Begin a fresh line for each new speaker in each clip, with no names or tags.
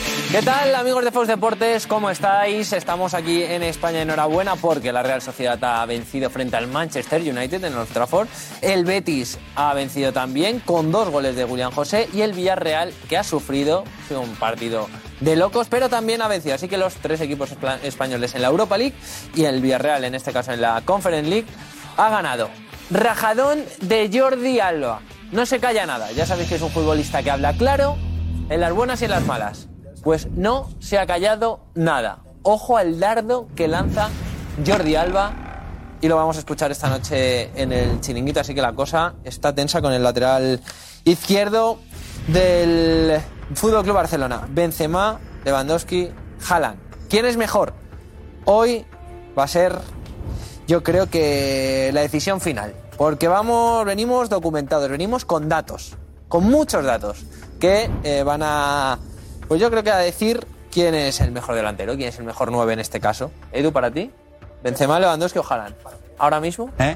¿Qué tal amigos de Fox Deportes? ¿Cómo estáis? Estamos aquí en España enhorabuena porque la Real Sociedad ha vencido frente al Manchester United en Old Trafford. El Betis ha vencido también con dos goles de Julián José y el Villarreal que ha sufrido ha sido un partido de locos, pero también ha vencido. Así que los tres equipos espla- españoles en la Europa League y el Villarreal en este caso en la Conference League ha ganado. Rajadón de Jordi Alba. No se calla nada. Ya sabéis que es un futbolista que habla claro en las buenas y en las malas. Pues no se ha callado nada. Ojo al dardo que lanza Jordi Alba y lo vamos a escuchar esta noche en el chiringuito, así que la cosa está tensa con el lateral izquierdo del Fútbol Club Barcelona. Benzema, Lewandowski, Haaland. ¿Quién es mejor? Hoy va a ser yo creo que la decisión final, porque vamos venimos documentados, venimos con datos, con muchos datos que eh, van a pues yo creo que a decir quién es el mejor delantero, quién es el mejor 9 en este caso. Edu para ti? Benzema, Lewandowski o Haaland? Ahora mismo?
¿Eh?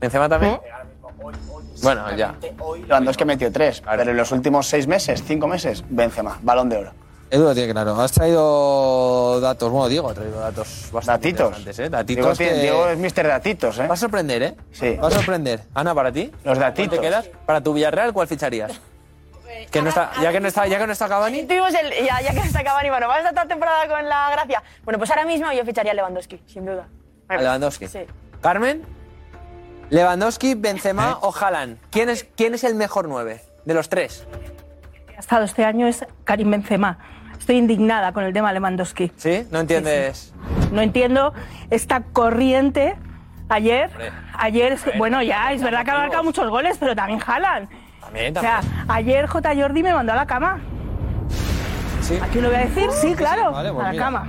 Benzema también. Bueno, ya.
Lewandowski metió tres, pero en los últimos seis meses, cinco meses, Benzema, balón de oro.
Edu lo tiene claro. Has traído datos, bueno, Diego ha traído datos bastante interesantes, ¿eh?
Diego,
Datitos
tiene-
que-
Diego es mister datitos, ¿eh?
Va a sorprender, ¿eh?
Sí.
Va a sorprender. Ana, ¿para ti?
Los
¿Cuál
datitos.
te quedas? ¿Para tu Villarreal cuál ficharías? Que no está, ya que no está, ya que no está Cavani.
Tuvimos el, ya, ya que se acaban y bueno, vamos a estar temporada con la gracia. Bueno, pues ahora mismo yo ficharía a Lewandowski, sin duda.
A Lewandowski.
Sí.
Carmen, Lewandowski, Benzema
¿Eh?
o Haaland. ¿Quién es, ¿Quién es el mejor 9 de los tres?
ha estado este año es Karim Benzema. Estoy indignada con el tema Lewandowski.
¿Sí? ¿No entiendes?
No entiendo esta corriente. Ayer,
Hombre.
ayer, es-
Hombre.
bueno, ya, es verdad que ha marcado muchos goles, pero también jalan.
También,
O sea,
también.
ayer J. Jordi me mandó a la cama.
¿Sí?
Aquí lo voy a decir, sí, claro,
Vale, pues
a la
mira.
cama.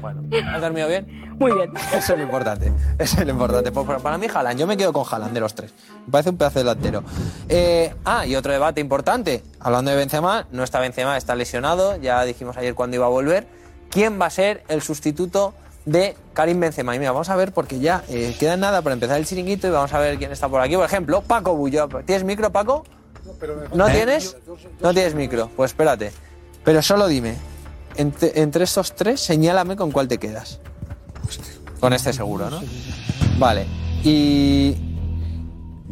Bueno, ¿has dormido bien?
Muy bien.
Eso es lo importante. Eso es lo importante. Pues para- para mí, Haaland. Yo me quedo con Haaland de los tres. Me parece un pedazo de delantero. Eh, ah, y otro debate importante. Hablando de Benzema, no está Benzema, está lesionado. Ya dijimos ayer cuándo iba a volver. ¿Quién va a ser el sustituto de Karim Benzema? Y mira, vamos a ver porque ya eh, queda nada para empezar el chiringuito y vamos a ver quién está por aquí. Por ejemplo, Paco Bulló. ¿Tienes micro, Paco? ¿No tienes? No tienes micro. Pues espérate. Pero solo dime. Entre, entre estos tres, señálame con cuál te quedas. Con este seguro, ¿no? Vale. ¿Y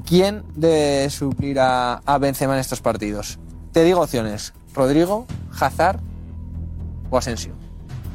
quién de suplir a, a Benzema en estos partidos? Te digo opciones. Rodrigo, Hazard o Asensio.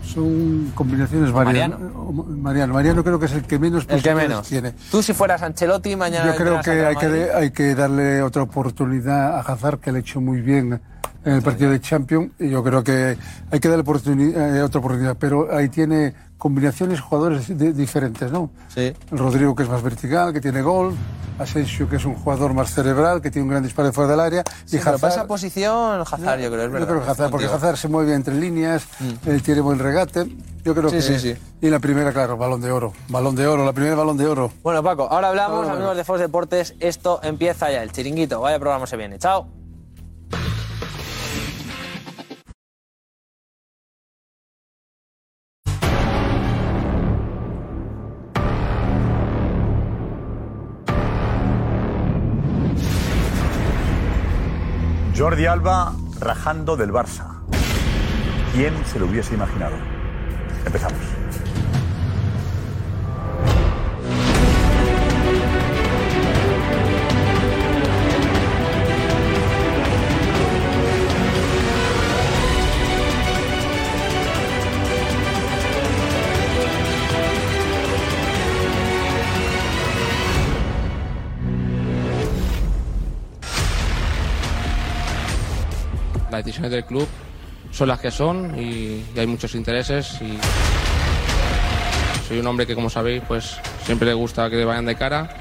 Son combinaciones varias.
Mariano.
¿no? O Mariano. Mariano creo que es el que menos
El que
posibilidades
menos.
tiene.
Tú si fueras Ancelotti mañana...
Yo creo
vendrás a
que hay,
Real
que
Madrid.
hay que darle otra oportunidad a Hazard, que le ha hecho muy bien en el partido de Champions. Y yo creo que hay que darle oportuni- eh, otra oportunidad. Pero ahí tiene combinaciones jugadores de- diferentes, ¿no?
Sí.
El Rodrigo, que es más vertical, que tiene gol. Asensio, que es un jugador más cerebral, que tiene un gran disparo fuera del área.
Sí,
y
pero
Hazard,
para esa posición, Hazard, yo creo, es verdad.
yo creo que Hazard, porque
Contigo.
Hazard se mueve entre líneas, eh, tiene buen regate. Yo creo
Sí,
que.
sí, sí.
Y la primera, claro, balón de oro. Balón de oro, la primera balón de oro.
Bueno, Paco, ahora hablamos, amigos de Fox Deportes. Esto empieza ya, el chiringuito. Vaya programa se viene. Chao.
Jordi Alba rajando del Barça. ¿Quién se lo hubiese imaginado? Empezamos.
las decisiones del club son las que son y, y hay muchos intereses y soy un hombre que como sabéis pues siempre le gusta que le vayan de cara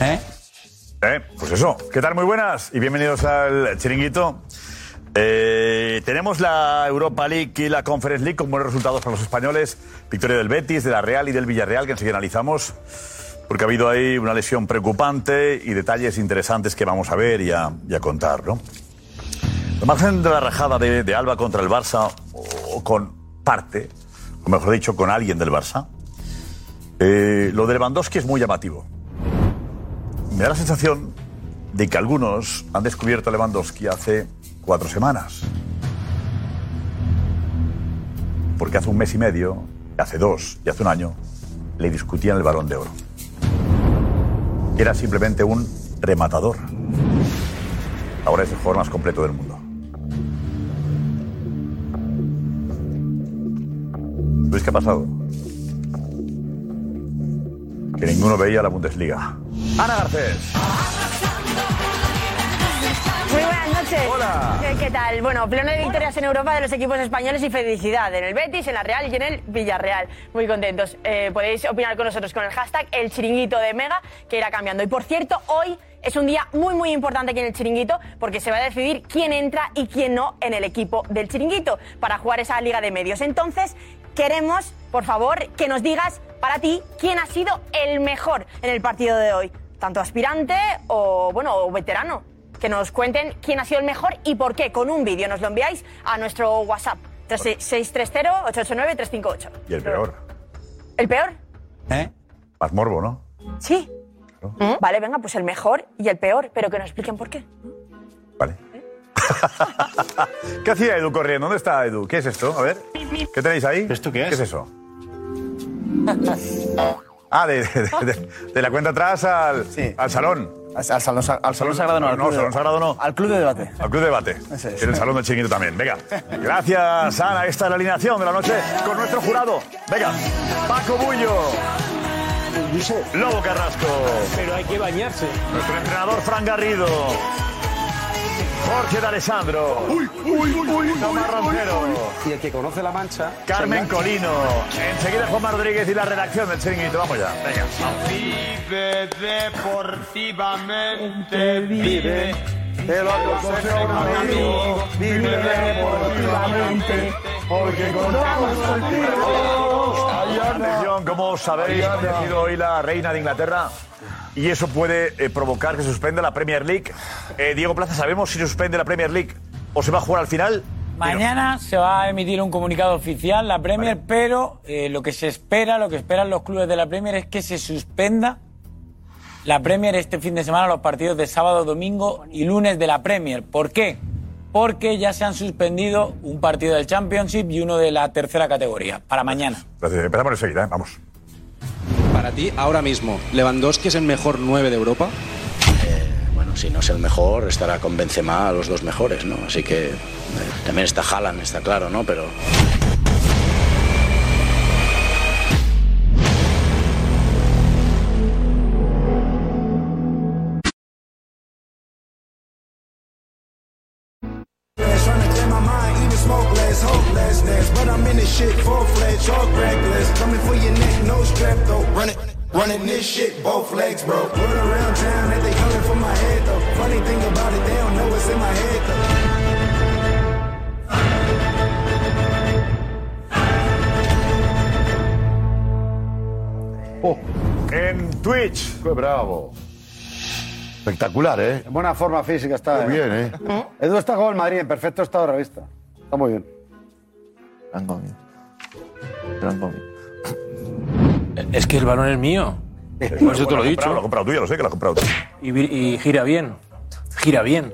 ¿Eh?
Eh, pues eso. ¿Qué tal? Muy buenas y bienvenidos al chiringuito. Eh, tenemos la Europa League y la Conference League con buenos resultados para los españoles. Victoria del Betis, de la Real y del Villarreal, que enseguida analizamos, porque ha habido ahí una lesión preocupante y detalles interesantes que vamos a ver y a, y a contar, ¿no? Al margen de la rajada de, de Alba contra el Barça, o con parte, o mejor dicho, con alguien del Barça, eh, lo de Lewandowski es muy llamativo. Me da la sensación de que algunos han descubierto a Lewandowski hace cuatro semanas. Porque hace un mes y medio, y hace dos y hace un año, le discutían el balón de oro. Era simplemente un rematador. Ahora es el jugador más completo del mundo. Luis, ¿qué ha pasado? Que ninguno veía la Bundesliga. Ana Garcés.
Muy buenas noches. Hola. ¿Qué, qué tal? Bueno, pleno de victorias en Europa de los equipos españoles y felicidad en el Betis, en la Real y en el Villarreal. Muy contentos. Eh, podéis opinar con nosotros con el hashtag El Chiringuito de Mega, que irá cambiando. Y por cierto, hoy es un día muy, muy importante aquí en el Chiringuito porque se va a decidir quién entra y quién no en el equipo del Chiringuito para jugar esa Liga de Medios. Entonces, queremos, por favor, que nos digas para ti quién ha sido el mejor en el partido de hoy. Tanto aspirante o, bueno, o veterano que nos cuenten quién ha sido el mejor y por qué. Con un vídeo nos lo enviáis a nuestro WhatsApp. 630-889-358.
Y el peor.
¿El peor?
¿Eh? Más morbo, ¿no?
Sí. ¿Mm? Vale, venga, pues el mejor y el peor, pero que nos expliquen por qué.
¿Qué hacía Edu corriendo? ¿Dónde está Edu? ¿Qué es esto? A ver. ¿Qué tenéis ahí? ¿Esto qué es? ¿Qué es eso? Ah, de, de- de- de la cuenta atrás al, al salón. Al, salón,
sagrado no, al
No,
club de-
salón sagrado no.
Al club de debate.
Al club de debate. En el salón del chiquito también. Venga. Gracias, Ana. Esta es la alineación de la noche con nuestro jurado. Venga. Paco Bullo. Lobo Carrasco. Pero hay que bañarse. Nuestro entrenador Fran Garrido. Jorge D'Alessandro. Uy, uy, uy,
Y el que conoce la mancha.
Carmen Colino. Enseguida Juan Rodríguez y la redacción del chiringuito. Vamos ya. Venga.
Vive deportivamente, vive. Te lo aconsejo un amigo. Vive deportivamente, porque contamos contigo.
Atención, como sabéis, ha fallecido hoy la reina de Inglaterra y eso puede eh, provocar que se suspenda la Premier League. Eh, Diego Plaza, ¿sabemos si se suspende la Premier League o se va a jugar al final?
Mañana se va a emitir un comunicado oficial, la Premier, pero eh, lo que se espera, lo que esperan los clubes de la Premier es que se suspenda la Premier este fin de semana, los partidos de sábado, domingo y lunes de la Premier. ¿Por qué? Porque ya se han suspendido un partido del Championship y uno de la tercera categoría, para mañana.
Gracias, empezamos enseguida, ¿eh? vamos.
Para ti, ahora mismo, ¿Lewandowski es el mejor 9 de Europa?
Bueno, si no es el mejor, estará con Benzema a los dos mejores, ¿no? Así que eh, también está Haaland, está claro, ¿no? Pero
Running this shit, both legs broke. Word around town that they coming for my head though. Funny thing about it, they don't know what's in my head
En Twitch.
Qué bravo. Espectacular, ¿eh?
En buena forma física está.
Muy
¿eh? Edu está con el Madrid en perfecto estado de revista. Está muy bien.
Gran cómic. Gran cómic. Es que el balón es mío. Por eso te lo he dicho.
Lo has comprado tú, ya lo sé que lo has comprado tú.
Y, vi- y gira bien. Gira bien.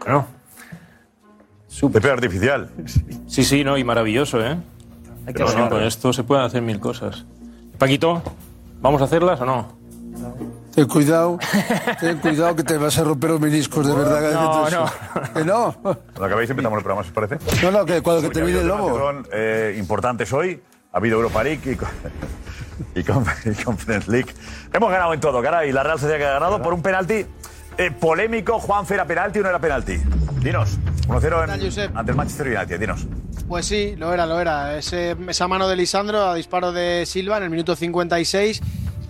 Claro.
Súper. artificial.
Sí, sí, no, y maravilloso, ¿eh?
Hay que
Pero no,
probar.
con esto se pueden hacer mil cosas. Paquito, ¿vamos a hacerlas o no?
Ten cuidado, ten cuidado que te vas a romper los meniscos, de verdad.
No, no.
Que no.
Cuando acabéis empezamos el programa, ¿os parece?
No, no, que cuando que
Porque ha
termine el
habido
lobo.
temas que son, eh, importantes hoy. Ha habido Europa League y, con- y con- y Conference League. Hemos ganado en todo, caray. La Real Sociedad que ha ganado por un penalti eh, polémico. Juan era penalti o no era penalti. Dinos. 1-0 en- ante el Manchester United. Dinos.
Pues sí, lo era, lo era. Ese- esa mano de Lisandro a disparo de Silva en el minuto 56.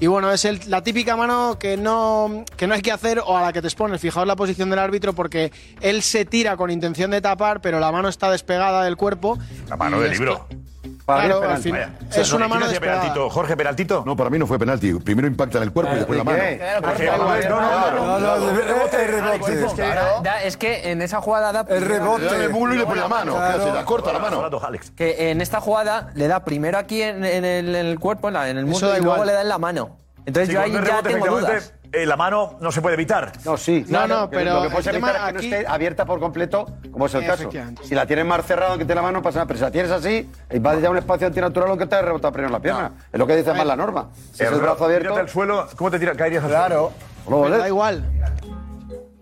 Y bueno, es el- la típica mano que no, que no hay que hacer o a la que te expones. Fijaos la posición del árbitro porque él se tira con intención de tapar, pero la mano está despegada del cuerpo.
La mano de libro.
Para mí es Claro, penalti. al fin- es una mano despegada.
penaltito. Jorge, penaltito.
No, para mí no fue penalti. Primero impacta en el cuerpo y después la mano. eh,
No, no, de- rebote, de
Es que,
rebote.
da- da- es que en esa jugada da
El rebote. Le da en el muslo y le pone la mano. Claro. ¿Qué hace? La corta la mano.
Que en esta jugada le da primero aquí en, en el, en el cuerpo, en, la- en el muslo,
da
y luego
igual.
le da en la mano. Entonces
Sí,
yo
con
ahí
el
ya
rebote,
tengo
efectivamente,
dudas.
eh, la mano no se puede evitar.
No, sí.
No, no,
lo que-
pero
Lo que puedes
el tema
evitar es que
aquí-
no esté abierta por completo, como es el caso.
Efectivamente.
Si la tienes más cerrada que te la mano, no pasa nada. Pero si la tienes así, vas ya a un espacio antinatural, lo que te rebota primero en la pierna. Es lo que dice más la norma. Si es el brazo abierto.
Tírate al suelo, ¿cómo te tiras? Caerías al
Claro.
Da
igual.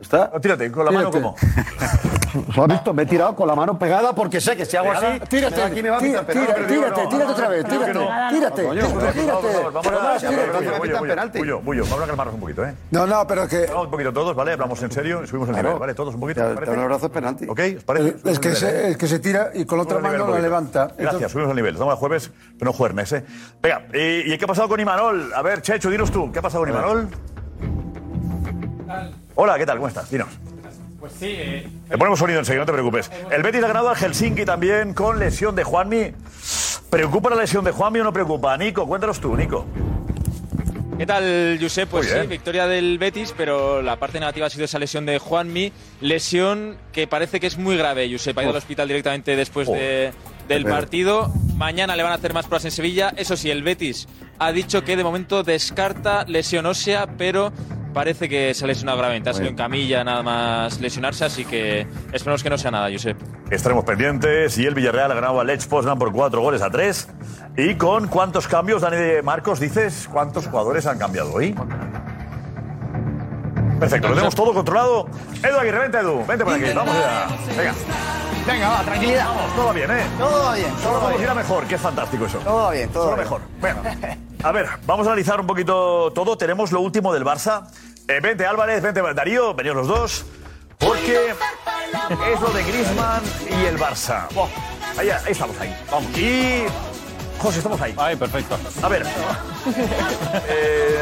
¿Está?
No, tírate, con la mano
Tírate.
como.
¿Lo has visto? Me he tirado con la mano pegada porque sé que si hago así.
Tírate,
aquí me va a
tira-
pitar penalti.
tira- tírate, tírate otra vez,
Creo que
tírate,
no.
tírate,
No, coño,
tírate.
por favor,
Vamos,
por favor,
vamos,
tírate.
bullo, bullo,
Pitan
bullo,
penalti.
bullo, bullo. Vamos a calmarnos un poquito, ¿eh?
No, no, pero que.
Hablamos un poquito todos, ¿vale? Hablamos en serio y subimos el
Claro.
nivel, ¿vale? Todos un poquito. ¿os parece?
Un abrazo es penalti.
¿Ok? ¿Os parece? Subimos
Es
el
que,
nivel, ¿eh?
se, es que se tira y con la otra
Subimos el
mano la
nivel un poquito.
levanta.
Gracias, subimos el nivel. Estamos a jueves, pero no juernes, ¿eh? Venga, ¿y, y qué ha pasado con Imanol? A ver, Checho, dinos tú, ¿qué ha pasado con Imanol? Hola, ¿qué tal? ¿Cómo estás? Dinos.
Pues sí, eh,
Le ponemos sonido enseguida, no te preocupes. El Betis ha ganado al Helsinki también con lesión de Juanmi. ¿Preocupa la lesión de Juanmi o no preocupa? Nico, cuéntanos tú, Nico.
¿Qué tal, Josep? Pues
Muy
sí,
bien.
victoria del Betis, pero la parte negativa ha sido esa lesión de Juanmi, lesión que parece que es muy grave, Josep. Ha ido al hospital directamente después de- del
Pero-
partido. Mañana le van a hacer más pruebas en Sevilla. Eso sí, el Betis ha dicho que de momento descarta lesión ósea, pero parece que se ha lesionado gravemente. Ha sido en camilla nada más lesionarse, así que esperemos que no sea nada, Josep.
Estaremos pendientes. Y el Villarreal ha ganado al Lech Poznan por cuatro goles a tres. ¿Y con cuántos cambios, Dani de Marcos, dices? ¿Cuántos jugadores han cambiado hoy? Perfecto, lo tenemos todo controlado. Edu Aguirre, vente Edu, vente por aquí, vamos allá. Venga,
Venga, va, tranquilidad.
Vamos, todo bien, ¿eh?
Todo bien,
solo
todo
podemos ir
bien.
a mejor, que es fantástico eso.
Todo bien, todo
Solo
bien.
mejor. Bueno, a ver, vamos a analizar un poquito todo. Tenemos lo último del Barça. Eh, vente Álvarez, vente Darío, venían los dos. Porque es lo de Griezmann y el Barça. Buah, Ahí, ahí estamos, ahí. Vamos. Y... José, estamos ahí. Ahí, perfecto. A ver. eh,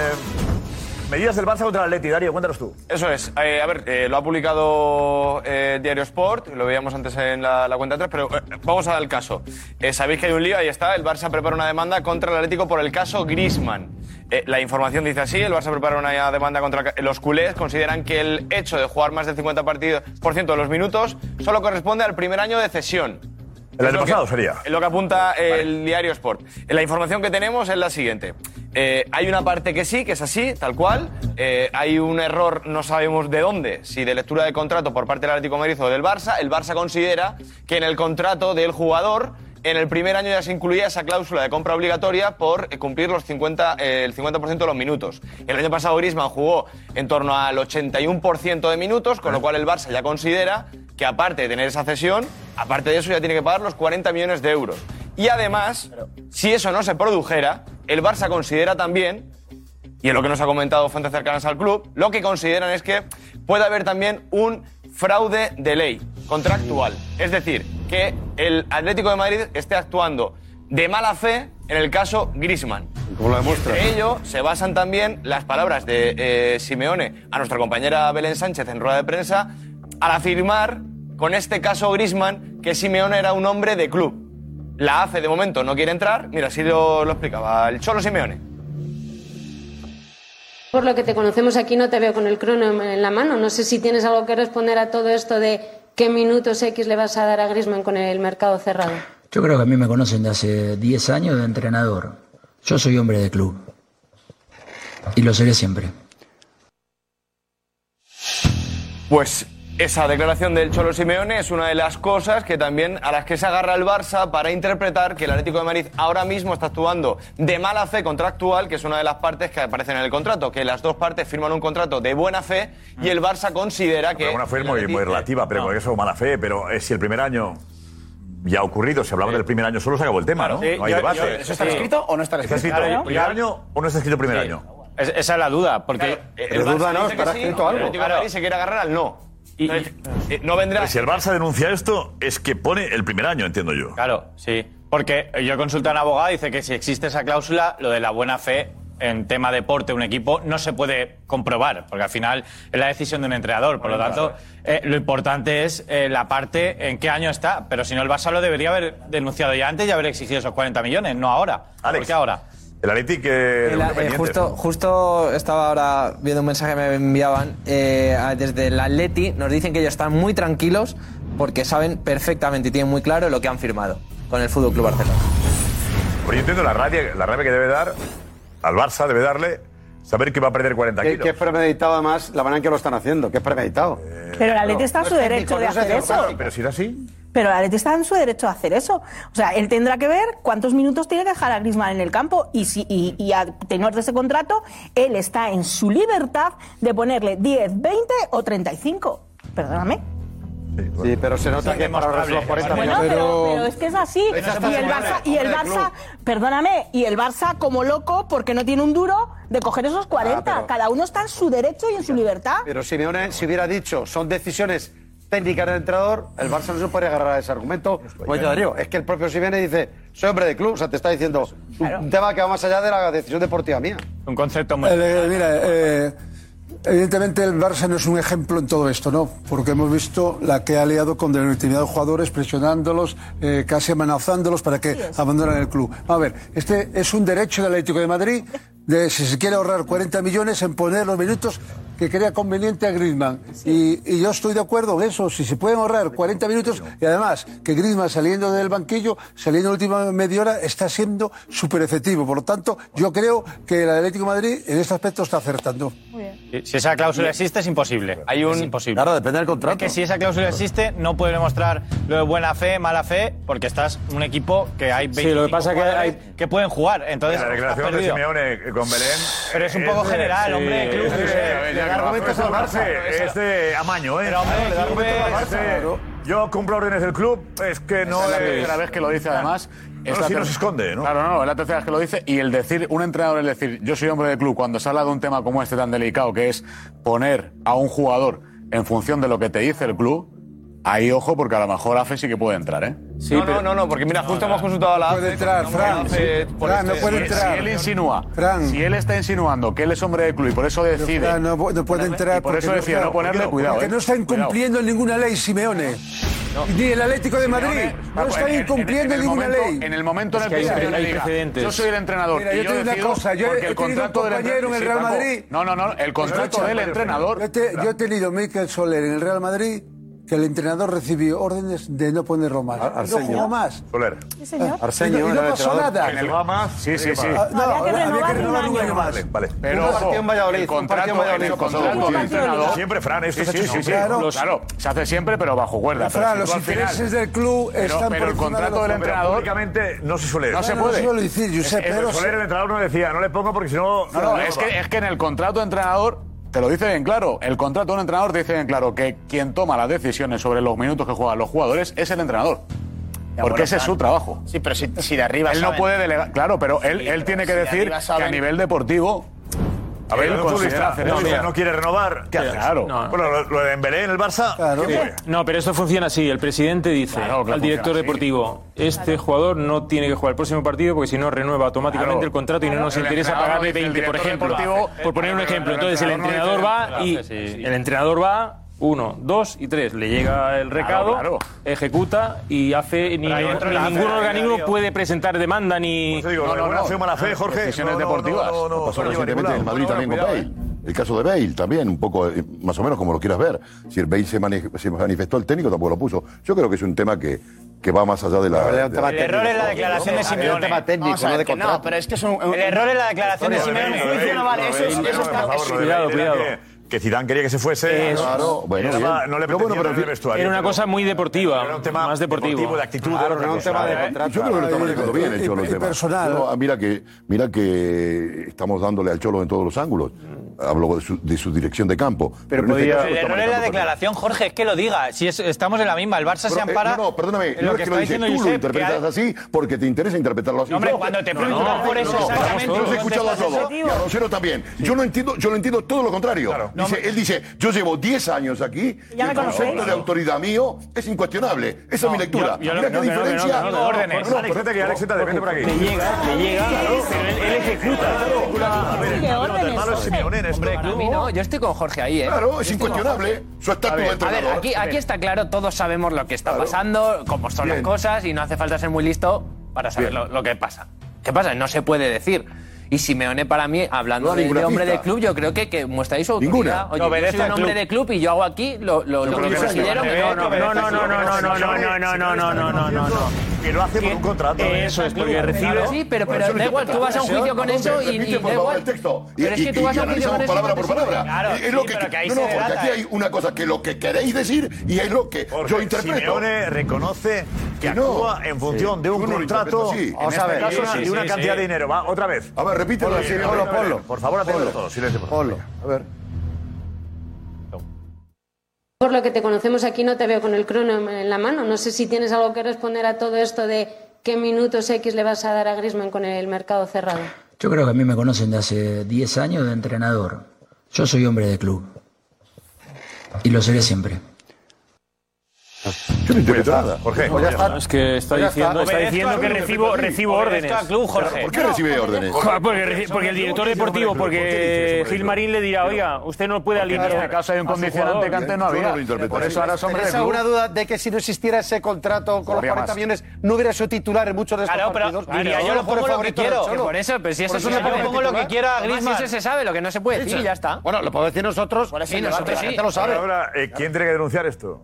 medidas del Barça contra el Atleti, Darío, cuéntanos tú.
Eso es. Eh, a ver, eh, lo ha publicado eh, Diario Sport, lo veíamos antes en la, la cuenta 3, pero eh, vamos al caso. Eh, Sabéis que hay un lío, ahí está, el Barça prepara una demanda contra el Atlético por el caso Griezmann. Eh, la información dice así, el Barça prepara una demanda contra el ca- los culés, consideran que el hecho de jugar más del 50% de los minutos solo corresponde al primer año de cesión.
El
Es
año
lo
pasado
que-
sería.
es lo que apunta el diario Sport. La información que tenemos es la siguiente. Eh, hay una parte que sí, que es así, tal cual. Eh, hay un error, no sabemos de dónde, si de lectura de contrato por parte del Atlético de Madrid o del Barça. El Barça considera que en el contrato del jugador, en el primer año ya se incluía esa cláusula de compra obligatoria por eh, cumplir los 50, eh, el 50% de los minutos. El año pasado Griezmann jugó en torno al 81% de minutos, con lo cual el Barça ya considera que aparte de tener esa cesión, aparte de eso ya tiene que pagar los 40 millones de euros. Y además, si eso no se produjera, el Barça considera también, y es lo que nos ha comentado fuentes cercanas al club, lo que consideran es que puede haber también un fraude de ley contractual. Es decir, que el Atlético de Madrid esté actuando de mala fe en el caso Griezmann.
Como lo demuestra.
De ello se basan también las palabras de eh, Simeone a nuestra compañera Belén Sánchez en rueda de prensa al afirmar con este caso Grisman que Simeone era un hombre de club. La AFE de momento no quiere entrar, mira, así lo, lo explicaba el Cholo Simeone.
Por lo que te conocemos aquí, no te veo con el crono en- en la mano. No sé si tienes algo que responder a todo esto de qué minutos X le vas a dar a Griezmann con el mercado cerrado.
Yo creo que a mí me conocen de hace 10 años de entrenador. Yo soy hombre de club. Y lo seré siempre.
Pues esa declaración del Cholo Simeone es una de las cosas que también a las que se agarra el Barça para interpretar que el Atlético de Madrid ahora mismo está actuando de mala fe contractual, que es una de las partes que aparecen en el contrato, que las dos partes firman un contrato de buena fe y el Barça considera que
Pero una fue muy, muy relativa, pero con eso mala fe. Pero eh, si el primer año ya ha ocurrido, si hablamos del primer año, solo se acabó el tema, ¿no?
Sí,
no hay
yo-
debate.
yo- ¿Eso está escrito o no está
¿Está escrito
escrito? Claro,
primer
ya-
año o no está escrito primer año?
esa es la duda, porque
Pero
Ah, Barça
duda no,
dice que
estará
sí,
escrito algo.
El Atlético de Madrid se quiere agarrar al no. Entonces, eh, no vendrá.
Pero si el Barça denuncia esto, es que pone el primer año, entiendo yo.
Claro, sí. Porque yo he consultado a un abogado y dice que si existe esa cláusula, lo de la buena fe en tema deporte, un equipo, no se puede comprobar, porque al final es la decisión de un entrenador. Por lo
Bueno,
tanto, eh, lo importante es eh, la parte en qué año está. Pero si no, el Barça lo debería haber denunciado ya antes y haber exigido esos 40 millones, no ahora. ¿Por qué ahora?
El Atleti que...
El- eh,
Eh, justo, justo estaba ahora viendo un mensaje que me enviaban eh, a- desde el Atleti. Nos dicen que ellos están muy tranquilos porque saben perfectamente y tienen muy claro lo que han firmado con el Fútbol Club Barcelona.
Pues Pero yo entiendo la rabia, la rabia que debe dar al Barça, debe darle Saber que va a perder 40
Que,
kilos. Eh,
que es premeditado, además, la manera en que lo están haciendo, que es premeditado.
Eh,
Pero la Leti está en su derecho de hacer eso.
Pero si era así.
Pero la Leti está en su derecho de hacer eso. O sea, él tendrá que ver cuántos minutos tiene que dejar a Griezmann en el campo y, si, y, y a tenor de ese contrato, él está en su libertad de ponerle 10, 20 o 35. Perdóname.
Sí, pero se nota que para los 40
Bueno,
millones-
pero, pero es que es así.
Pero esa
Y el
semana,
Barça, y el
hombre,
Barça,
club.
perdóname, y el Barça como loco porque no tiene un duro de coger esos 40.
Ah, pero-
Cada uno está en su derecho y en su libertad.
Pero Simeone, si hubiera dicho, son decisiones técnicas del entrenador, el Barça no se puede agarrar a ese argumento. Como dice Darío, es que el propio Simeone dice, soy hombre de club, o sea, te está diciendo un tema que va más allá de la decisión deportiva mía.
Un concepto
Eh, eh, mira, eh, evidentemente el Barça no es un ejemplo en todo esto, ¿no? Porque hemos visto la que ha aliado con determinados jugadores, presionándolos, eh, casi amenazándolos para que abandonen el club. A ver, este es un derecho del Atlético de Madrid de, si se quiere ahorrar 40 millones, en poner los minutos que crea conveniente a Griezmann. Y, y yo estoy de acuerdo en eso, si se pueden ahorrar 40 minutos, y además que Griezmann saliendo del banquillo, saliendo en la última media hora, está siendo súper efectivo. Por lo tanto, yo creo que el Atlético de Madrid en este aspecto está acertando.
Eh, Si esa cláusula existe, es imposible. Hay un... Es imposible.
Claro, depende del contrato.
Es que si esa cláusula existe, no puedes demostrar lo de buena fe, mala fe, porque estás un equipo que hay 20
Sí, lo que pasa es que
que pueden jugar. Entonces,
la declaración
estás
de
perdido.
Simeone eh, con Belén.
Pero es un poco general, hombre, club,
es de-
sí,
es
sí.
de-
Le da argumentos al Barça.
Es de amaño, ¿eh?
Pero, hombre,
Claro, le da
club
argumentos al
es-
Barça. Yo cumplo órdenes del club, es que no
es la
es-
primera vez que lo dice, además.
No,
la
si
ter-
nos esconde, ¿no?
Claro, no, es la tercera vez que lo dice. Y el decir, un entrenador, el decir, yo soy hombre de club, cuando se habla de un tema como este tan delicado, que es poner a un jugador en función de lo que te dice el club, ahí ojo, porque a lo mejor AFE sí que puede entrar, ¿eh?
no, no, no, no, porque mira, justo hemos consultado a la.
Puede entrar, Fran.
Fran, no puede entrar.
Si él insinúa, si él está insinuando que él es hombre de club y por eso decide.
Pero, Fran, Ah, no, pu- no puede entrar
Y por eso
porque
decide
está-
no ponerle
porque
cuidado.
Porque
¿eh?
no está incumpliendo ninguna ley, Simeone. Ni el Atlético de Madrid. no está incumpliendo ninguna ley.
pues, En el momento en el que Simeone diga, yo soy el entrenador
Mira,
y
yo
yo
te digo una
decido,
cosa. Yo he-
porque
he
el
tenido un
contrato del
compañero en el Real
entrenador-
Madrid.
No, no, no, el contrato
Escucha,
del
Mario
entrenador.
Fernando. Yo, te- yo he tenido Michael Soler en el Real Madrid que el entrenador recibió órdenes de no ponerlo más.
Arsenio.
No jugó más.
Soler.
Arsenio, Y no- y no era el pasó entrenador. nada.
En el Bahamas.
Sí, sí,
en el
sí.
Bahamas.
No, Había que había que renovar renovar un un año año más.
Vale, vale.
Pero ojo, el contrato, el contrato del entrenador.
Siempre, Fran,
sí,
esto se ha
sí,
hecho
sí, sí,
siempre.
claro.
Los-
Claro, se hace siempre, pero bajo cuerda.
Fran,
Pero si
los
tú al final-
intereses del club
Pero-
están
Pero
por
el
encima de
contrato
los-
del
Pero
entrenador.
Públicamente no se suele.
No se puede.
Es- es- Soler, el entrenador, no decía, no le pongo porque si no.
No, no, es que, es que en el contrato de entrenador te lo dice bien claro. El contrato de un entrenador te dice bien claro que quien toma las decisiones sobre los minutos que juegan los jugadores es el entrenador. Porque
bueno,
ese es
Fran.
su trabajo.
Sí, pero si, si de arriba
Él
saben-
no puede delegar. Claro, pero
Sí,
él, él
pero
tiene
si
que
de
decir
arriba
que
saben-
a nivel deportivo.
A ver,
él
el
considera
futbolista,
hacer
el
eso.
futbolista ¿eh? no quiere renovar. ¿Qué haces?
Claro.
No. Bueno, lo, lo de Embelé en el Barça. ¿qué fue?
No, pero esto funciona así. El presidente dice al director
funciona así.
deportivo, este jugador no tiene que jugar el próximo partido porque si no renueva automáticamente
Claro.
el contrato y no nos
El
interesa
entrenador
pagarle
dice, el
20, por
director
ejemplo.
deportivo-
Por poner un
Claro,
ejemplo.
el
Entonces el
entrenador
entrenador
no
va y
dice- Sí, sí.
el entrenador va uno, dos y tres. Le llega el
Claro,
recado,
claro.
ejecuta y hace ni,
ahí entra
ni
la-
ningún
la-
organismo
la-
puede presentar demanda ni
digo, lo de buena fe o mala fe, Jorge,
Decisiones
no, no,
deportivas.
No, no, no,
Pasó
no lleva a ningún
recientemente en el
lado.
Madrid
Bueno,
también con
cuidado, eh.
Bale. El caso de Bale también, un poco, eh, más o menos como lo quieras ver. Si el Bale se, mane- se manifestó, el técnico tampoco lo puso. Yo creo que es un tema que, que va más allá de la.
Pero era un
de la-
tema El técnico. error es la declaración de
Era un
Simeone.
tema técnico,
Vamos a ver,
no de
que no,
contrato.
pero es que es un-
un-
El error es la declaración
Lo
de
de Bale,
Simeone.
lo de Bale, lo de Bale, por favor, lo de
Cuidado,
Bale era
cuidado.
que- Que Zidane quería que se fuese.
Eso.
Claro, bueno,
Era-
bien.
no le
Pero bueno,
permitieron
pero
en
en
el
fin,
vestuario.
Era una cosa muy deportiva, más deportivo.
deportivo, de actitud, de otra cosa, ¿eh?
Yo creo que lo está manejando bien el Cholo el tema. Yo, ah, mira, que, mira que estamos dándole al Cholo en todos los ángulos. Hablo de su, de su dirección de campo. Pero, en este caso lo está
El error es la
manejando perfecto.
declaración,
Jorge, es que lo diga. Si es- estamos en la misma, el Barça se
Pero, eh,
ampara.
no, no, perdóname,
en
no
lo
es
que
que
está
lo dices
diciendo
tú, lo
Josep, que
interpretas
hay-
así porque te interesa interpretarlo así.
No, hombre,
Yo-
cuando te preguntan por eso exactamente,
Yo os he
contestas
escuchado a
eso.
todos y a Rosero también. Yo no entiendo, yo lo entiendo todo lo contrario. Dice- él dice, yo llevo 10 años aquí y
Ya me
el concepto
conocéis.
de autoridad mío es incuestionable. Esa es mi lectura.
yo- yo
Mira
no-
qué
no, que no, que no,
diferencia.
que no, que no, órdenes.
Bueno,
Alex,
pero-
vete que Alex, vete, vete por aquí. Le llega, le llega, pero él- él ejecuta.
A ver,
Sigue
el
órdenes,
malo es
Jorge.
Simeone en esto.
Para mí no, yo estoy con Jorge ahí, ¿eh?
Claro,
Yo
es
estoy con
incuestionable.
Jorge.
Su
a
actitud de
ver, a ver,
entrenador.
aquí, aquí está claro, todos sabemos lo que está
Claro.
pasando, cómo son las
Bien.
cosas y no hace falta ser muy listo para saber lo, lo que pasa. ¿Qué pasa? No se puede decir. Y Simeone para mí, hablando
No da
de,
ninguna
de hombre
pista.
de club, yo creo que, que muestráis su autoridad.
Ninguna. No
Oye, yo
obedece
soy un
al
hombre
club.
de club y yo hago aquí lo, lo, lo que
creo que no es
considero
Simeone.
que no, no,
No, no, no, no, no, no, no, no, no, no, no, no, no.
que lo hace por un contrato.
Eso es, porque recibe- Sí, pero- pero da igual, tú vas a un juicio con eso y-
Repite,
y
por
da
favor,
igual.
el texto. Y,
Pero es
Eh, y-
que tú
y
vas a un juicio
analizamos
con eso
palabra
y no
por
te
palabra.
sirve. Claro,
Y es
sí,
lo que,
pero que ahí
no,
se
no, porque
delata.
aquí hay una cosa que lo que queréis decir y es lo que yo interpreto.
Simeone reconoce que
Que no.
actúa en función
Sí.
de un
Tú no lo
contrato,
interpretas así.
en
Vamos
este
a ver.
caso,
Sí, sí,
de una
sí,
cantidad
sí.
de dinero. Va, otra vez.
A ver, repítelo.
Ponlo, sí,
A ver,
ponlo,
a ver,
ponlo. Por favor, atentos
ponlo.
todos. Silencio, por
favor. A ver.
Por lo que te conocemos aquí no te veo con el crono en la mano. No sé si tienes algo que responder a todo esto de qué minutos X le vas a dar a Griezmann con el mercado cerrado.
Yo creo que a mí me conocen de hace 10 años de entrenador. Yo soy hombre de club. Y lo seré siempre.
Yo no interpreto nada.
Jorge,
Pues ya está.
Es que está
Pues ya
diciendo,
está.
está
Obedezco
diciendo
a
que
club,
recibo,
obedezco a
recibo
club.
órdenes.
Obedezco a club, Jorge. ¿Por qué recibe órdenes?
Joder, Porque, reci- porque el director deportivo, porque Gilmarín le dirá, oiga, usted no puede
Porque en
alinear.
este caso hay un
a su
condicionante
jugador".
que antes no Yo no había. lo interpreto. Por eso ahora es hombre de
¿Tenéis
club.
alguna duda de que si no existiera ese contrato con los
Corría
40
más.
millones no hubiera sido titular en muchos de estos
Claro, pero-
partidos?
claro,
Diría,
yo
no
lo pongo
fue
lo
favorito
que quiero,
del Cholo.
por eso, pero si eso
Por
es una
yo
parte
pongo
titular. Además,
Griezmann.
eso se sabe, lo que no se puede decir,
Sí.
ya está.
Bueno, lo podemos decir nosotros.
Por eso
el
el
debate,
debate,
la
sí.
gente lo sabe.
Ahora, eh, ¿quién tiene que denunciar esto?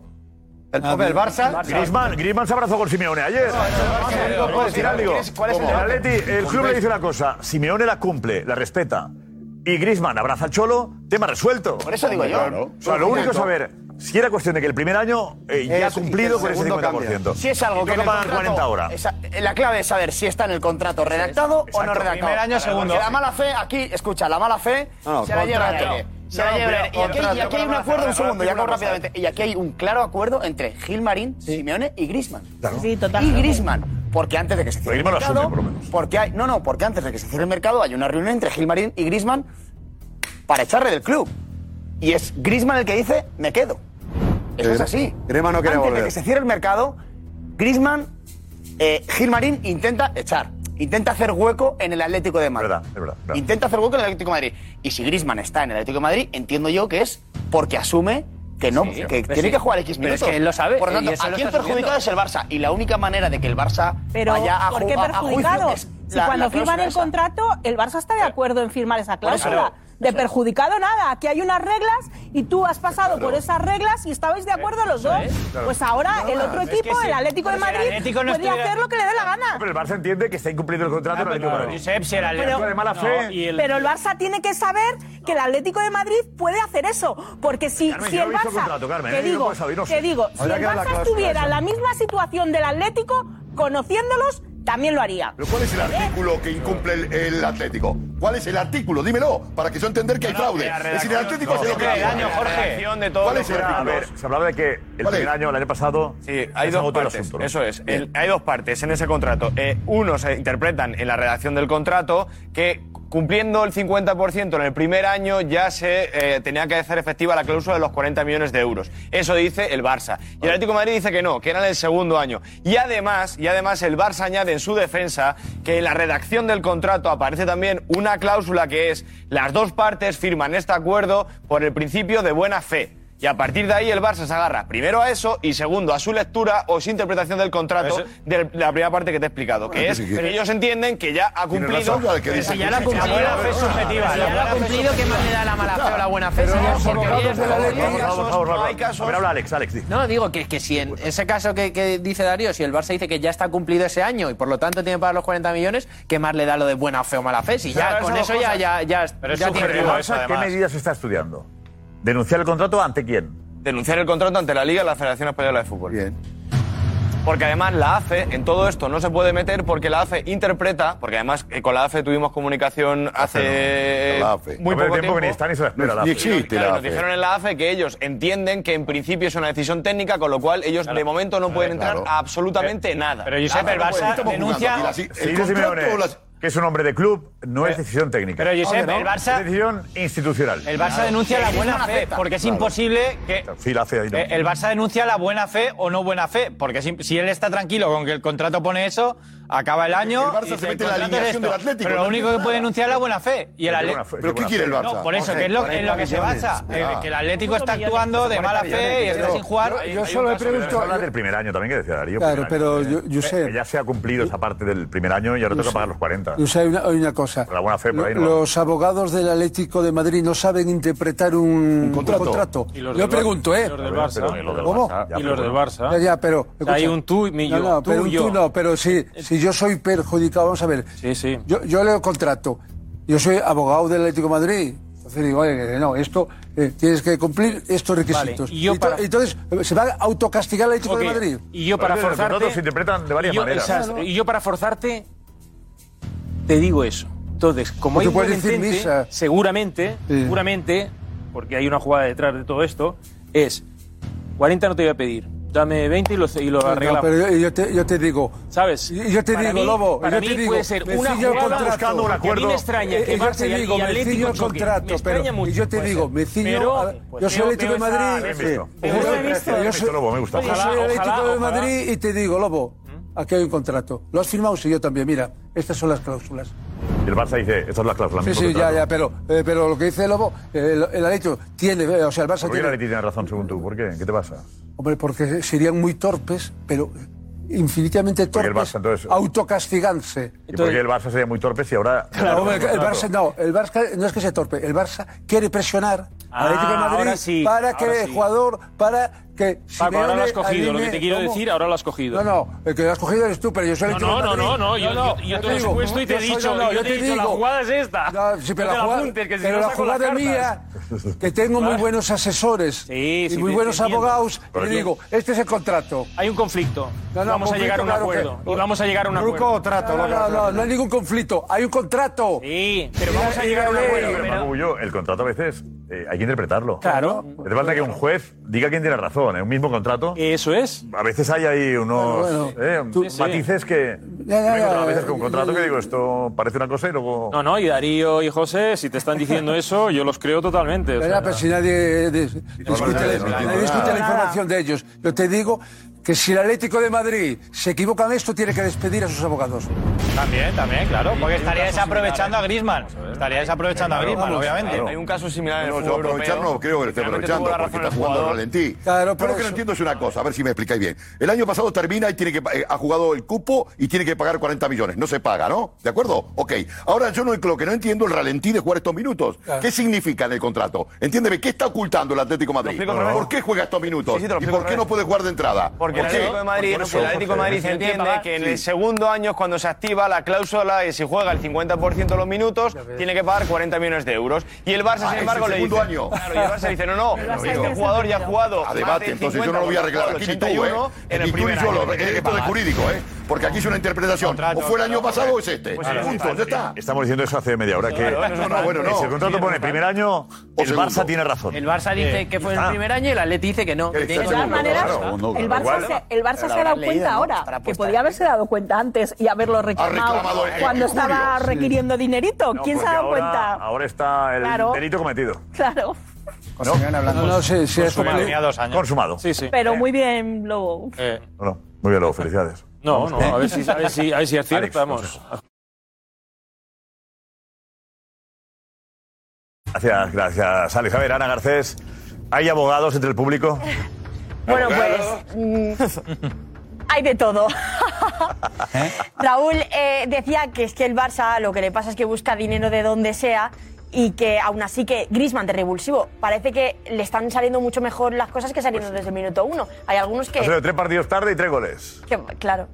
El, hombre, el Barça.
Griezmann, Griezmann se abrazó con Simeone ayer.
no,
¿Puedo decir
no,
algo?
¿quieres- cuál es el
¿Cómo?
debate?
Atleti, el club le dice una cosa, Simeone la cumple, la respeta. Y Griezmann abraza al Cholo, tema resuelto. Por
eso digo yo.
Claro. O sea, lo único es saber si era cuestión de que el primer año eh, ya ha
Eso, y
cumplido
el
con ese
segundo
50%.
cambio. Si es algo
Y
que en
toca
el
pagar
contrato-
40 ahora.
esa- eh, la clave es saber si está en el contrato redactado o no
Exacto.
redactado.
Primer año,
Porque
segundo.
la mala fe, aquí, escucha, la mala fe
No, no,
se la lleva el
contrato.
Tele. Se
No,
la lleva el
pero
Tele. Y aquí,
contrato.
y aquí hay un
Ahora,
acuerdo,
ahora,
un segundo,
ahora,
ya acabo
ahora,
rápidamente. Y aquí hay un claro acuerdo entre Gil Marín, Simeone y Grisman.
Sí, total.
Y Grisman, porque antes de que se cierre el
Griezmann lo
mercado.
asume, por
Porque hay, no, no, porque antes de que se cierre el mercado hay una reunión entre Gil Marín y Grisman para echarle del club. Y es Grisman el que dice, me quedo. Eso es así.
Griezmann no quiere
Antes
volver.
de que se cierre el mercado, Griezmann, eh, Gilmarín intenta echar, intenta hacer hueco en el Atlético de Madrid. Intenta hacer hueco en el Atlético de Madrid. Y si Griezmann está en el Atlético de Madrid, entiendo yo que es porque asume que no,
Sí,
que
pero
tiene
sí.
que jugar X
Pero es
minutos.
que él lo sabe, eh,
Por lo
y
tanto,
eso lo
aquí el
está
perjudicado es el Barça. Y la única manera de que el Barça
Pero,
vaya a
¿por qué
jugar a juicio
perjudicado?
es
si
la- la
cuando
cláusula
firman el
esa.
contrato, el Barça está
Eh,
de acuerdo en firmar esa
Por eso,
cláusula.
claro.
De perjudicado nada. Aquí hay unas reglas y tú has pasado por esas reglas y estabais de acuerdo los dos.
Eh, claro.
Pues ahora
No,
el otro
es
equipo,
que sí.
el Atlético de
Pero si el
Madrid,
Atlético no
puede
estuviera-
hacer lo que le dé la gana.
Pero el Barça entiende que está incumpliendo el contrato del Atlético de Madrid.
Josep, si el
Actúa
Atlético
de mala
no,
fe.
y el-
Pero el Barça tiene que saber que el Atlético de Madrid puede hacer eso. Porque si,
Carmen,
si
yo
el
no he visto
Barça.
contrato, Carmen,
te
¿eh? Yo no
digo,
puedo saber, no sé.
te digo, si el
Habrá que ver la
Barça
cláusula
estuviera
esa.
en la misma situación del Atlético, conociéndolos, también lo haría. ¿Eh?
¿Pero cuál es el artículo que incumple el, el Atlético? ¿Cuál es el artículo? Dímelo, para que yo entender que hay fraude. Es decir, el Atlético hace lo que hace.
de todos
¿Cuál
los
es el
contratos.
A ver, se hablaba de que el
Vale.
primer año, el año pasado,
Sí, hay
se
dos
agotó el
partes.
asunto, ¿no?
Eso es.
Bien.
El- hay dos partes en ese contrato. Eh, uno se interpretan en la redacción del contrato que cumpliendo el 50% en el primer año ya se eh, tenía que hacer efectiva la cláusula de los 40 millones de euros. Eso dice el Barça. Y el Atlético de Madrid dice que no, que era en el segundo año. Y además, y además el Barça añade en su defensa que en la redacción del contrato aparece también una cláusula que es las dos partes firman este acuerdo por el principio de buena fe. Y a partir de ahí el Barça se agarra primero a eso y segundo a su lectura o su interpretación del contrato de la primera parte que te he explicado, que
Bueno,
es
sí, sí.
que ellos entienden que ya ha
Tiene
cumplido.
razón.
que
Sí,
la buena fe es subjetiva.
¿eh?
Si ya lo ha cumplido, ¿qué más le da la mala fe o la buena fe? señor? Porque hoy es-
A ver, habla Alex, Alex, di.
No, digo que, que si en ese caso que, que dice Darío, si el Barça dice que ya está cumplido ese año y por lo tanto tiene que pagar los 40 millones, ¿qué más le da lo de buena fe o mala fe? Si ya
Claro,
con
esas
eso
dos
ya,
cosas.
ya, ya, ya tiene
¿El
que-
Barça ¿Qué medidas está estudiando? ¿Denunciar el contrato ante quién?
Denunciar el contrato ante la Liga y la Federación Española de Fútbol. Porque además la AFE en todo esto no se puede meter porque la AFE interpreta, porque además eh, con la AFE tuvimos comunicación hace
no, la AFE.
muy
No hace
poco
tiempo que ni está ni se la espera la
Ni
AFE.
existe
Claro,
la
nos
AFE.
dijeron en la AFE que ellos entienden que en principio es una decisión técnica, con lo cual ellos de momento no pueden entrar a absolutamente nada.
pero, Josep,
La AFE
el
no
Barça
puede entrar.
denuncia-
Y la-
Sí,
el
dice
contrato
Simeone
o las-
que es un hombre de club, no es
Pero-
decisión técnica.
pero, Josep,
Ah, ¿no?
el Barça-
Es decisión institucional.
El Barça denuncia la buena fe, porque es imposible que.
Sí, la hace ahí. no.
Eh, El Barça denuncia la buena fe o no buena fe, porque si, si él está tranquilo con que el contrato pone eso, acaba el año.
El Barça
y
se
dice,
mete en la
"Contrato es
alineación
esto".
del Atlético,
Pero
¿no?
lo único que puede denunciar es la buena fe. Y el
Pero
Atlético-
buena fe, ¿pero qué quiere el Barça?
No, por eso, que es lo, en lo que se
40 millones.
basa. eh,
Ah.
que el Atlético está actuando de mala fe y está sin jugar.
Yo,
Hay un
solo he
caso que
preguntado.
debe
Hablar
ser-
del primer año también, que decía Darío.
Claro, pero yo,
sé. Que ya se ha cumplido esa parte del primer año y ahora toca
Josep.
pagar los 40.
O sea, hay una, hay una cosa.
Por la buena fe, por ahí no vamos.
Los abogados del Atlético de Madrid no saben interpretar un,
contrato.
Y los
Yo
del Bar-
pregunto, ¿eh?
y los del Barça.
Pero-
Y los del
¿Cómo?
Barça, ya, Y los pero del bueno. Barça.
Ya, ya, pero.
O sea, hay un tú y yo,
No, no,
tú
pero
y
un
yo. Eh,
tú no, pero si, si yo soy perjudicado, vamos a ver.
Sí, sí.
Yo, yo leo contrato. Yo soy abogado del Atlético de Madrid. Entonces digo, oye, no, esto eh, tienes que cumplir estos requisitos.
y yo
Ento-
para-
Entonces, ¿se va a autocastigar el Atlético
Ok,
de Madrid?
Y yo para forzarte. y yo- exacto, y yo para forzarte. Te digo eso. Entonces, como
Pues
hay
tú
un buen
puedes decir
entente,
misa.
seguramente, seguramente, porque hay una jugada detrás de todo esto, es 40 no te voy a pedir, dame 20 y lo, y lo
No,
arreglamos.
pero yo, yo te, yo te digo.
¿Sabes?
Yo te
Para
digo,
mí-
Lobo.
para
yo
mí
te digo,
puede ser
me
una
sigue el
jugada
contrato.
buscando un acuerdo. Que a mí me extraña que
Eh, yo
Barça
te
y- y
digo, me
Atlético
ciño el
choquen. Me
contrato.
extraña
pero-
mucho
y yo te
puede
digo,
ser.
me ciño.
Pero-
a- yo
pues
soy
veo-
Atlético de
veo esa-
Madrid.
bien
sí.
visto.
Yo
Bien visto,
soy-
bien visto,
Yo
bien
soy
visto, Lobo, me gusta.
yo
Ojalá,
soy Atlético
ojalá,
de
ojalá.
Madrid y te digo, Lobo, ¿Mm? aquí hay un contrato. Lo has firmado, sí, yo también. Mira, estas son las cláusulas.
Y el Barça dice: Esta es la cláusula.
Sí,
mismo
sí, ya,
contrato.
ya, pero, eh, pero lo que dice Lobo, eh, el, el Atlético tiene, eh, o sea, el Barça
¿Por qué
tiene.
Leti tiene razón, según tú? ¿Por qué? ¿Qué te pasa?
Hombre, porque serían muy torpes, pero infinitamente
Porque
torpes,
el Barça, entonces.
autocastigándose.
¿Y por qué el Barça sería muy torpe si ahora.
Claro, hombre, el Barça no, el Barça no es que sea torpe, el Barça quiere presionar
Ah,
al Atlético de
ahora
Madrid
sí,
para que
ahora
el
sí.
jugador, para que
Paco, ahora lo has
Simeone
cogido, lo que te
alinee-
quiero
¿Cómo?
decir, ahora lo has cogido.
No, no, el que lo has cogido eres tú, pero yo soy el
No,
Atlético de
no, no,
Madrid.
no, yo- yo- yo te lo he
digo,
supuesto y te he
yo soy-
dicho, yo te he dicho, la jugada es
No,
esta.
sí, pero
No te
la
la
jugada,
apuntes, que si
pero
no
la
saco las
jugada mía, que tengo muy buenos asesores y
sí,
muy
te-
buenos
te entiendo.
abogados, y
Pero
le
aquí-
digo, este es el contrato.
Hay un conflicto.
No, no,
vamos a
conflicto,
llegar a un
claro
acuerdo.
que-
Y vamos a llegar a un
Truco
acuerdo.
o trato, No, no, no, no, no hay ningún conflicto. Hay un contrato.
Sí, pero vamos a llegar a un acuerdo.
Pero, Paco Bullo, el contrato a veces eh, hay que interpretarlo.
Claro.
Hace falta que un juez diga quién tiene razón en un mismo contrato.
Eso es.
A veces hay ahí
Bueno,
unos eh,
tú- Sí, sí.
matices que.
Ya, ya,
me he encontrado
ya,
a veces
ya,
con un
ya,
contrato
ya,
que
ya.
digo esto parece una cosa y luego.
No, no, y Darío y José, si te están diciendo eso, yo los creo totalmente. o
Pero,
sea.
pero si nadie eh, dis- discute, la-
maneras, no
nadie
entiendo
discute
nada.
la información de ellos. Yo te digo que si el Atlético de Madrid se equivoca en esto, tiene que despedir a sus abogados.
También, también, claro. Porque estaría
caso
desaprovechando eh. a Griezmann. Estaría desaprovechando a
Claro,
Griezmann,
vamos,
obviamente.
claro.
Hay un caso similar en el
No,
fútbol
yo aprovechar
europeo.
no creo que lo esté
Finalmente tuvo
aprovechando,
la razón
porque está
el
jugando al
jugador.
ralentí. Yo lo que no entiendo es una cosa, a ver si me explicáis bien. El año pasado termina y tiene que pa- eh, ha jugado el cupo y tiene que pagar 40 millones. No se paga, ¿no? ¿De acuerdo? Ok. Ahora yo no, lo que no entiendo el ralentí de jugar estos minutos. ¿Qué significa en el contrato? Entiéndeme, ¿qué está ocultando el Atlético de Madrid?
explico al revés.
¿Por qué juega estos minutos?
Sí, sí, te lo
¿Y
explico
por
al
qué no
revés.
puede jugar de entrada?
Porque el
¿Por qué?
Atlético de Madrid,
Por eso,
el Atlético de Madrid
José.
entiende que en
Sí.
el segundo año es cuando se activa la cláusula y si juega el 50% de los minutos tiene que pagar 40 millones de euros. Y el Barça,
Ah,
sin
es
embargo,
el
le dice,
segundo año.
Claro, y el Barça dice, no, no,
Pero
este
amigo.
jugador ya ha jugado
A
más
debate,
del
entonces yo no lo voy a
50%,
arreglar. Aquí ni tú, ¿eh?
81 en
Ni
el
tú ni
primer
yo.
año.
lo-
que tiene
Esto
que
es
pagar.
jurídico, ¿eh? Porque aquí es una interpretación.
Contrato,
O fue el año
claro,
pasado o es
correcto.
este.
Pues sí,
Punto,
está,
ya está.
Estamos diciendo eso hace media hora. Que
Claro, eso no, bueno, no.
Si el contrato pone primer año, el Barça tiene razón.
El Barça dice que fue en el
Ah.
primer año y el Atleti dice que no.
Que
que
está
tiene-
segundo,
De todas maneras,
claro, no,
El
claro.
Barça, se, el Barça
Pero
se ha dado
habrán
cuenta
leído, ¿no?
ahora,
Estará
que
puesta
podía haberse dado cuenta antes y haberlo reclamado
reclamado en-
cuando
en
estaba
julio, sí.
requiriendo dinerito.
No,
¿Quién se
porque
ha dado
ahora-
cuenta?
Ahora está el
Claro.
delito cometido.
Claro,
No, no, sí, sí, es
Consumado.
como-
Tenía dos años. Consumado.
Sí, sí.
eh.
pero muy bien, Lobo.
Bueno, muy bien, luego, felicidades.
No, no, a ver si, a ver si, a ver si aciertamos.
Gracias, gracias, Alex. A ver, Ana Garcés, ¿hay abogados entre el público?
Bueno,
Abogado.
pues mm, hay de todo.
Raúl eh, decía que es que el Barça lo que le pasa es que busca dinero de donde sea y que aún así que Griezmann de revulsivo parece que le están saliendo mucho mejor las cosas que salieron desde el minuto uno. Hay algunos que,
Ha salido tres partidos tarde y tres goles.
que- claro.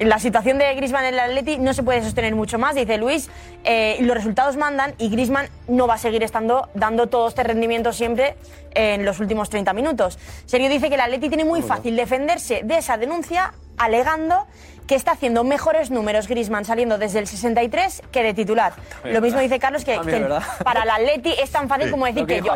La situación de Griezmann en el Atleti no se puede sostener mucho más, dice Luis. Eh, los resultados mandan y Griezmann no va a seguir estando dando todo este rendimiento siempre en los últimos 30 minutos. Serio dice que el Atleti tiene muy fácil defenderse de esa denuncia alegando que está haciendo mejores números Griezmann saliendo desde el 63 que de titular.
También
Lo mismo
verdad.
dice Carlos que,
También
que
Ah, verdad.
para el Atleti es tan fácil
Sí.
como decir que yo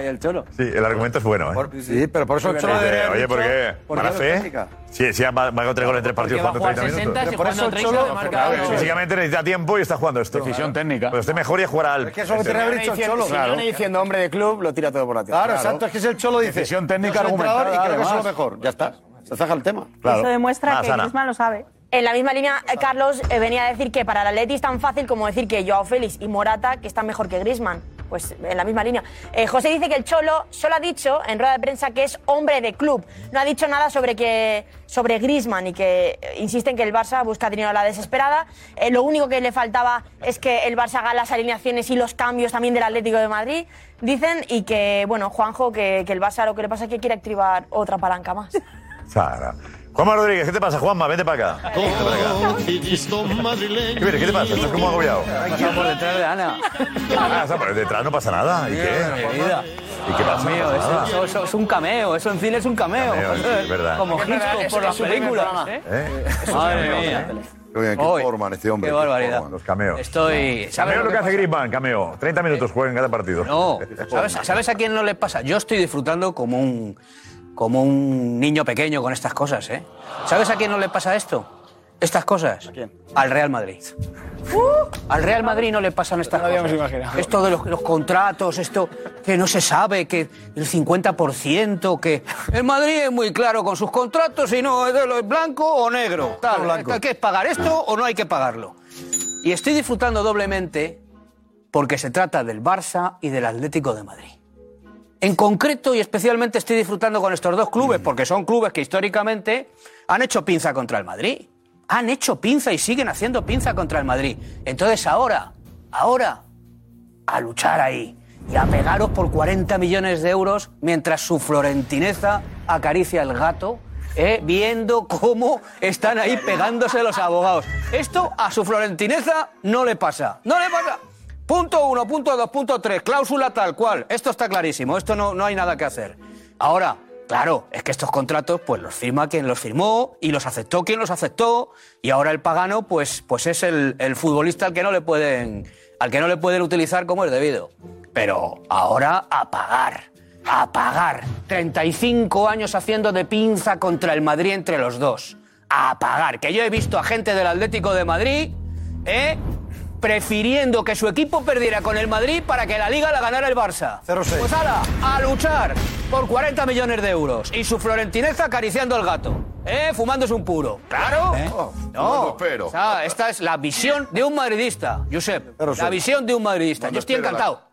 Sí, el argumento es bueno, ¿eh?
Sí, pero por eso el Cholo debería haber
Oye, ¿por
dicho-
qué?
¿por qué
¿Para
no
fe?
critica?
Sí, sí, ha ma- marcado tres goles en tres partidos
va a
jugando
jugar
30
60,
minutos.
si Pero por juega eso el al Cholo- Real, marca
Claro,
goles.
Físicamente necesita tiempo y está jugando esto. Decisión técnica. Pero esté mejor y a jugar al...
Es que eso lo tiene que haber dicho el Cholo.
Si Simeone diciendo hombre de club, lo tira todo por la tierra.
Claro, exacto, es que es el Cholo dice.
Decisión
yo soy
técnica
entrenador
argumentada,
Y creo que eso es lo
además.
mejor. Ya está. Se zaja el tema.
Eso demuestra que Griezmann lo sabe.
En la misma línea, eh, Carlos eh, venía a decir que para el Atleti es tan fácil como decir que Joao Félix y Morata que están mejor que Griezmann. Pues en la misma línea. Eh, José dice que el Cholo solo ha dicho en rueda de prensa que es hombre de club. No ha dicho nada sobre, que, sobre Griezmann y que eh, insisten que el Barça busca dinero a la desesperada. Eh, lo único que le faltaba es que el Barça haga las alineaciones y los cambios también del Atlético de Madrid, dicen. Y que, bueno, Juanjo, que, que el Barça lo que le pasa es que quiere activar otra palanca más.
Sara. Juanma Rodríguez, ¿qué te pasa, Juanma? Vete para acá. Vete para acá. ¿Qué, vienes? ¿Qué te pasa? ¿Estás como agobiado?
Pasamos por detrás de Ana.
Ah, o sea, pero detrás no pasa nada. ¿Y qué? ¿Y qué pasa? No
Mío,
pasa
eso,
nada.
eso- eso es un cameo, eso en cine es un cameo.
Ah. Cameo, sí, es verdad.
Como
Es
Hitchcock
verdad,
por
es- es
las
su primer
películas.
programa.
¿eh?
¿Eh?
Eso es
Madre
un
mía.
cameo.
Qué bien, qué forman este hombre.
qué barbaridad.
forman, Los cameos.
Estoy- ¿sabes
Cameo
lo
lo
que
que hace Griezmann, cameo. 30 minutos juega en cada partido.
No, ¿sabes, sabes a quién no le pasa? Yo estoy disfrutando como un, como un niño pequeño con estas cosas, ¿eh? ¿Sabes a quién no le pasa esto? Estas cosas. Al Real Madrid. Al Real Madrid no le pasan estas cosas. Esto de los, los contratos, esto que no se sabe, que el 50%, que... El Madrid es muy claro con sus contratos y no es de lo blanco o negro. Tal, ¿Hay que pagar esto o no hay que pagarlo? Y estoy disfrutando doblemente porque se trata del Barça y del Atlético de Madrid. En concreto y especialmente estoy disfrutando con estos dos clubes porque son clubes que históricamente han hecho pinza contra el Madrid. Han hecho pinza y siguen haciendo pinza contra el Madrid. Entonces ahora, ahora, a luchar ahí y a pegaros por 40 millones de euros mientras su florentineza acaricia el gato, ¿eh? viendo cómo están ahí pegándose los abogados. Esto a su florentineza no le pasa. No le pasa. Punto uno, punto dos, punto tres, cláusula tal cual. Esto está clarísimo, esto no, no hay nada que hacer. Ahora, claro, es que estos contratos pues los firma quien los firmó y los aceptó quien los aceptó y ahora el pagano pues, pues es el, el futbolista al que no le pueden al que no le pueden utilizar como es debido. Pero ahora a pagar, a pagar. 35 años haciendo de pinza contra el Madrid entre los dos. A pagar, que yo he visto a gente del Atlético de Madrid, ¿eh? prefiriendo que su equipo perdiera con el Madrid para que la liga la ganara el Barça. Pues ala, a luchar por 40 millones de euros y su florentineza acariciando al gato, ¿eh? fumándose un puro. Claro.
¿Eh? No
No,
lo espero.
O sea, esta es la visión de un madridista, Josep. la
sí.
visión de un madridista. Yo estoy
espera la-
encantado.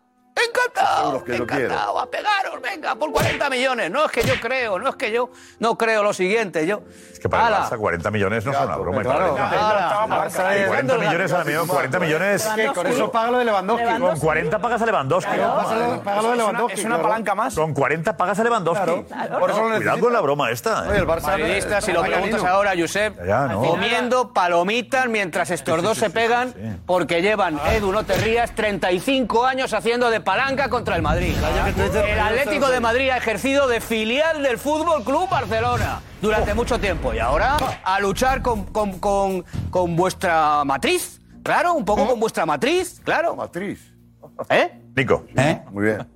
Encantado.
que lo quiere.
encantado. A pegaros, venga, por 40 millones. No es que yo creo, no es que yo no creo lo siguiente. Yo.
Es que para el Barça 40 millones no son una broma.
claro.
y
Claro. Barça es-
40 millones ahora mismo, 40 millones.
Que con eso paga lo de Lewandowski.
Con 40 pagas a Lewandowski.
Págalo- págalo de Lewandowski. claro.
más. Con 40 pagas a Lewandowski.
Por eso lo
Cuidado
necesita.
con la broma esta. ¿eh?
Madridista, si lo preguntas ahora, Josep,
Ya, ¿no?
comiendo palomitas mientras estos dos se pegan porque llevan, Edu, no te rías, 35 años haciendo de palanca contra el Madrid. El Atlético de Madrid ha ejercido de filial del Fútbol Club Barcelona durante mucho tiempo y ahora a luchar con, con- con- con vuestra matriz, claro, un poco con vuestra matriz, claro.
Matriz.
¿Eh?
Nico.
Muy bien.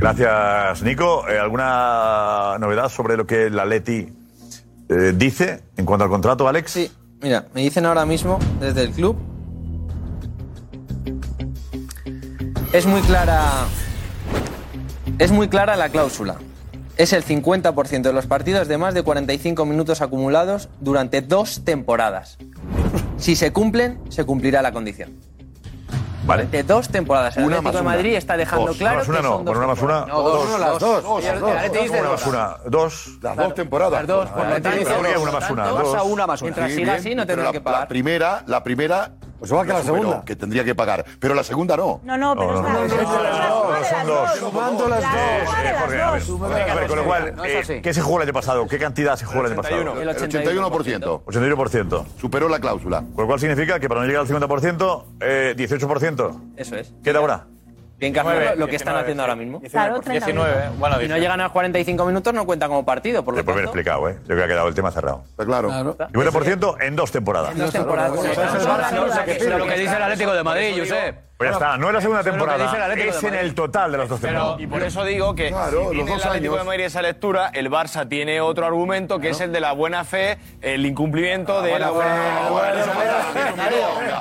Gracias, Nico. Eh, ¿Alguna novedad sobre lo que la Leti eh, dice en cuanto al contrato, Alex? Sí.
Mira, me dicen ahora mismo desde el club. Es muy clara. Es muy clara la cláusula. Es el 50% de los partidos de más de 45 minutos acumulados durante dos temporadas. Si se cumplen, se cumplirá la condición.
Vale.
Durante dos temporadas. El
Una
Atlético
más
de
una.
Madrid está dejando
Dos.
claro
Una más
que
una no,
son dos
con una más una,
temporadas. No,
o
dos,
dos.
no, las dos.
Dos,
Y el-
dos.
el Atleti dice
Una
dos.
más una, dos.
Las dos temporadas.
Las dos, por lo tanto,
Pero
dice
habría
dos.
una más una,
Tanto
dos.
vas a una más una. Mientras
Sí,
siga
bien,
así, no
pero
tendrá
la-
que pagar.
La primera, la primera. Pues igual
que la segunda.
Que tendría que pagar. Pero la segunda no.
No, no, pero es la- es la-
Son dos.
Sumando las dos.
Eh,
Sumando
eh,
las
porque, a ver,
dos.
a ver, con lo cual,
No es
eh,
así.
¿qué se jugó el año pasado? ¿Qué cantidad se jugó el año pasado?
81. El 81%.
81%.
Superó la cláusula.
Con lo cual significa que para no llegar al 50%, eh, 18%.
Eso es.
¿Qué da ahora?
Bien que hacen Nueve, lo que están 19, haciendo ahora mismo. Claro, 30 19, minutos. bueno, si no 19. llegan a los 45 minutos no cuentan como partido, por lo
Después bien
tanto.
explicado, ¿eh? Yo creo que ha quedado el tema cerrado.
Está claro.
50% en dos temporadas.
En dos temporadas.
Eso es lo que dice el Atlético de Madrid, Josep.
Pues ya está, no es la segunda
Eso es lo que
temporada,
dice el Atlético de
es en
Madrid.
el total de las dos temporadas.
Pero, y por eso digo que
Claro, los
si tiene el
dos
Atlético
años.
de Madrid esa lectura, el Barça tiene otro argumento que es el de la buena fe, el incumplimiento de la buena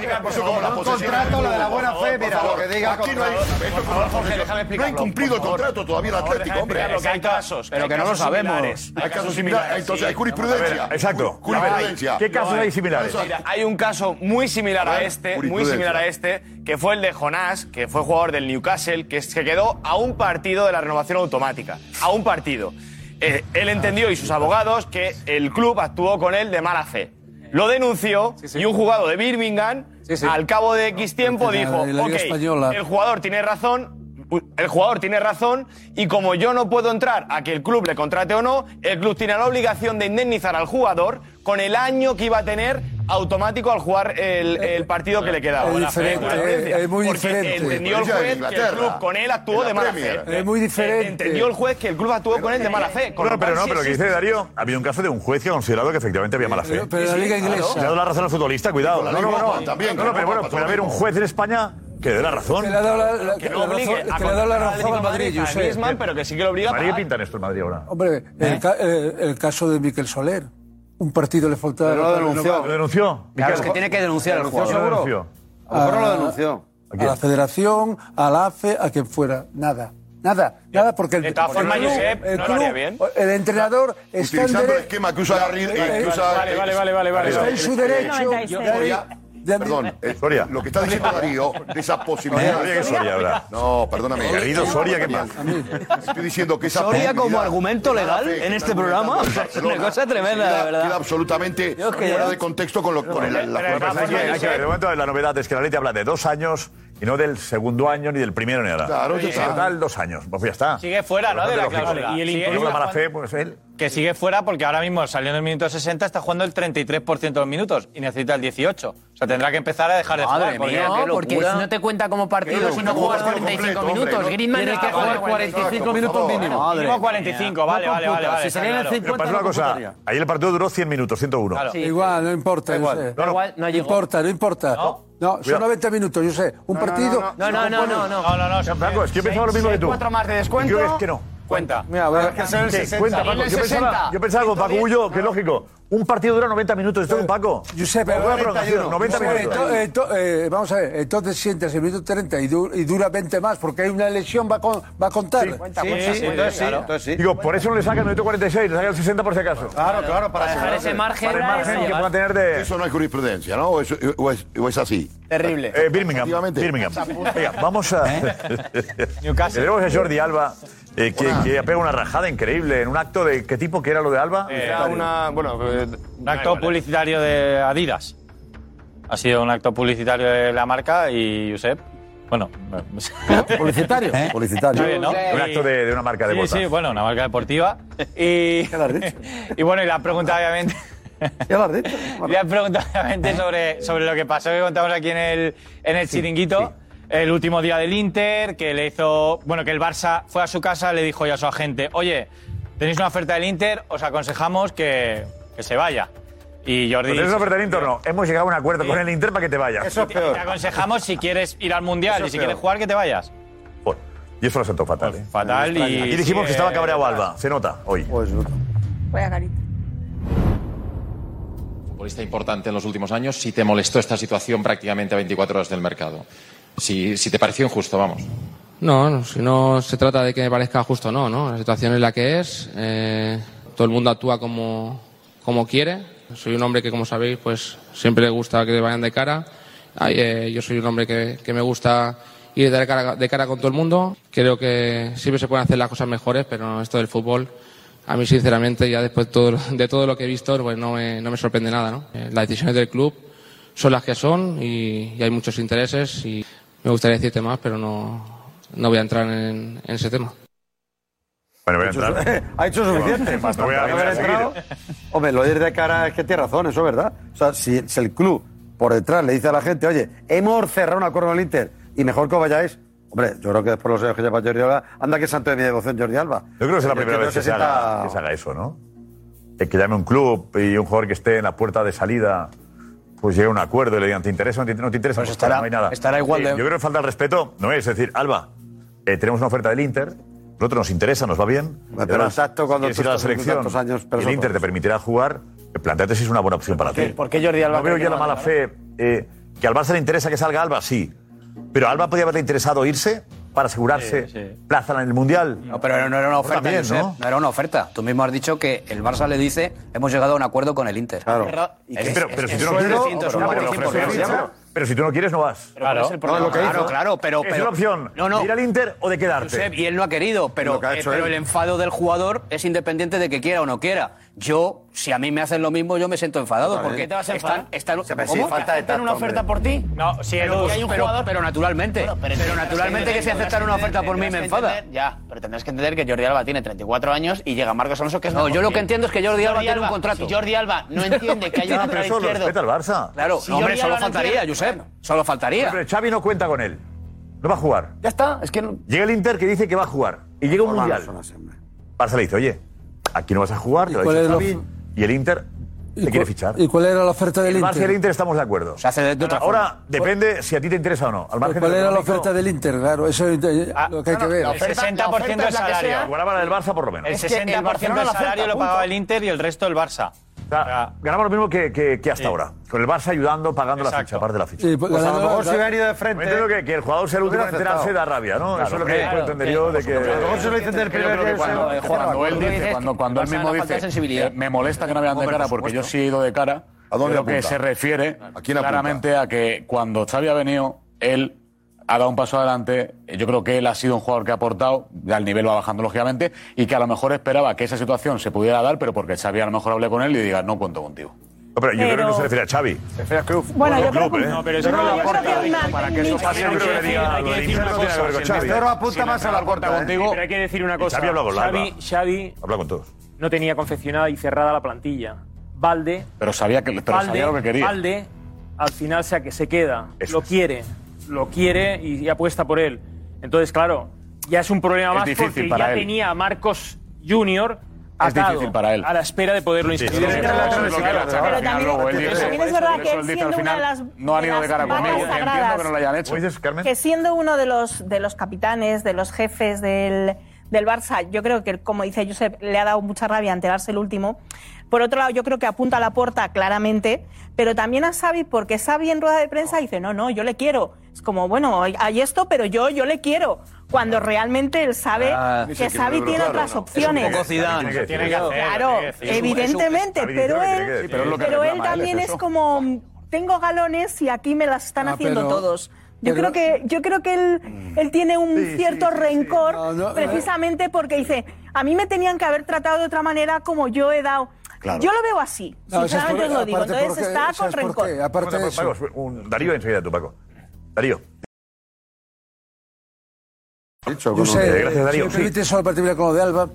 contrato, lo de la buena fe, mira, lo que diga el
Aquí no hay. esto es como- No han cumplido el contrato todavía el Atlético, hombre.
hay casos.
Pero que
hay
no lo
casos
sabemos.
similares,
Hay casos similares, entonces, hay jurisprudencia.
A ver,
Exacto.
Jurisprudencia.
¿Qué casos
No
hay similares?
Mira, hay un caso muy similar a este, muy
jurisprudencia.
similar a este, que fue el de Jonás, que fue jugador del Newcastle, que se quedó a un partido de la renovación automática. A un partido. Eh, él entendió y sus abogados que el club actuó con él de mala fe. Lo denunció y un jugador de Birmingham, al cabo de X tiempo,
Porque la-
dijo:
la Liga
Ok,
Española-
el jugador tiene razón. El jugador tiene razón y como yo no puedo entrar a que el club le contrate o no, el club tiene la obligación de indemnizar al jugador con el año que iba a tener automático al jugar el, el partido que le quedaba.
Es
Buena fe,
diferente, eh,
buena audiencia.
es muy
Porque
diferente.
Entendió el
Ella en
juez que el
Inglaterra,
club con él actuó
en la
de mala fe.
Premier. Es muy diferente.
Entendió el juez que el club actuó con él de mala fe. con
Claro,
lo
pero
cual
no,
sí
pero lo que dice
existe.
Darío, ha habido un caso de un juez que ha considerado que efectivamente había mala fe.
pero la liga
Claro.
inglesa-
Le ha dado la razón al futbolista, cuidado.
la
No,
liga
no, no.
inglesa también,
No, no,
que no
pero bueno,
pasa
puede
lo
haber un
mismo.
juez en España que dé la razón.
Que le ha dado la- la-
Que
la
no obligue
razón-
a
que le ha dado la
contratar al
razón
Atlético
al Madrid,
de Madrid, a
Josep.
Griezmann, pero que sí que lo obliga a
Madrid, ¿qué
pagar.
pintan esto el Madrid ahora?
Hombre, el, ca- eh, el caso de Miquel Soler. Un partido le faltaba.
Pero lo denunció. Lo denunció. Claro, es que tiene que denunciar al
juego.
jugador. Lo denunció.
A, A la federación, a la AFE, a quien fuera. Nada. Nada, nada, porque el,
De todas formas,
el club-
Josep,
el
no lo haría
club,
bien.
el entrenador está Eh, en
Utilizando el
dere-
esquema que usa Garrido.
Eh,
que
eh,
usa-
vale, vale, vale, vale, vale. Está en su derecho.
Yo-
Yo-
Soria, Perdón, eh, Soria, lo que está diciendo Darío de esas
Oye, oye, que
posibilidades.
Soria habla.
No, perdóname.
Garrido, Soria, ¿qué más?
Estoy diciendo que esa
Soria como
posibilidad-
argumento legal
fe,
en este
está
programa.
comentando el
Es una
Barcelona.
cosa tremenda,
Queda-
la verdad.
Queda absolutamente
que
fuera
ya-
de contexto con, lo, con el- la- la-
Bueno, pues hay que- hay que ver, de momento la novedad es que la ley te habla de dos años y no del segundo año ni del primero ni nada.
Claro, ya
En
está.
total, dos años. Pues ya está.
Sigue fuera, ¿no? De la cláusula.
Y el
Sigue
incluso
fuera.
mala fe, pues él.
Que sigue fuera porque ahora mismo saliendo en el minuto 60 está jugando el 33% de los minutos y necesita el 18. O sea, tendrá que empezar a dejar de
Madre
jugar. porque-
mía, qué
No, porque
locura.
si no
te cuenta
Pero
como partido
si no juegas 45 minutos, Griezmann
tiene
tiene
que
que
jugar
jugar
45 minutos mínimo.
Madre mínimo 45, vale, vale, vale, vale. está claro.
Pero pasa una cosa. Ayer el partido duró 100 minutos, 101.
Sí. Igual, no importa. yo sé. No, importa, no importa. No, son
Cuidado.
90 minutos, yo sé. Un partido.
No, no, no.
Franco, es que yo pensaba lo mismo que tú.
Cuatro más de descuento.
Yo creo que es que no.
Cuenta.
Mira, voy a-
Sí, Cuenta, Paco. Yo pensaba, yo pensaba con Paco Bullo, que es lógico. Un partido dura 90 minutos. Estoy con Paco.
Josep,
Una
ahora-
prolongación, 90
Josep,
minutos.
ento- ento- eh, vamos a ver, entonces sientas el minuto 30 y, du- y dura 20 más, porque hay una lesión, va, a con- va a contar.
Sí,
cuenta,
sí,
muy
entonces
bien,
sí.
claro. Entonces sí.
Digo, por eso no le sacan el minuto 46, le sacan el 60 por si acaso.
Claro, claro, para
dejar ese margen. Para el margen que pueda tener de...
Eso no es jurisprudencia, ¿no? O es, o es- o es así.
Terrible. Eh, Birmingham. Birmingham. Venga, vamos a.
¿Eh?
Newcastle.
Tenemos a Jordi Alba, eh, que, que pega una rajada increíble en un acto de. ¿Qué tipo que era lo de Alba?
Era una. Bueno, eh,
Un acto publicitario de Adidas. Ha sido un acto publicitario de la marca y Josep. Bueno,
Publicitario.
Publicitario. Está bien, ¿no?
Un acto de, de una marca de
sí,
botas.
sí, bueno, una marca deportiva. Y, y bueno, y la pregunta obviamente. Le ¿Eh? han preguntado obviamente sobre, sobre lo que pasó que contamos aquí en el, en el chiringuito. El último día del Inter, que le hizo. Bueno, que el Barça fue a su casa, le dijo ya a su agente: Oye, tenéis una oferta del Inter, os aconsejamos que, que se vaya. Y Jordi.
Pues eso oferta el Inter no. Hemos llegado a un acuerdo con el Inter para que te vayas.
Te- Te aconsejamos si quieres ir al mundial y si
Eso es peor.
quieres jugar que te vayas.
Y eso lo sentó fatal. ¿eh?
fatal y-
Aquí dijimos que
sí,
estaba
eh,
cabreado
fatal.
Alba. Se nota hoy.
Voy a carita.
futbolista importante en los últimos años, si te molestó esta situación prácticamente a 24 horas del mercado. Si, si te pareció injusto, vamos.
No, no, si no se trata de que me parezca justo o no, ¿no? La situación es la que es, eh, todo el mundo actúa como, como quiere. Soy un hombre que, como sabéis, pues siempre le gusta que vayan de cara. Ay, eh, yo soy un hombre que, que me gusta ir de cara, de cara con todo el mundo. Creo que siempre se pueden hacer las cosas mejores, pero esto del fútbol, a mí sinceramente, ya después todo- de todo lo que he visto, pues no me, no me sorprende nada, ¿no? Eh, Las decisiones del club son las que son y, y hay muchos intereses y me gustaría decirte más, pero no, no voy a entrar en, en ese tema.
Bueno, voy a
Ha hecho suficiente.
Bueno, no voy a
Para haber
entrar
entrado. Hombre, lo de ir de cara es que tiene razón, eso es verdad. O sea, si, si el club por detrás le dice a la gente, oye, hemos cerrado un acuerdo con el Inter y mejor que os vayáis. Hombre, yo creo que después de los años que lleva Jordi Alba, anda que santo de mi devoción Jordi Alba.
Yo creo que es la primera
no
vez que se,
sienta-
haga, que se haga eso, ¿no? Eh, Que llame un club y un jugador que esté en la puerta de salida pues llegue a un acuerdo y le digan, ¿te interesa o no te no te interesa? Pues
estará-
no hay nada.
estará igual
Sí,
de-
Yo creo que falta el respeto, no es, es decir, Alba, eh, tenemos una oferta del Inter, nosotros nos interesa, nos va bien.
Pero
además,
el tacto cuando
quieres
tú
ir a la
estás en tus
selección,
tantos años, pero
y el
son
Inter te permitirá jugar, eh, planteate si es una buena opción para ti.
¿Por qué Jordi Alba
No veo
cree que
ya
no
la
va a
mala fe. eh, que al Barça le interesa que salga Alba, sí. Pero a Alba podía haberle interesado irse para asegurarse plaza en el Mundial.
No, pero no era una oferta,
También,
Josep,
¿no?
¿no? era una oferta. Tú mismo has dicho que el Barça le dice, hemos llegado a un acuerdo con el Inter. Claro.
Eh, Pero, pero si tú no quieres, no, pero ofrecer, ya, pero si tú no quieres, no vas.
Claro, claro, claro, pero,
es
pero-
una opción.
No, no.
Ir al Inter o de quedarte.
Josep, y él no ha querido, pero,
Lo que ha
eh,
hecho
pero
él.
el enfado del jugador es independiente de que quiera o no quiera. Yo, si a mí me hacen lo mismo, yo me siento enfadado
Totalmente.
porque
¿Te vas a enfadar?
están, están-
pero sí,
¿Cómo?
falta de ¿Aceptan una tacto, oferta hombre. por ti?
No, sí,
Pero
Edu,
porque hay un
pero,
jugador-
pero naturalmente. pero, naturalmente que si aceptan una oferta por mí me enfada.
Ya, pero tendrás que entender que Jordi Alba tiene 34 años y llega Marcos Alonso, que es
No,
mejor
yo lo
él.
que entiendo es que Jordi Alba tiene un contrato.
Si Jordi Alba no entiende que hay un
Ya, pero
lateral
eso lo
izquierdo...
respeta el Barça.
Claro,
Si
no, hombre,
Jordi
solo
Alba no
faltaría,
entiende-
Josep. Solo faltaría.
Pero Xavi no cuenta con él. No va a jugar.
Ya está, es que no...
Llega el Inter que dice que va a jugar. Y llega un
Por
Mundial. Barça le dice, oye, aquí no vas a jugar. te lo ha
cuál
dicho
es la
Xavi, Y el Inter le quiere fichar.
¿Y cuál era la oferta del
Al margen del
Inter?
Inter estamos de acuerdo.
otra
Ahora,
forma.
depende si a ti te interesa o no. Al margen
¿Cuál
del
era la
económico, Ah,
oferta del Inter? Claro, eso es eh, lo que hay que ver.
Igualaba la del Barça por lo menos.
El 60% del salario lo pagaba el Inter y el resto el Barça.
O sea, ganamos lo mismo que, que- que hasta ahora. Con el Barça ayudando, pagando la ficha, parte de la ficha.
Sí, pues, Pues a lo ganando- mejor si hubiera
ido de frente-
Me Entiendo que, que el jugador sea el último en
Hubiera aceptado.
enterarse da rabia, ¿no?
Claro,
Eso es lo que
claro.
puedo entender yo de que.
A lo mejor se lo dicen del Yo creo primer que día, cuando, se- cuando él Cuando dices dice, que cuando, cuando él pasa mismo la falta dice,
de sensibilidad.
eh, me molesta que no me vean de
Hombre,
cara
por
porque yo
supuesto.
sí he ido de cara.
¿A dónde
creo que
apunta?
se refiere
quién apunta?
claramente a que cuando Xavi ha venido, él ha dado un paso adelante. Yo creo que él ha sido un jugador que ha aportado, ya el nivel va bajando lógicamente, y que a lo mejor esperaba que esa situación se pudiera dar, pero porque Xavi a lo mejor hable con él y diga, no cuento contigo.
No, pero yo creo que no se refiere a Xavi.
Se refiere a Cruyff.
Bueno, yo creo
Club,
que-
¿eh?
No, pero eso No, no lo yo aporta. creo que es una- Para que eso pase,
yo creo que le diga algo de Inter, no tiene que ver con
¿eh?
Xavi.
apunta más a la corta contigo.
Pero hay que decir una
Y
cosa.
Xavi habla con Alba.
Xavi, Xavi
Habla con todos.
no tenía confeccionada y cerrada la plantilla. Valde
Pero sabía, que, pero
Valde,
sabía lo que quería.
Valde, al final sea que se queda, lo quiere, lo quiere y, y apuesta por él. Entonces, claro, ya es un problema
Es
más
difícil
porque
para
ya
él.
tenía a Marcos Junior
Es
atado
difícil para él.
a la espera de poderlo
Sí,
inscribir.
sí, sí,
Claro,
sí, sí, sí,
claro,
sí,
claro.
pero también-
luego él
pero
dice-
También es verdad que él siendo una de las
no han ido de cara
las
conmigo.
vacas
Entiendo que no lo hayan hecho.
Que siendo uno de los, de los capitanes, de los jefes del, del Barça, yo creo que, como dice Josep, le ha dado mucha rabia enterarse el último. Por otro lado, yo creo que apunta a la puerta claramente, pero también a Xavi, porque Xavi en rueda de prensa dice, no, no, yo le quiero. Es como, bueno, hay- hay esto, pero yo, yo le quiero. Cuando realmente él sabe
Ah,
que Xavi tiene otras opciones.
Es un poco Zidane.
Tiene que
Tiene
decir. Claro, evidentemente, pero él,
pero es lo que
pero él
reclama él,
también
es
es
eso.
como tengo galones y aquí me las están
Ah,
haciendo
pero-
todos. Yo
pero-
creo que yo creo que
Mm.
él, él tiene un cierto rencor
no,
precisamente porque dice, a mí me tenían que haber tratado de otra manera como yo he dado.
Claro.
Yo lo veo así,
No, ¿sabes
sinceramente
por-
os lo digo.
aparte
Entonces
porque-
está con
¿sabes por
rencor.
qué? Aparte de
Bueno,
eso.
Paco, un- Darío, enseguida tú, Paco. Darío.
Yo sé,
Eh, gracias,
eh, si
Darío.
me
Sí.
permite solo partir con lo de Alba,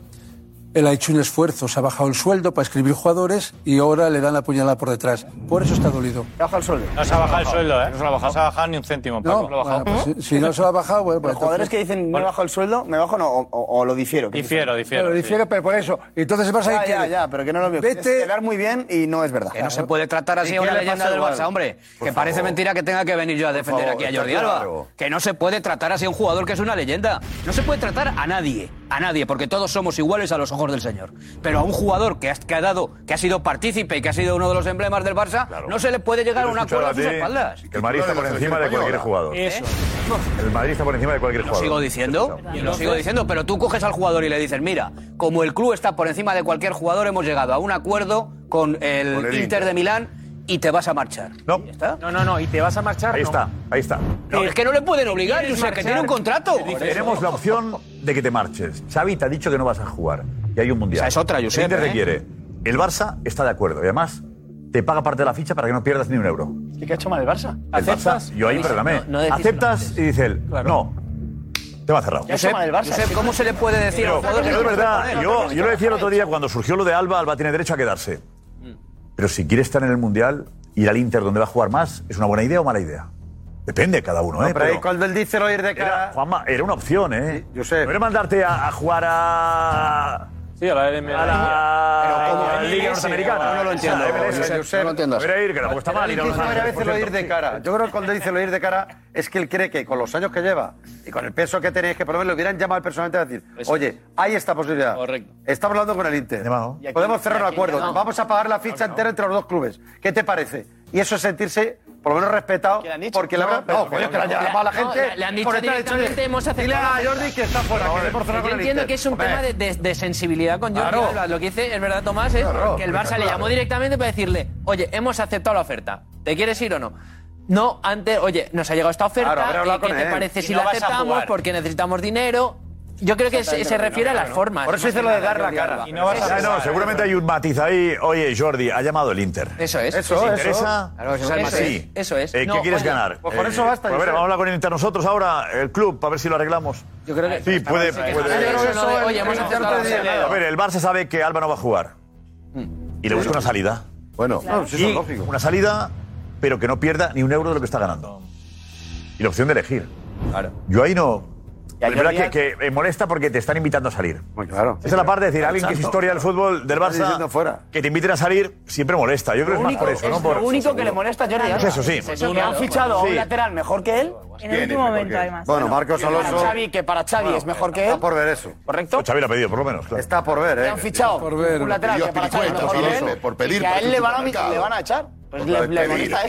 él ha hecho un esfuerzo, se ha bajado el sueldo para escribir jugadores y ahora le dan la puñalada por detrás. Por eso está dolido.
Baja el sueldo.
No se ha bajado el sueldo, ¿eh? No se ha bajado, ni un céntimo.
Paco.
No, bueno, pues si- si no se lo ha bajado, bueno, pues
Los jugadores
entonces-
que dicen, me bajo el sueldo, me bajo no, o, o- o lo difiero. ¿qué
Difiero,
dicen?
difiero,
Claro, difiere, pero por eso. Entonces vas a
Ya, ya, ya, pero que no lo veo.
Vete.
Es quedar muy bien y no es verdad.
Que no se
puede tratar así a una leyenda del Barça, hombre. que parece mentira que tenga que venir yo a defender
favor,
aquí a
está
Jordi
claro.
Alba. Que no se puede tratar así a un jugador que es una leyenda. No se puede tratar a nadie, a nadie, porque todos somos iguales a los ojos del Señor. Pero a un jugador que ha, que ha dado, que ha sido partícipe y que ha sido uno de los emblemas del Barça, no se le puede llegar a un
Escuchar
acuerdo a
ti,
sus espaldas.
que El Madrid está por encima de cualquier jugador.
Eso.
El Madrid está por encima de cualquier
¿Eh? Lo
jugador.
sigo diciendo, lo sigo diciendo, pero tú coges al jugador y le dices, mira, como el club está por encima de cualquier jugador, hemos llegado a un acuerdo con el,
Con el
Inter,
Inter.
de Milán y te vas a marchar.
No.
No, no, no, y te vas a marchar.
Ahí
no.
está, ahí está.
No, es que no le pueden obligar,
quieres
o sea, que
marchar,
tiene un contrato.
Tenemos la opción de que te marches. Xavi te ha dicho que no vas a jugar. Y hay un mundial.
Esa es otra, Josep,
El Inter te
¿eh?
quiere. El Barça está de acuerdo. Y además, te paga parte de la ficha para que no pierdas ni un euro.
¿Y qué ha hecho mal el Barça?
El Barça, yo ahí, perdóname. Aceptas y dice él, no. Te va cerrado.
Josep, Josep, ¿cómo se le puede decir a
Pero,
un jugador que
pero es
no
verdad,
puede poner?
yo, yo lo decía el otro día cuando surgió lo de Alba, Alba tiene derecho a quedarse.
Mm.
Pero si quiere estar en el Mundial, ir al Inter donde va a jugar más, ¿es una buena idea o mala idea? Depende de cada uno, ¿eh?
No, pero ahí
Pero
cuando él dice lo ir de cara.
Juanma, era una opción, ¿eh? Yo sé. No era mandarte a, a jugar a
Sí, a la LMA.
A la, a la Liga Norteamericana.
No lo entiendo.
A la MLS.
Josep,
No entiendo. Debería ir, que tampoco está mal. ir a Los
Dice a
Ángeles,
veces
por
lo de ir
cierto.
de cara. Yo creo que cuando dice lo de ir de cara es que él cree que con los años que lleva y con el peso que tenéis, que por lo menos lo hubieran llamado personalmente a decir, oye, hay esta posibilidad. Correcto. Estamos hablando con el Inter. Podemos cerrar un acuerdo. Vamos a pagar la ficha entera entre los dos clubes. ¿Qué te parece? Y eso es sentirse por lo menos respetado porque le habrán no, coño, que le han llamado a la
No,
gente
le- le han dicho
por estar hecho de-
directamente, hemos
Dile
aceptado
a
la
Jordi que está fuera, que viene por cerrar
Yo
con el
entiendo
Inter.
que es un
Hombre.
tema de, de- de sensibilidad con Jordi
Claro.
Alba. Lo que dice, es verdad, Tomás, es
Claro,
que el Barça le
claro.
llamó directamente para decirle, oye, hemos aceptado la oferta. ¿Te quieres ir o no? No, antes, oye, nos ha llegado esta oferta,
Claro, habrá hablado
¿qué
con
te
él.
parece
Y
si
no
la
vas a
aceptamos?
jugar.
Porque necesitamos dinero. Yo creo que se, se
Exactamente,
refiere a las formas.
Por eso dice lo de dar la cara.
Y no vas
Ah, no, seguramente hay un matiz ahí. Oye, Jordi, ha llamado el Inter.
Eso es.
¿Te interesa?
Claro, eso es el matiz.
¿Eh? Sí.
Eso es.
Eh, ¿Qué
No,
quieres
oye,
ganar?
pues con
Eh,
eso basta,
A ver,
Josep.
vamos a hablar con el Inter nosotros ahora, el club, para ver si lo arreglamos.
Yo creo que-
Sí, puede.
Sí, que-
puede.
Yo creo que eso de, oye, hemos aceptado la oferta.
A ver, el Barça sabe que Alba no va a jugar. Y le busca una salida. Bueno,
Claro. No, sí, Mm. eso es lógico.
Una salida, pero que no pierda ni un euro de lo que está ganando. Y la opción de elegir. Claro. Yo ahí no. Es verdad que, que, eh, molesta porque te están invitando a salir. Muy claro. Esa es la parte de decir, alguien que es
Exacto.
historia del fútbol del
Estás
Barça,
diciendo fuera.
que te inviten a salir, siempre molesta. Yo creo que es más por eso, ¿no? Por-
lo único que le molesta a Jordi
Es
Alba.
eso, sí.
Es eso, que han fichado a un
Sí.
lateral mejor que él.
En el último momento, además. Bueno, Marcos
que para
Alonso-
Xavi, que para Xavi es mejor que él. Está
por ver eso.
¿Correcto?
Pues Xavi lo ha pedido, por lo menos. claro.
Está por ver, ¿eh?
Le han fichado un lateral que
Pidió
para Xavi es mejor
Azpilicueta,
que
Alonso,
él.
por pedir,
Y que a
por
él le van a,
supermercado.
le van a echar. Pues
Otra
le,
vez
le
pedir.
molesta eso.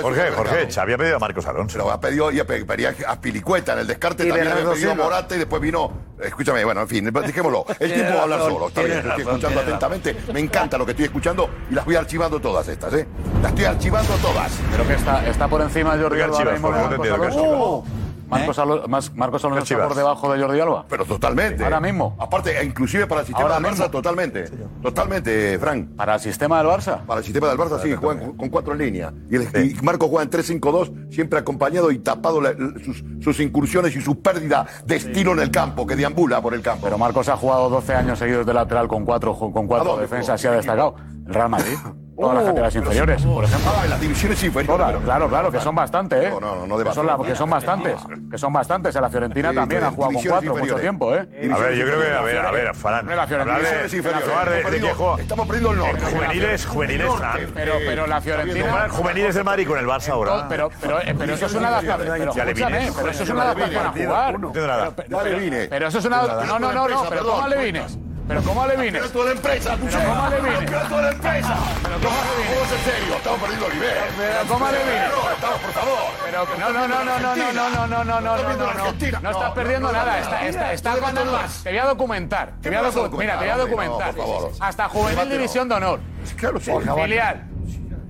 Jorge, Jorge, Xavi ha pedido a Marcos Alonso.
Pero ha pedido y pe- pedía a Pilicueta en el descarte,
Y
también había
Bernardo
pedido a
Silva.
Morata y después vino. Escúchame, bueno, en fin, dejémoslo. El
Tiene
tiempo va a hablar
razón,
solo, está
tiene
bien, lo estoy
razón,
escuchando
tiene
atentamente. Me encanta lo que estoy escuchando y las voy archivando todas estas, ¿eh? Las estoy archivando todas.
Creo que está, está por encima de Jordi
¿Qué
Alba. ahora
archivas,
mismo
Jorge?
de
No te
Marcos
entiendo, ¿qué
Alonso.
Uh,
Marcos Alonso, Mas- Marcos Alonso está
archivas?
por debajo de Jordi Alba.
Pero totalmente.
Ahora mismo.
Aparte, e inclusive para el sistema
Ahora
del Barça,
mismo.
totalmente. Totalmente, Frank.
¿Para el sistema del Barça?
Para el sistema del Barça, sí, juegan con- con cuatro en línea. Y, el, y Marcos juega en 3-5-2, siempre acompañado y tapado la- la- sus, sus incursiones y su pérdida de estilo en el campo, que deambula por el campo.
Pero Marcos ha jugado 12 años seguidos de lateral con cuatro, con
¿A
cuatro
dónde
defensas y ha destacado. El Real Madrid. Todas
oh,
las categorías inferiores, por ejemplo.
Ah, en las divisiones inferiores.
Todas, claro, claro, que son bastantes, ¿eh?
No, no, no, no de
que son, la- que son bastantes. Que son bastantes. A la Fiorentina
Sí,
también
pero
ha jugado con
divisiones
cuatro mucho
inferiores.
tiempo, ¿eh?
A ver, yo creo que, a ver, a ver, Fran.
Relaciones
hablar de-
inferiores, inferiores.
hablar de- de que juega-
Estamos perdiendo el norte.
Juveniles, juveniles, Fran.
Pero, pero la Fiorentina.
Comparar juveniles del Madrid con el Barça ahora.
Pero, pero, eh, pero eso es una adaptación. Pero,
Ya le vine.
escúchame, pero eso es una
Ya le
adaptación a
vine.
jugar.
No entiendo nada.
Pero-
Ya le
pero-
vine.
Pero eso es una.
Entiendo
No,
nada.
no, no, no. Pero ¿cómo le vines? Pero ¿cómo le vines?
Pero tú a la empresa, tú
Pero ¿cómo le vine?
Pero tú a la empresa. Pero ¿cómo le vine? Vamos en serio, estamos perdiendo el nivel.
Pero ¿cómo le vine?
No, estamos, por favor.
Pero que- no, no, no, no, no, no, no, no, no, no, no, no, no, no, no estás perdiendo nada, está, está, estás ganando más. Te voy a documentar, te voy a
me vas a
docu- mira, te voy a
documentar, hombre?
documentar.
No, por favor.
Hasta juvenil
Llévatelo.
división de honor.
Claro, sí.
Filial.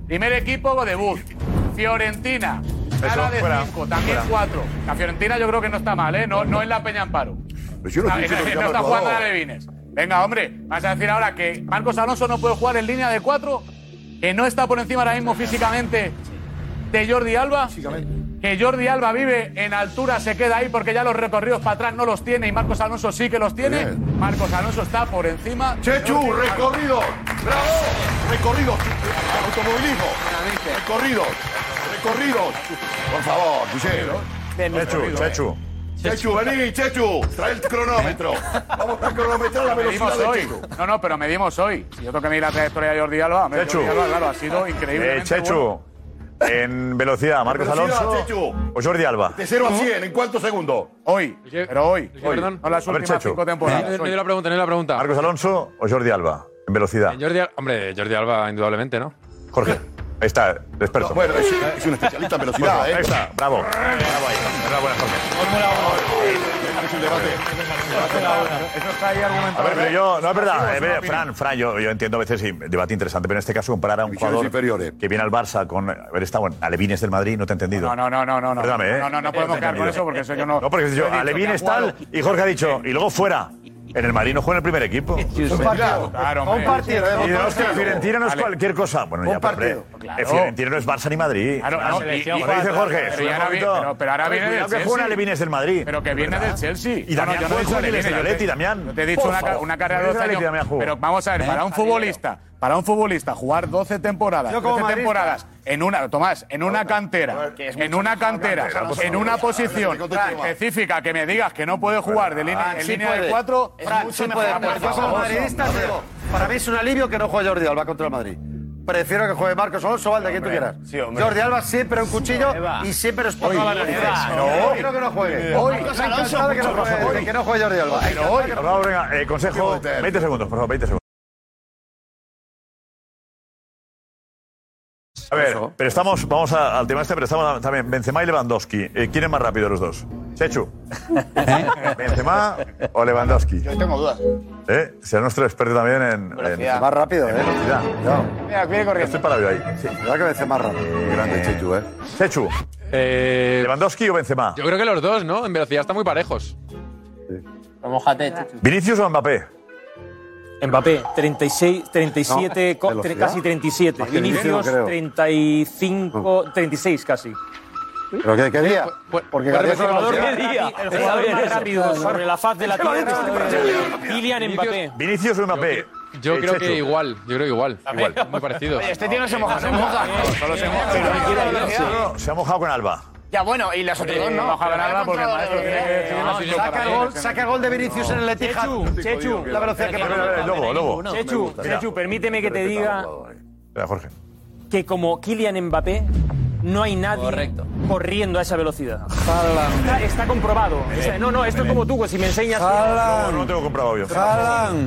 Primer equipo debut. Fiorentina. Sala de
fuera,
5, también
fuera.
4. La Fiorentina yo creo que no está mal, ¿eh? No, no es la Peña Amparo.
Pero yo no
Ah,
estoy diciendo que
no
sea
está
mal
jugando
jugador.
nada de Vines. Venga, hombre, vas a decir ahora que Marcos Alonso no puede jugar en línea de 4, que no está por encima ahora mismo físicamente de Jordi Alba. Que Jordi Alba vive en altura, se queda ahí porque ya los recorridos para atrás no los tiene y Marcos Alonso sí que los tiene. Marcos Alonso está por encima.
Chechu, recorrido. Bravo. Recorrido. Automovilismo. Recorridos. Recorridos. Por favor, Michelle.
Chechu,
eh.
Chechu.
Chechu, vení, Chechu. Trae el cronómetro. Vamos a cronometrar la velocidad
Medimos
de
hoy.
Chechu.
No, no, pero medimos hoy. Si yo tengo que medir la trayectoria de Jordi Alba, hombre,
Chechu.
Jordi Alba, claro, ha sido increíble.
Eh, Chechu, en velocidad, Marcos
Velocidad,
Alonso
Chechu.
o Jordi Alba.
De 0 a 100, ¿en cuántos segundos?
Hoy, pero hoy.
Hoy.
Perdón. No las
A ver,
últimas
Chechu.
cinco temporadas.
No, no,
hoy.
no, Eh, la pregunta, no la pregunta.
Marcos Alonso o Jordi Alba, en velocidad.
Jordi, Al- hombre, Jordi Alba, indudablemente, ¿no?
Jorge, ahí está, el experto.
bueno, es, es un especialista en velocidad,
Bueno,
¿eh?
Ahí está, bravo. Bravo ahí. Enhorabuena, Jorge.
Es un debate.
Eso está ahí argumentado.
A ver, pero yo, no es verdad.
Así
eh,
es una
ve,
opinión.
Fran, Fran, yo, yo entiendo a veces sí, debate interesante, pero en este caso comparar a un
Divisiones
jugador
inferiores.
que viene al Barça con haber estado en Alevines del Madrid, no te he entendido.
No, no, no, no, no. no.
Perdóname, ¿eh?
No, no, no podemos quedar con eso porque eso yo no.
No, porque
yo he
yo,
dicho que ha
Alevines
jugado.
tal, y Jorge ha dicho, y luego fuera. En el Madrid no juega en el primer equipo.
Un partido. Claro, hombre.
Y no, es que la Fiorentina no es
Vale.
cualquier cosa. Bueno,
Un
ya, pero,
partido.
hombre, Eh, Fiorentina no es Barça ni Madrid.
Claro,
Ah,
no,
y-
selección
y lo que dice
cuatro,
Jorge.
pero
sube un
ya ahora
poquito.
viene- pero- pero ahora viene
Cuidado
del
que juega
Chelsea.
Levines del Madrid.
Pero que viene
¿Verdad?
del Chelsea.
Y Damián
yo no
jugó
he dicho
con Levinas
Levinas,
del
yo te-
Atleti, Damián.
yo Te he dicho
Por
una, ca-
favor.
una carrera de
Levinas
dos
del Atleti, Damián
años.
jugó.
Pero vamos a ver,
¿Eh?
para un futbolista, para un futbolista jugar 12 temporadas,
Yo como
13
madridista.
temporadas en una, Tomás, en una cantera, en una cantera,
Habla, habla,
en
habla,
una
habla,
posición
habla, habla, habla.
específica que me digas que no puede jugar de línea
Fran,
en
sí
línea de
puede.
cuatro,
Es mucho mejor. Por favor, como madridista, te digo, Para mí es un alivio que no juegue Jordi Alba contra el Madrid. Prefiero que juegue Marcos Alonso o al de quien tú
hombre.
quieras.
Sí, hombre.
Jordi Alba siempre un cuchillo y siempre es por
Hoy.
toda la nariz.
Pero hoy.
Prefiero que no juegue.
Hoy.
Marcos Alonso, encantado de que no
mucho
juegue,
mejor.
de que no juegue Jordi Alba.
Pero hoy. Álvaro, venga, eh, consejo. 20 segundos, por favor, 20 segundos. A ver, pero estamos, vamos a- al tema este, pero estamos también Benzema y Lewandowski. Eh, ¿Quién es más rápido de los dos? Chechu. ¿Benzema o Lewandowski?
Yo tengo dudas.
¿Eh? Será nuestro experto también en...
Velocidad.
en-
Más
rápido, ¿eh?
en velocidad.
Mira, viene
Yo
corriendo.
Estoy parado ahí. Sí.
Cuidado que Benzema rápido.
Grande Chechu, ¿eh? Chechu. ¿Lewandowski o Benzema?
Eh, Yo creo que los dos, ¿no? En velocidad están muy parejos.
Mojate.
¿Vinicius o Mbappé?
Mbappé, 36, 37, co- tre-
¿velocidad?
casi 37.
Más que
Vinicius,
Vinicius, creo.
35, 36 casi.
Mm. ¿Pero qué, qué día? Porque
Pues
Gabriel
el jugador del
Velocidad.
día, el jugador más rápido sobre la faz de la tierra. Kylian Mbappé.
¿Vinicius o Mbappé?
Yo
Eh,
creo
Chechu.
que igual, yo creo que igual. Igual, muy parecido.
Este tío no se moja, se moja.
Solo se moja.
No, se ha mojado con Alba.
Ya, bueno, y las otras dos no.
Saca el gol, saca el gol de Vinicius en el Etihad.
Chechu,
La velocidad que marca.
Lobo, lobo.
Chechu,
Mira.
Chechu, permíteme que te diga
Espera, Jorge.
que como Kylian Mbappé no hay nadie corriendo a esa velocidad. Está, está comprobado. O sea, no, no, esto es como tú, si me enseñas...
No, no lo tengo comprobado yo.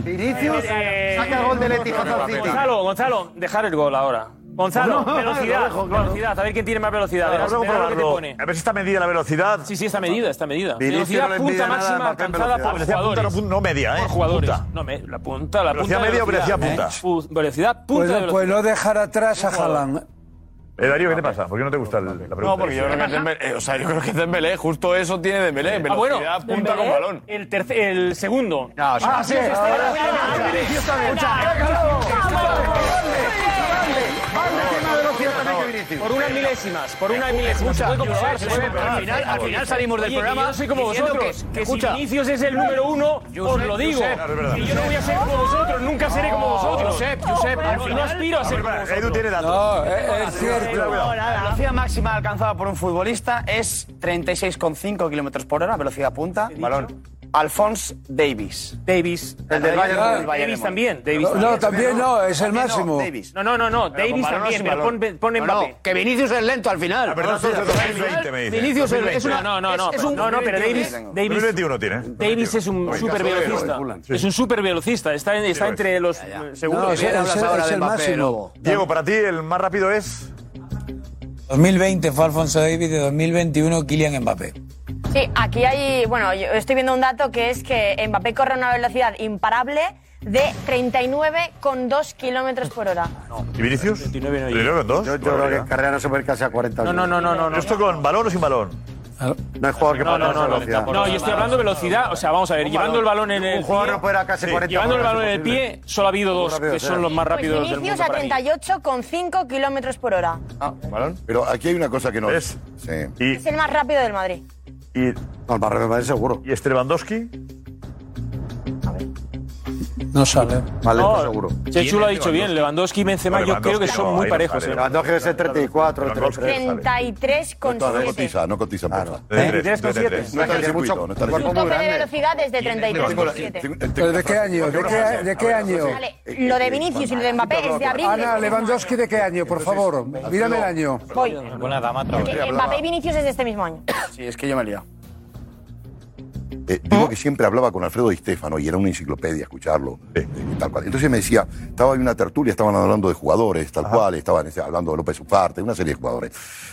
Vinicius saca el gol del Etihad al City.
Gonzalo, Gonzalo, dejar el gol ahora. Gonzalo,
No,
velocidad,
lo dejo, claro.
velocidad, a ver quién tiene más velocidad.
Vamos
Deja- deja
a
lo que te
comprobarlo.
pone.
A ver si está medida la velocidad.
Sí, sí, está medida, está medida.
Vinicius
velocidad
no le envidia
punta
nada,
máxima
marca en
alcanzada por
velocidad.
jugadores.
Velocidad punta, no- no media, ¿eh?
Por jugadores.
Punta.
No, me, la punta, la
Velocidad
punta. de
media o
velocidad, Eh,
velocidad punta.
Pu- Velocidad punta de
Pues,
velocidad.
pues no dejar atrás a Haaland.
Eh, Darío, ¿qué te pasa? ¿Por qué no te gusta el- la pregunta?
No, porque yo creo que Dembélé, eh, o sea, yo creo que Dembélé, justo eso tiene Dembélé,
Ah, bueno,
velocidad punta
Dembélé,
con balón.
El, tercer, el segundo.
No,
Ah, sí, está bien. Por unas milésimas, por unas milésimas. Se puede comprobar, se puede comprobar.
al final- al final salimos del
Oye, que
programa
Yo soy como
diciendo
vosotros.
que-
Que,
escucha.
si Vinicius es el número uno, os
Josep,
lo digo.
Josep. Claro, es verdad.
Y yo no voy a ser como vosotros, nunca seré como vosotros.
Josep, Josep, al
No
final-
aspiro a ser como vosotros.
Edu tiene datos.
eh, La velocidad máxima alcanzada por un futbolista es 36,5 kilómetros por hora, velocidad punta. Balón. Alphonse Davis.
Davis.
El del Bayern.
Ah,
del Bayern de
Davis
Mon-
también. Davis
No, también no, es el máximo.
No, no, no, no.
Pero con
Davis
balón o
también,
sin
pero
balón.
pon, pon
No, no,
Mbappé.
que Vinicius es lento al final.
Ah, pero no,
Ahora sí,
eso es
al final.
2020, me dice.
Vinicius es- es una-
No, no, no.
es- es
pero-
un-
No, no, pero Davis...
2021
Davis
2021 tiene.
Davis es un
Oiga,
super
oiga,
velocista.
oiga. Sí.
Es un super velocista. Está, en- está entre los. eh, Seguro.
No, es- es- es- es el máximo.
Diego, para ti el más rápido es.
2020 fue Alfonso Davis, de 2021 Kylian Mbappé.
Sí, aquí hay, bueno, yo estoy viendo un dato que es que Mbappé corre a una velocidad imparable de 39,2 kilómetros por hora.
¿Y Vinicius? 29 no dos?
Yo, yo creo que en carrera no se puede ir casi a 40.
No, no, no, no, no, no.
¿Esto con balón o sin balón?
No hay jugador que
No, no,
pueda
no,
alcanzar
no.
velocidad.
No, yo estoy hablando de velocidad. O sea, vamos a ver,
Un
llevando el
balón.
balón en el.
Un jugador
pie-
no puede ir a casi
Sí,
40,
Llevando el
por lo
balón en el
menos,
pie, solo ha habido
Muy
dos
rápido,
que
sí.
son los más
Pues
rápidos del
Vinicius
mundo
a
para mí.
38,5 kilómetros por hora.
Pero aquí hay una cosa que no es.
Ah, Y,
Es el más rápido del Madrid.
y,
No, el barrio me parece seguro.
¿Y este Lewandowski?
No sale.
Vale,
No,
seguro.
Chechu lo ha dicho bien. Lewandowski y Benzema,
No,
yo creo que
Lewandowski no,
son muy
ahí no
parejos.
sale.
eh.
Lewandowski es el 34, 33.
No
33,7.
cotiza, no cotiza. Claro. No está en el circuito. No está en el
Su
circuito.
tope de velocidad es de 33,7.
¿Pero de qué año? ¿De qué, de qué año?
Eh,
Vale, lo de Vinicius y lo de Mbappé es de abril.
Ana,
del-
Lewandowski, ¿de qué año? Por favor, mírame el año.
Voy.
Buena dama,
Porque Mbappé y Vinicius es de este mismo año.
Sí, es que yo me he liado.
Eh, digo que siempre hablaba con Alfredo Di Stefano y era una enciclopedia escucharlo. eh, y tal cual. Entonces me decía, estaba en una tertulia, estaban hablando de jugadores, tal cual, estaban eh, hablando de López Ufarte, una serie de jugadores,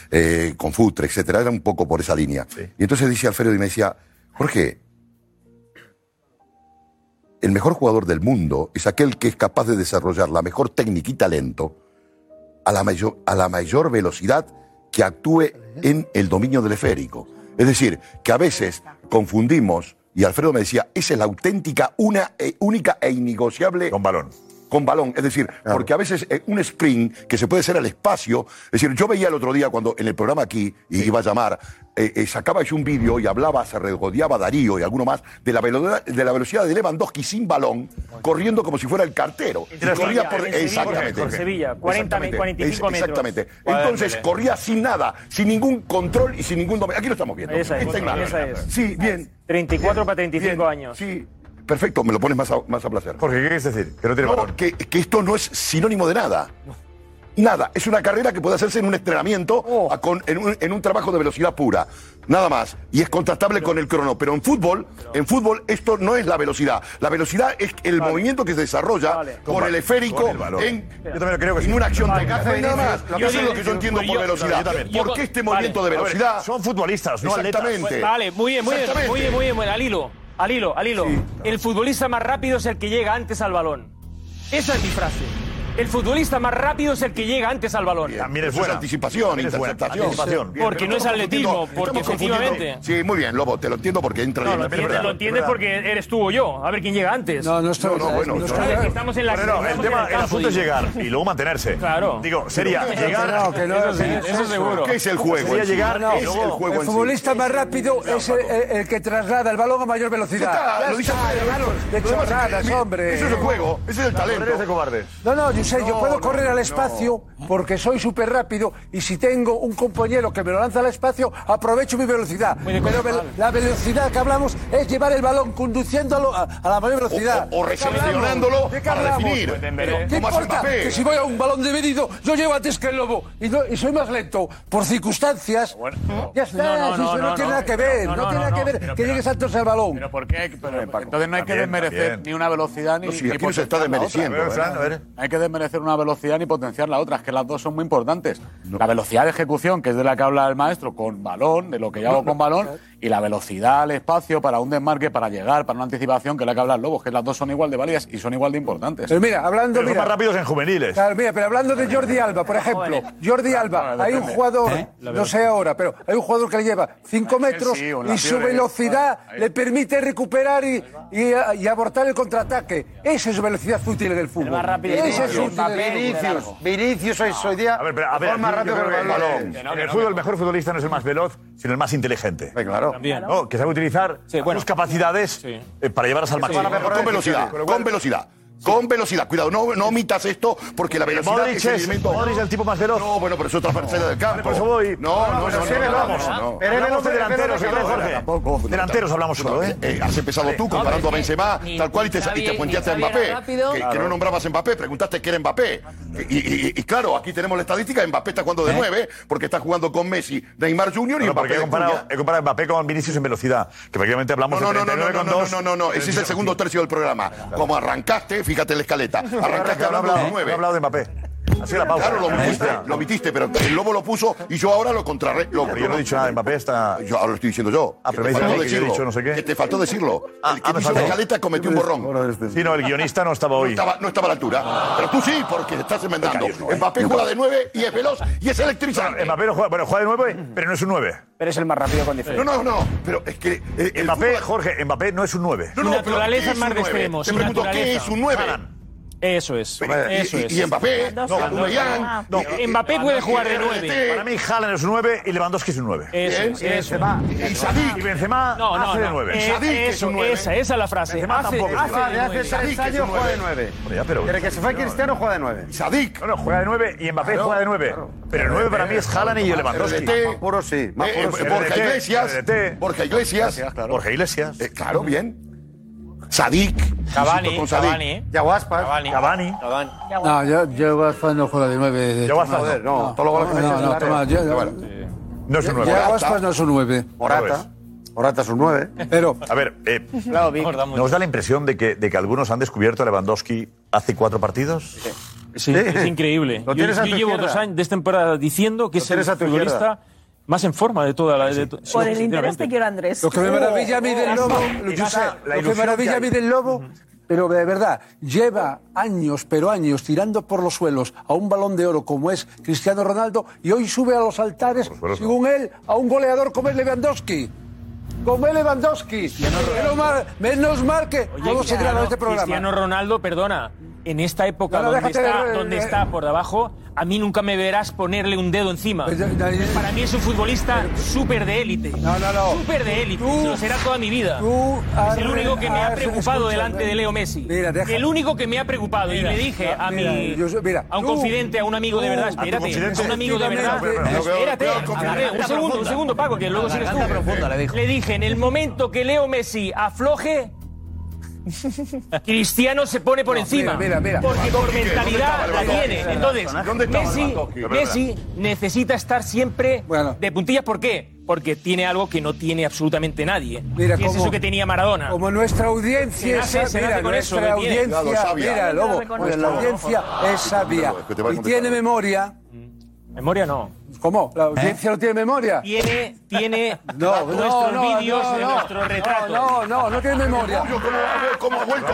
eh, con Futre, etcétera, era un poco por esa línea. Y entonces dice Alfredo y me decía, Jorge, el mejor jugador del mundo es aquel que es capaz de desarrollar la mejor técnica y talento a la mayor, a la mayor velocidad que actúe en el dominio del esférico. Es decir, que a veces confundimos, y Alfredo me decía, esa es la auténtica, una, eh, e- única e innegociable
Con balón.
con balón. Es decir, porque a veces eh, un screen que se puede hacer al espacio. Es decir, yo veía el otro día cuando en el programa aquí, y iba a llamar, eh, eh, sacabais un vídeo y hablaba, se regodeaba Darío y alguno más, de la, velo- de la velocidad de Lewandowski sin balón, corriendo como si fuera el cartero. Y
Sevilla,
corría por.
en Sevilla,
exactamente.
por Sevilla, 40,
Exactamente.
45 metros.
Exactamente.
Cuadra,
Entonces,
Dembélé.
corría sin nada, sin ningún control y sin ningún dominio. Aquí lo estamos viendo.
Esa es,
Está claro.
esa es.
Sí, bien.
34 para 35 años.
Sí. Perfecto, me lo pones más a, más a placer. Jorge, ¿qué quieres decir? Que no tiene que, esto no es sinónimo de nada. Nada, es una carrera que puede hacerse en un entrenamiento, a- con- en, un, en un trabajo de velocidad pura, nada más. Y es contrastable con el crono. Pero en fútbol, en fútbol esto no es la velocidad. La velocidad es el movimiento que se desarrolla por
Con
el
ba-
esférico
con el balón.
en,
Yo también creo que
en
sí.
una acción
Vale,
de
vale,
nada
vale.
más.
Yo
Eso es lo que
sí,
yo entiendo
yo-
por velocidad.
yo también.
¿Por qué este movimiento de
A ver,
velocidad?
son futbolistas, no atletas.
Exactamente.
Pues, Vale, muy bien, muy bien,
Exactamente.
muy bien, muy bien, muy bien, al hilo, al hilo, al hilo. El futbolista más rápido es el que llega antes al balón. Esa es mi frase. El futbolista más rápido es el que llega antes al balón.
También es buena. anticipación,
También es buena.
interceptación.
Anticipación.
Bien,
Porque
pero
no es
estamos
atletismo,
confundiendo-
porque
estamos confundiendo-
efectivamente-
Sí, muy bien, Lobo, te lo entiendo porque entra
No,
bien.
lo entiendes, lo entiendes porque eres tú o yo. A ver quién llega antes.
No, no está- No, no, bueno,
Sabes
no está-
que estamos en la
Bueno, no, el,
estamos en
tema, el
campo,
asunto es
digo.
llegar y luego mantenerse.
Claro.
Digo, sería
Pero que no,
llegar.
que no, que no, Eso sí, que no es eso eso. seguro.
¿Qué es el juego? Sería
en sí?
llegar
No, no,
y luego.
el futbolista más rápido es el, el- el que traslada el balón a mayor velocidad.
Ya está,
Ya
lo dice
está,
Fede,
hermanos,
lo
de
demás es-
chorradas,
mira,
hombre.
ese es el juego, ese es el talento.
Correr es de cobardes.
No, no, yo sé, yo
No,
puedo
no,
correr al
no.
espacio porque soy súper rápido y si tengo un compañero que me lo lanza al espacio, aprovecho mi velocidad. Pero ve- la velocidad que hablamos es llevar el balón conduciéndolo a, a la mayor velocidad.
o
¿De qué hablamos?
recepcionándolo
¿De qué
para
hablamos?
definir.
Pero,
Dembélé.
¿Qué
Como hace
importa?
Mbappé.
Que si voy a un balón dividido, yo llevo antes que el lobo y, no- y soy más lento por circunstancias. Ya está,
No, no,
si eso
no,
no,
no,
tiene nada que
pero-
ver,
no,
no,
no,
tiene
no,
nada que
no,
ver
pero-
que llegues antes al balón.
Pero ¿por qué? Pero, entonces no hay que
También,
desmerecer
también.
ni una velocidad ni,
No, si
ni
aquí no se está
potenciar la
desmereciendo,
otra.
A ver, Fran, a ver.
Hay que desmerecer una velocidad ni potenciar la otra. Es que las dos son muy importantes. La velocidad de ejecución, que es de la que habla el maestro, con balón, de lo que yo hago con balón, y la velocidad al espacio para un desmarque, para llegar, para una anticipación, que es la que habla el Lobo. Es que las dos son igual de válidas y son igual de importantes.
Pero mira, hablando. mira,
juveniles.
Claro, mira, pero hablando de Jordi Alba, por ejemplo. Jordi Alba, hay un jugador, no sé ahora, pero hay un jugador que le lleva 5 metros
sí, o en la
y su
Fiore.
velocidad le permite recuperar y, y- y abortar el contraataque. Esa es velocidad útil en el fútbol. Esa es útil en el fútbol.
Vinicius, Vinicius hoy, hoy día.
A ver, pero, a ver,
mejor más
yo
rápido
creo
que el
que
balón.
En el fútbol, el mejor futbolista no es el más veloz, sino el más inteligente.
claro.
No, que sabe utilizar sus capacidades eh, para llevarlas al máximo.
Con velocidad, con velocidad. Con velocidad, cuidado, no, no omitas esto porque la
Porque
velocidad
Modric
el
es- Modric es el tipo más veloz.
No, bueno, pero es otra parcela del campo.
Por eso voy.
No, no, no,
pero
no,
sí,
no, no,
vamos.
no, no.
Pero hablamos de delanteros,
Pero
¿verdad, Jorge?
tampoco.
Delanteros hablamos solo, ¿eh?
Has empezado
Vale.
tú
No,
comparando a
pero es que
Benzema,
ni-
tal cual, y te,
ni Xavi-
y te puenteaste a
ni Xavi
Mbappé.
era
Que,
rápido.
que
Claro.
no nombrabas a Mbappé, preguntaste quién era Mbappé. Y, y- y- y claro, aquí tenemos la estadística, Mbappé está jugando de nueve, porque está jugando con Messi, Neymar Jr. y
¿Eh? Bueno,
Mbappé
porque he
de
comparado,
cuña.
he comparado a Mbappé con Vinicius en velocidad, que prácticamente hablamos
No,
de
no, no, no, no, no,
39,2.
no, no, no, no, ese es el segundo tercio del programa. Como arrancaste, fíjate la escaleta, arrancaste
Ahora que
hablando
hablado-
de nueve.
he hablado de Mbappé. Así la pausa. Este
Claro, lo omitiste, lo omitiste, pero el lobo lo puso y yo ahora lo contrarré.
Pero yo no he dicho nada, Mbappé está...
Yo ahora lo estoy diciendo yo.
Ah,
Que
pero
te
me dice
faltó
que yo he
decirlo.
dicho no sé qué.
Que te faltó decirlo.
Ah,
el
ah,
que
me
hizo la
faltó.
escaleta cometió un borrón.
Sí, este. no, el guionista no estaba
No
hoy.
estaba, no estaba a la altura. Pero tú sí, porque estás enmendando.
¿eh?
Mbappé juega de nueve y es veloz y es electrizante.
Mbappé no juega, bueno, juega de 9, pero no es un 9.
Pero es el más rápido con
No, no, no. Pero es que. eh,
Mbappé, Jorge, Mbappé no es un 9.
No, no, pero ¿qué es un nueve? Te pregunto, ¿qué es un nueve? eh,
Eso es.
Hombre,
eso
y-
es.
y- y Mbappé,
Dos,
no,
dos,
Aubameyang,
dos.
no,
Eh, Mbappé puede jugar de nueve.
Para mí, Haaland es un 9 y Lewandowski es un 9.
Eso, Bien, eso. Benzema.
Y Sadik. Y Benzema
No, no,
hace de
no.
9.
Eh, eso, esa, esa es la frase.
Benzema
Hace-
tampoco.
hace de
Hace
nueve.
tres
Sadik es
años
un
juega
nueve.
de nueve.
Hombre, ya, pero-
Desde que se fue
no,
Cristiano juega de nueve.
Sadik.
No, no, juega de 9 y Mbappé
Claro,
juega de 9.
claro.
Pero el 9 para mí es Haaland y
RDT,
Lewandowski.
Más puro sí. Más
Eh, eh,
puro sí.
Borja Iglesias.
RDT.
Borja Iglesias.
Jorge Iglesias.
Eh, claro, bien. Sadik.
Cavani,
insisto, con Sadik.
Cavani.
Yaguaspa.
Cavani.
No, yo, yo Guaspa no juega de nueve. de-
Ya vas a
Tomás.
joder, no.
No,
Todos los goles que metes
no,
en el
no,
área.
Tomás, yo-
Pero bueno. No es un 9.
Ya Guaspas no es un nueve.
Morata.
Morata es un 9.
Pero.
A ver, eh, ¿nos da la impresión de que, de que algunos han descubierto a Lewandowski hace cuatro partidos?
Sí, es increíble.
Lo
yo
tienes a
yo
tu
llevo
izquierda.
dos años, dos temporadas diciendo que es el
tienes a tu
futbolista
izquierda.
más en forma de toda la. De to- sí,
Por el interés
sinceramente.
te quiero, Andrés.
Lo
Oh,
que me maravilla a mí del lobo, yo sé, lo que me maravilla a mí del lobo, pero de verdad, lleva años, pero años, tirando por los suelos a un balón de oro como es Cristiano Ronaldo y hoy sube a los altares,
suelos no.
según él, a un goleador como es Lewandowski.
como es Lewandowski. Menos mal, menos mal que todo se graba en este programa.
Cristiano Ronaldo, perdona, en esta época
No, no,
donde,
déjate
está,
de-
donde
de-
está por debajo, a mí nunca me verás ponerle un dedo encima. Para mí es un futbolista súper de élite. No, no, no. Súper de élite. y Lo será toda mi vida. es el único que me ha
has-
preocupado
escucha,
delante de Leo Messi.
deja.
el único que me ha preocupado.
Mira,
y le dije a
mira,
mi.
yo sé- mira,
a un
tú-
confidente, a un amigo de
tú-
verdad.
a tu
Espérate.
confidente,
A un amigo de
explícame,
verdad.
pero- pero- pero-
Espérate.
pero- pero-
Agarré, Un
garganta
segundo, un
profunda.
segundo, Paco, que luego si eres tú.
Garganta profunda, le dijo.
Le dije, en el momento que Leo Messi afloje. Cristiano se pone por
No,
encima.
mira, mira, mira.
Porque por
Lewandowski, ¿dónde
mentalidad
estaba
la
Lewandowski?
tiene. Entonces,
¿Dónde estaba
Messi,
Lewandowski? Es verdad.
Messi necesita estar siempre de puntillas. ¿Por qué? Porque tiene algo que no tiene absolutamente nadie.
Mira
¿Qué es
cómo-
eso que tenía Maradona?
Como nuestra audiencia
Se
es
nace- se nace
sabia,
con eso,
nuestra
¿me entiendes?
audiencia,
Claro, sabia.
mira, Lobo,
Nuestra
pues la audiencia es sabia
Es que te va a
y
contestar.
tiene memoria.
Memoria no. ¿Eh?
¿Cómo? ¿La audiencia no tiene memoria?
Tiene, tiene
no,
nuestros
no, no,
vídeos,
no, no.
nuestros retratos.
No, no, no tiene memoria.
¿Cómo ha vuelto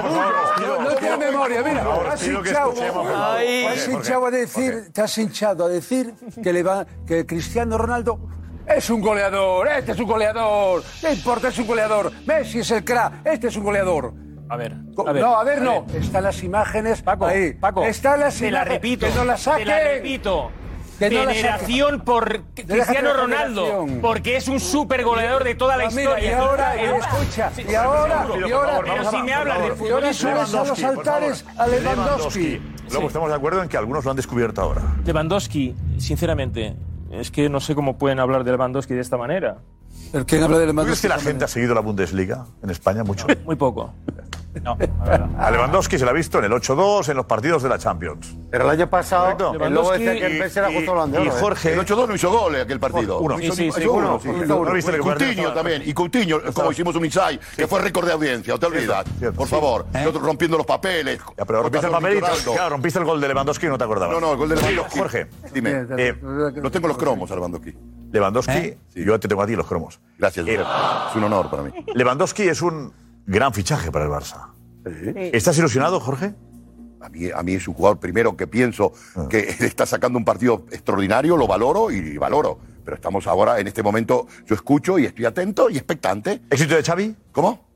No, no tiene memoria, mira,
Por favor,
has
pido que
hinchado,
escuchemos, por favor.
Ay.
¿Por
has
qué? ¿Por qué?
hinchado a decir, te has hinchado a decir que, le va, que Cristiano Ronaldo es un goleador, este es un goleador, no importa, es un goleador, Messi es el crack, este es un goleador.
A ver,
Co- No, a ver, no. Están las imágenes ahí.
Paco,
Están las
te la
imágenes.
repito.
Que no las
te
saquen.
la repito.
Que no la
generación por Cristiano
la
Ronaldo,
generación.
porque es un super goleador de toda la
Ah, mira,
historia.
y ahora, y
Ahora,
escucha,
sí,
y ahora,
seguro,
y ahora,
pero si me hablas de
y ahora
futbolismo,
subes a los altares a Lewandowski.
Luego estamos de acuerdo en que algunos lo han descubierto ahora.
Lewandowski, sinceramente, es que no sé cómo pueden hablar de Lewandowski de esta manera.
¿Pero quién habla de
¿Tú
Lewandowski?
crees que la gente ha seguido la Bundesliga en España mucho?
Muy poco.
A Lewandowski se la ha visto en el 8-2, en los partidos de la Champions.
Pero el año pasado,
Correcto.
el Lobo decía que el Messi era justo ¿eh?
y,
holandés.
y Jorge.
El 8-2 no hizo
eh,
goles aquel partido.
Uno.
No
Sí,
hizo
sí,
ni-
sí,
hizo
uno,
uno,
sí.
hizo
No
uno.
viste el
Y
guardia
Coutinho
toda la-
también. Y Coutinho, como hicimos un inside, que fue récord de audiencia. No te olvidas. Por favor. Nosotros rompiendo los papeles.
Ya, pero rompiste el
Cotación
papelito.
llorando.
Claro, rompiste el gol de Lewandowski y no te acordabas.
No, no, el gol de Lewandowski.
Jorge,
Dime.
eh,
no tengo los cromos a Lewandowski.
Lewandowski, yo te tengo a ti los cromos.
Gracias.
Eh,
es un honor para mí.
Lewandowski es un gran fichaje para el Barça. ¿Estás ilusionado, Jorge? Ah.
A mí, a mí es un jugador primero que pienso que está sacando un partido extraordinario, lo valoro y valoro. Pero estamos ahora, en este momento, yo escucho y estoy atento y expectante.
¿Éxito de Xavi?
¿Cómo?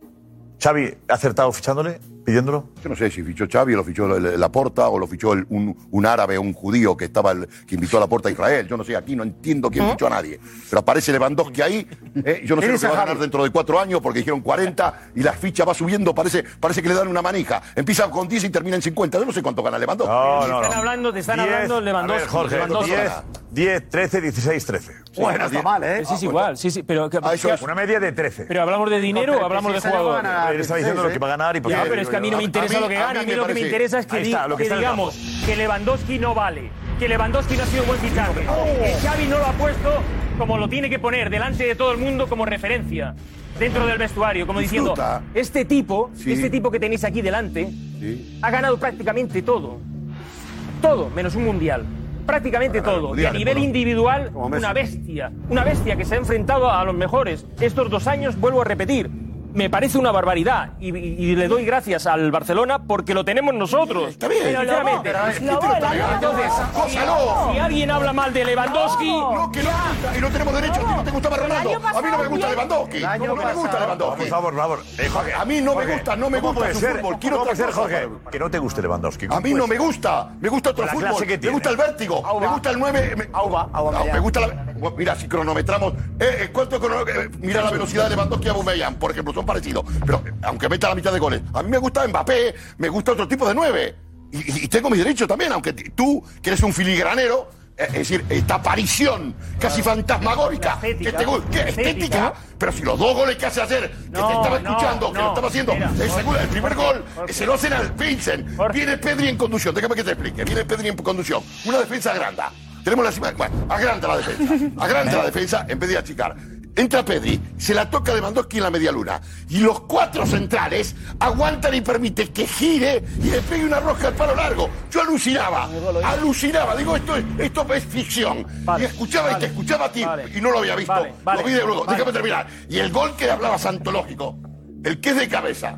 ¿Xavi ha acertado fichándole, pidiéndolo?
Yo no sé si fichó Xavi, lo fichó el- el- Laporta o lo fichó el- un, un árabe o un judío que estaba el- que invitó a Laporta a Israel. Yo no sé, aquí no entiendo
¿Eh?
quién fichó a nadie. Pero aparece Lewandowski ahí. eh, yo no sé lo que va a ganar dentro de cuatro años porque dijeron 40 y la ficha va subiendo. Parece, parece que le dan una manija. Empieza con 10 y termina en 50. Yo no sé cuánto gana Lewandowski.
No,
Te están hablando, te están hablando Lewandowski.
A ver, Jorge,
Lewandowski.
10, 10, 13, 16, 13.
Bueno, está mal, ¿eh? Sí, sí, igual. Sí, sí, pero,
Una media de 13.
¿Pero hablamos de dinero o hablamos de jugador?
Él está diciendo lo que va a ganar y por
¿eh? Ya,
qué.
pero es que a mí no me interesa lo que gana. A mí lo que me
parece-
interesa es que,
Ahí
di-
está, lo
que
está en el
digamos que Lewandowski no vale, que Lewandowski no ha sido un buen fichaje,
¡Oh!
que Xavi no lo ha puesto como lo tiene que poner delante de todo el mundo como referencia dentro del vestuario, como diciendo
Disfruta.
este tipo,
Sí.
este tipo que tenéis aquí delante,
Sí.
ha ganado prácticamente todo, todo menos un mundial. Prácticamente todo. y a
mundiales,
nivel
¿no?
individual,
Como Messi.
una bestia. Una bestia que se ha enfrentado a los mejores. Estos dos años, vuelvo a repetir, me parece una barbaridad. Y, y- y le doy gracias al Barcelona porque lo tenemos nosotros. Está
bien.
Pero Sinceramente. Entonces, si, si alguien habla mal de Lewandowski...
No, que no, y no tenemos derecho. A ti no te gustaba Ronaldo. A mí no me gusta Lewandowski. No
año
me gusta
pasado-
Lewandowski.
Por favor, por favor. Eh, Jorge,
A mí no me
Jorge,
gusta, no me
¿cómo
gusta
puede
su
ser?
fútbol. Quiero
¿Cómo puede
otra
ser,
cosa,
Jorge, que no te guste Lewandowski?
A mí no me gusta. Me gusta otro
Con la clase
fútbol.
que
Me
tiene.
gusta el vértigo. Me gusta el 9. Me, Ah, me gusta la. bueno, Mira, si cronometramos. eh, eh, ¿Cuánto crono- eh, Mira la velocidad de Lewandowski y Aubameyang, por ejemplo, son parecidos. Pero eh, aunque meta la mitad de goles. A mí me gusta Mbappé, me gusta otro tipo de 9. Y, y- y tengo mis derechos también, aunque t- tú, que eres un filigranero. eh, Es decir, esta aparición casi fantasmagórica. que
estética.
te gu- ¿Qué
La
estética?
estética.
Pero si los dos goles que hace ayer, que
No,
te estaba
no,
escuchando, que
no.
lo estaba haciendo,
Mira,
el, segundo, el primer
Jorge,
gol,
Jorge.
se lo hacen al Vincent. Viene Pedri en conducción, déjame que te explique. Viene Pedri en conducción. Una defensa agranda. Tenemos la imágenes. Bueno, agranda la defensa. Agranda la defensa en vez de achicar. Entra Pedri, se la toca de Lewandowski en la media luna. Y los cuatro centrales aguantan y permiten que gire y le pegue una rosca al palo largo. Yo alucinaba, alucinaba. Digo, esto es, esto es ficción. y escuchaba y te escuchaba a ti y no lo había visto.
Vale, vale,
lo vi de luego.
vale.
Déjame terminar. Y el gol que hablaba Santológico, el que es de cabeza,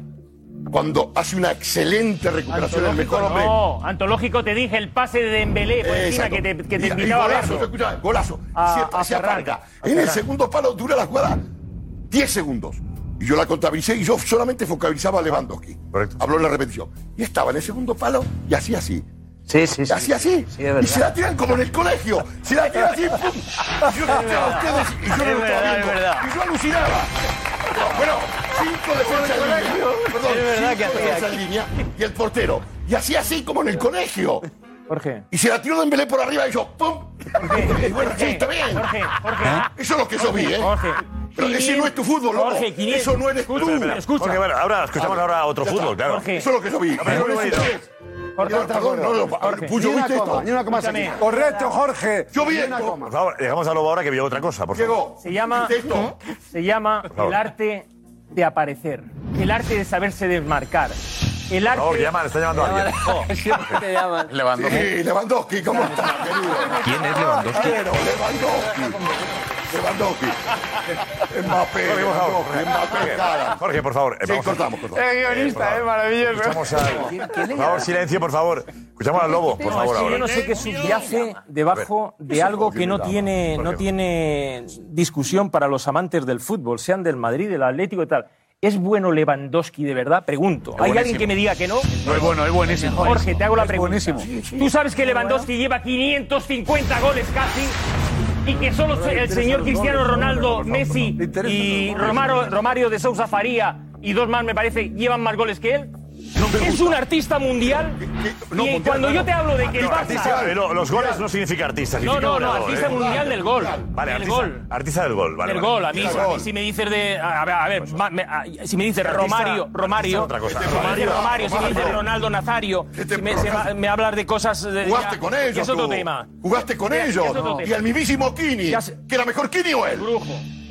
cuando hace una excelente recuperación del mejor hombre.
No, antológico te dije el pase de Dembélé por pues, encima
Exacto.
que te, que te
Y- y
invitaba a
golazo,
verlo.
escuchá, golazo.
A-
Cierta-
a
se
Ferran.
aparca.
A
En el
Ferran.
segundo palo dura la jugada 10 segundos. Y yo la contabilicé y yo solamente focalizaba a Lewandowski. Habló en la repetición. Y estaba en el segundo palo y así, así.
Sí, sí, sí.
Así, así.
es verdad.
y se la tiran como en el colegio. Se la tiran así. ¡pum! Y yo,
Es
la tiraba
verdad.
a ustedes y yo no
Es
lo estaba
verdad, es
viendo.
verdad.
Y yo alucinaba. No, bueno, cinco defensas en línea. Perdón,
Es verdad
cinco
que hacía
defensas
aquí.
en línea y el portero. Y así, así como en el colegio.
Jorge.
Y se la tiró Dembélé por arriba y yo ¡pum! Y bueno, sí, está bien. ¿Ah? Eso es lo que yo vi, ¿eh? Pero ese no es tu fútbol, loco.
Jorge, Quinientos.
Eso no eres tú.
Escucha, espera. Jorge, bueno, ahora escuchamos ahora otro
Ya está.
fútbol, claro.
Jorge. Eso es lo que yo vi. Pero no es-
Jorge,
Mira, perdón, no, no,
Jorge.
Puyo,
Ni una
¿viste esto?
coma, ni una coma
Escúchame.
seguida. Correcto, Jorge.
Yo vi
Ni una
esto.
coma.
Por favor, dejamos a Lobo ahora que vio otra cosa, por favor.
Se llama, se llama
favor.
el arte de aparecer, el arte de saberse desmarcar, el
Por
arte.
favor, llama, le está llamando a alguien. Oh.
Siempre te llaman.
Lewandowski.
Sí, Lewandowski, ¿cómo está, querido?
¿Quién es
Lewandowski? Lewandowski. Lewandowski. Mbappé, Lewandowski, Mbappé, cara.
Jorge, por favor. eh,
Sí,
vamos a-
cortamos, cortamos.
Eh,
guionista,
por
eh,
favor.
maravilloso.
Escuchamos al-
¿Quién- quién le
Por favor,
llama?
silencio, por favor. Escuchamos al Lobo, por
No,
favor,
es que
ahora.
yo no sé qué subyace debajo
Yo sé
de algo
por qué
que no
me llama,
tiene,
por
no
qué.
tiene discusión para los amantes del fútbol, sean del Madrid, del Atlético y tal. ¿Es bueno Lewandowski de verdad? Pregunto. ¿Hay alguien
buenísimo.
que me diga que no?
No es bueno, es buenísimo.
Jorge, te hago la
Es
pregunta.
buenísimo.
Tú sabes que Lewandowski lleva 550 goles casi y que solo
No le
el
interesan
señor
los
Cristiano
goles,
Ronaldo,
hombre, por favor,
Messi
no. Le interesan
y
los goles.
Romaro- Romario de Sousa Faría y dos más, me parece, llevan más goles que él. es un artista mundial y
mundial,
cuando
no,
yo
no.
te hablo de que el
No, artista, eh, no,
Barça...
los goles no significa artista.
No,
significa
no, no,
goleador,
artista
eh.
mundial del gol.
Vale,
del
artista,
gol.
artista del gol, vale.
del
vale.
gol, a mí, a mí si me dices de. A ver, a ver, ma- me- a- si me dices
Artista-
Romario,
artista
Romario.
otra cosa.
Si me dices
Romario,
Romario, si me dices
Romario.
Ronaldo Nazario, si me, se va- me hablas de cosas. De,
Jugaste
ya-
con
que
ellos.
Es otro
tú.
tema.
Jugaste con
Ya- ya es
ellos.
otro tema.
Y al mismísimo Kini.
Ya se-
Que era mejor Kini o él.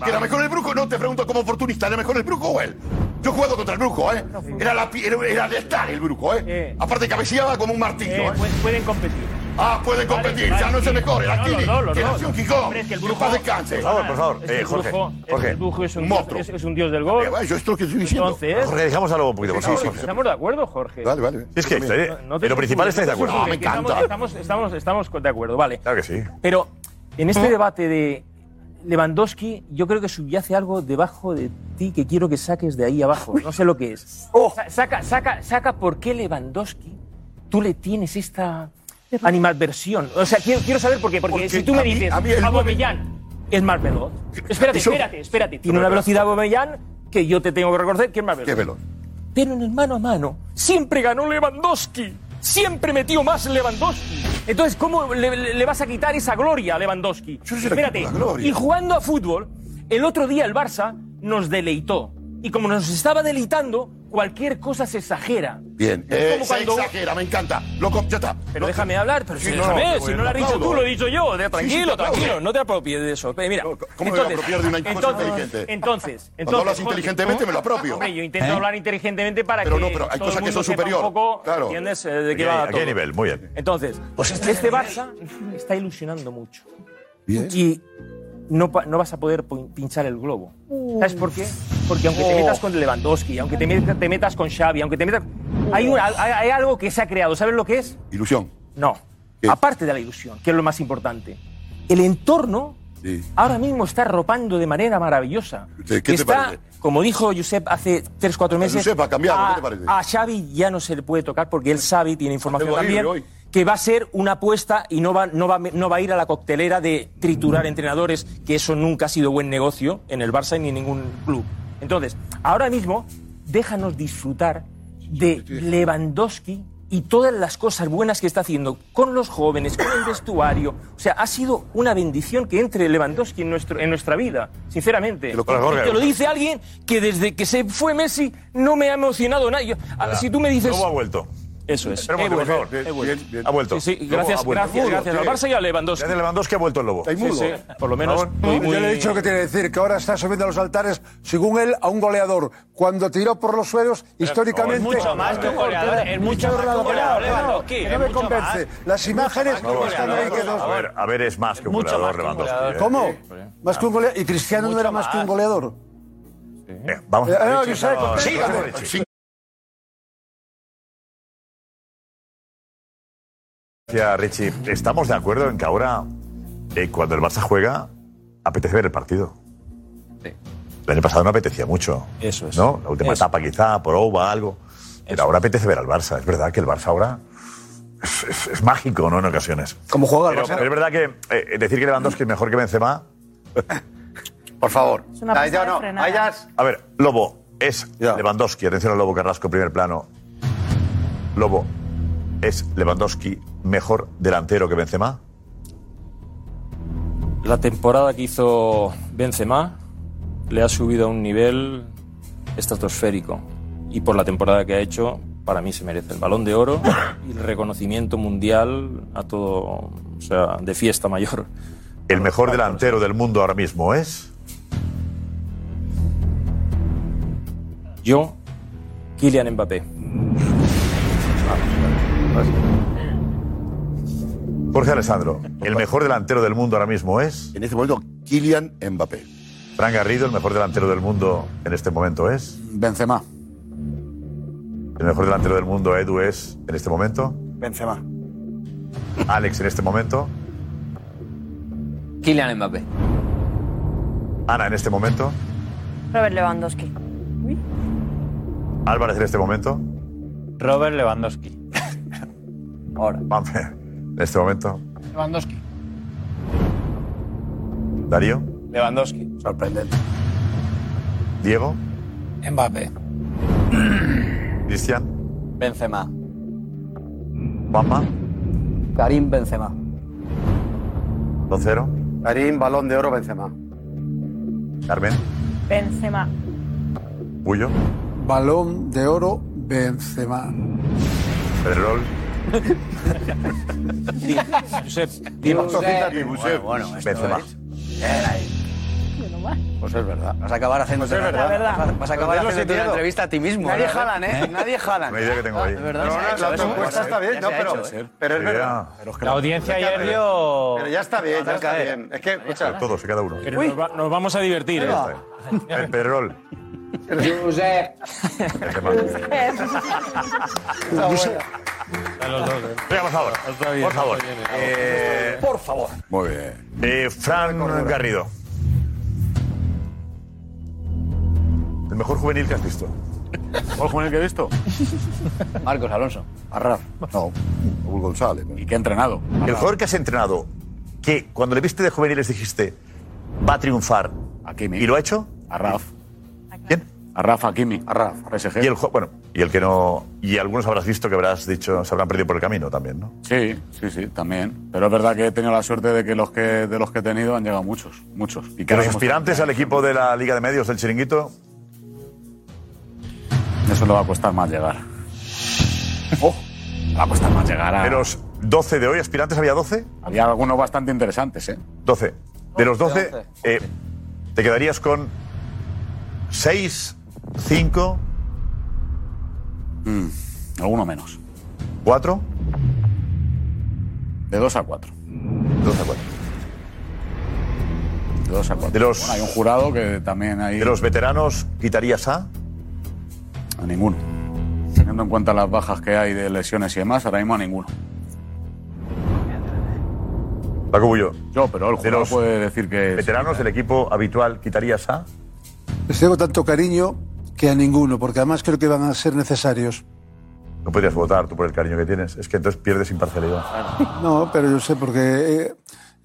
Que era mejor el Brujo. No te pregunto como oportunista, ¿era mejor el Brujo o él? Yo he jugado contra el Brujo, ¿eh? Era, la, pi- era, era letal el Brujo, ¿eh? Aparte cabeceaba como un martillo,
Eh,
¿eh?
pu- pueden competir.
Ah, pueden
Vale,
competir.
vale,
ya no es el
sí.
mejor,
No,
era
los
Kini.
dos, los
que
dos.
nació en Gijón.
Hombre, es que el
Que
Brujo-
paz descanse.
Por favor, por favor.
Este Es que
Eh,
el
Jorge.
Brujo- es que
Jorge.
El Brujo es un,
Monstruo.
dios, es, es un dios del gol.
Eh, Yo esto es lo que estoy diciendo.
Entonces.
Jorge, dejamos a Lobo un poquito, por favor.
estamos,
Jorge.
estamos de acuerdo, Jorge.
Vale, vale.
Es que está- eh,
No te
pero principal
preocupes,
estáis de
no te
acuerdo.
preocupes, que Estamos, estamos, estamos, estamos de acuerdo, vale.
Claro que sí.
Pero en este debate de Lewandowski, yo creo que subyace algo debajo de ti que quiero que saques de ahí abajo. No sé lo que es.
Oh.
Sa- Saca, saca, saca por qué Lewandowski tú le tienes esta animadversión. O sea, quiero, quiero saber por qué. Porque,
Porque
si tú me
a mí-
dices,
a mí el nueve-
Aubameyang es más veloz. Espérate,
Eso-
espérate, espérate. Tiene una velocidad Aubameyang que yo te tengo que reconocer que es más veloz.
Qué veloz.
Pero en el mano a mano siempre ganó Lewandowski. Siempre metió más Lewandowski. Entonces, ¿cómo le, le- le vas a quitar esa gloria a Lewandowski?
no se la quito la gloria.
y jugando a fútbol, el otro día el Barça nos deleitó. Y como nos estaba deleitando, cualquier cosa se exagera.
Bien.
Es
Eh,
como
se
cuando-
exagera, me encanta. Lo com- ya está.
Pero déjame hablar, pero
Sí,
si,
no,
déjame,
no,
si
bueno,
no lo has dicho
aplaudo.
tú, lo he dicho yo. De-
Sí, sí,
tranquilo,
te aplaudo.
tranquilo, no te apropies de eso. Eh, Mira,
¿cómo me voy a apropiar de una cosa
entonces, Entonces,
inteligente?
entonces.
Cuando hablas
Jorge,
inteligentemente, me lo apropio.
Hombre, yo intento
¿Eh?
hablar inteligentemente para
Pero
que.
no, pero hay
todo
cosas
el
que
mundo
son
sepa
superior.
Un poco,
Claro.
¿Entiendes? Eh, ¿De
¿A
qué
qué-
va
a qué
todo.
nivel? Muy bien.
Entonces, este Barça está ilusionando mucho.
Bien.
Y no, pa- no vas a poder pin- pinchar el globo. ¿Sabes por qué? Porque aunque te
Oh.
metas con Lewandowski, aunque te metas, te metas con Xavi, aunque te metas... Hay, una- hay- hay algo que se ha creado. ¿Sabes lo que es?
Ilusión.
No. Aparte de la ilusión, que es lo más importante. El entorno
Sí.
ahora mismo está ropando de manera maravillosa.
¿Qué te
está,
parece?
como dijo Josep hace 3-4 meses,
Josep ha cambiado,
a,
¿qué te parece?
a Xavi ya no se le puede tocar porque él Xavi tiene información
Tengo libre
también
hoy.
que va a ser una apuesta y no va, no, va, no va a ir a la coctelera de triturar entrenadores, que eso nunca ha sido buen negocio en el Barça ni en ningún club. Entonces, ahora mismo, déjanos disfrutar de Lewandowski y todas las cosas buenas que está haciendo con los jóvenes, con el vestuario. O sea, ha sido una bendición que entre Lewandowski en, nuestro, en nuestra vida, sinceramente.
Te lo compro, Jorge.
Y te lo dice alguien que desde que se fue Messi no me ha emocionado nada. Yo- a- si tú me dices...
Lobo ha vuelto.
Eso es.
Espera un
He
momento, por
vuelto,
favor.
he vuelto.
Bien, bien. Ha vuelto.
Sí, sí,
Lobo
gracias,
ha vuelto.
gracias, gracias. Al Barça y a Lewandowski.
Gracias a Lewandowski ha vuelto el Lobo.
Está inmundo.
Sí, sí, por lo menos
Ah,
Por favor.
muy, muy-
Yo le he dicho lo que tiene que decir, que ahora está subiendo a los altares, según él, a un goleador. Cuando tiró por los suelos, históricamente...
es mucho más que un goleador, es mucho más que un
Lewandowski,
goleador,
no,
Lewandowski,
que
es
No me
mucho
convence. Las imágenes
No,
no están ahí que dos-
a ver, a ver, es más que un
Mucho
goleador
más que un
Lewandowski. ¿eh?
¿Cómo? Más que un goleador. ¿Y Cristiano no era más que un goleador?
Eh, Vamos.
Eh, no, yo sé,
Vamos,
sí,
vamos,
vale.
Richie. Gracias, Richie. Estamos de acuerdo en que ahora, eh, cuando el Barça juega, apetece ver el partido. El año pasado no apetecía mucho.
Eso es.
¿No? La última
Eso.
etapa quizá, por OVA, algo. Pero ahora apetece ver al Barça. Es verdad que el Barça ahora es, es- es mágico, ¿no? En ocasiones.
Como juega el
Pero,
Barça.
pero es verdad que eh, decir que Lewandowski es mejor que Benzema.
Por favor.
una pasada
Ahí ya no.
de frenada.
Ahí ya es-
A ver, Lobo es Lewandowski. Atención a Lobo Carrasco, primer plano. Lobo, ¿es Lewandowski mejor delantero que Benzema?
La temporada que hizo Benzema le ha subido a un nivel estratosférico y por la temporada que ha hecho para mí se merece el balón de oro y el reconocimiento mundial a todo, o sea, de fiesta mayor.
El mejor delantero del mundo ahora mismo es.
Yo, Kylian Mbappé.
Jorge Alessandro, el mejor delantero del mundo ahora mismo es.
En este momento, Kylian Mbappé.
Fran Garrido, el mejor delantero del mundo en este momento es.
Benzema.
El mejor delantero del mundo, Edu, es en este momento.
Benzema.
Alex, en este momento.
Kylian Mbappé.
Ana, en este momento.
Robert Lewandowski.
Álvarez, en este momento.
Robert Lewandowski.
Ahora. en este momento.
Lewandowski.
Darío,
Lewandowski.
Sorprendente.
Diego,
Mbappé.
Cristian,
Benzema.
Juanma,
Karim Benzema.
2-0,
Karim, balón de oro, Benzema.
Carmen,
Benzema.
Bullo,
Balón de oro, Benzema.
Pedrerol.
Josep,
Bueno, bueno, esto Benzema.
Pues es verdad.
Vas a acabar haciendo
Pues es verdad.
Vas, a acabar
Yo lo
haciendo una
siento.
entrevista a ti mismo.
Nadie
¿no?
jalan, ¿eh? Nadie jalan.
Una idea que
Ah,
tengo ahí.
verdad, se ha hecho
la
eso,
propuesta
¿eh?
está bien,
Ya
no,
se ha
pero,
hecho, ¿eh?
pero es
Idea.
verdad.
ah. Pero es
que La la- audiencia ayer
Pero-
vio-
Pero ya está bien, ya está bien. Es que, pues, escucha.
Todos y cada uno.
Pero nos, va- nos vamos a divertir.
Ahí
¿eh?
va.
Pedrerol.
los dos, ¿eh?
Venga, por favor. Por favor. Eh,
Por favor. Muy bien.
eh, Fran Garrido. El mejor juvenil que has visto.
¿Cuál juvenil que he visto?
Marcos Alonso.
Arraf. No, Raúl González.
¿Y que ha entrenado?
El jugador que has entrenado, que cuando le viste de juveniles dijiste, va a triunfar. ¿Y lo ha hecho?
A Raf.
¿Quién?
A Rafa Kimi. A Rafa.
Y el, ju- bueno, y el que no. Y algunos habrás visto que habrás dicho, se habrán perdido por el camino también, ¿no?
Sí, sí, sí, también. Pero es verdad que he tenido la suerte de que los que Eh, de los que he tenido han llegado muchos, muchos. Y
Que los
hemos-
aspirantes al equipo de la Liga de Medios del Chiringuito.
Eso le va a costar más llegar. Oh, le va a costar más llegar a.
De los 12 de hoy, aspirantes, ¿había 12?
Había algunos bastante interesantes, ¿eh?
12. De los 12,
De once.
eh, te quedarías con 6, 5,
Mm, alguno menos.
4.
De 2 a 4.
De 2 a 4.
De 2 a 4.
De los-
hay un jurado que también hay.
De los veteranos, ¿quitarías a?
A ninguno. Teniendo en cuenta las bajas que hay de lesiones y demás, ahora mismo a ninguno.
Paco Bullo.
Yo, pero el jurado puede decir que.
Veteranos del equipo habitual, ¿quitarías a?
Les tengo tanto cariño que a ninguno, porque además creo que van a ser necesarios.
No podrías votar tú por el cariño que tienes. Es que entonces pierdes imparcialidad.
No, pero yo sé, porque eh,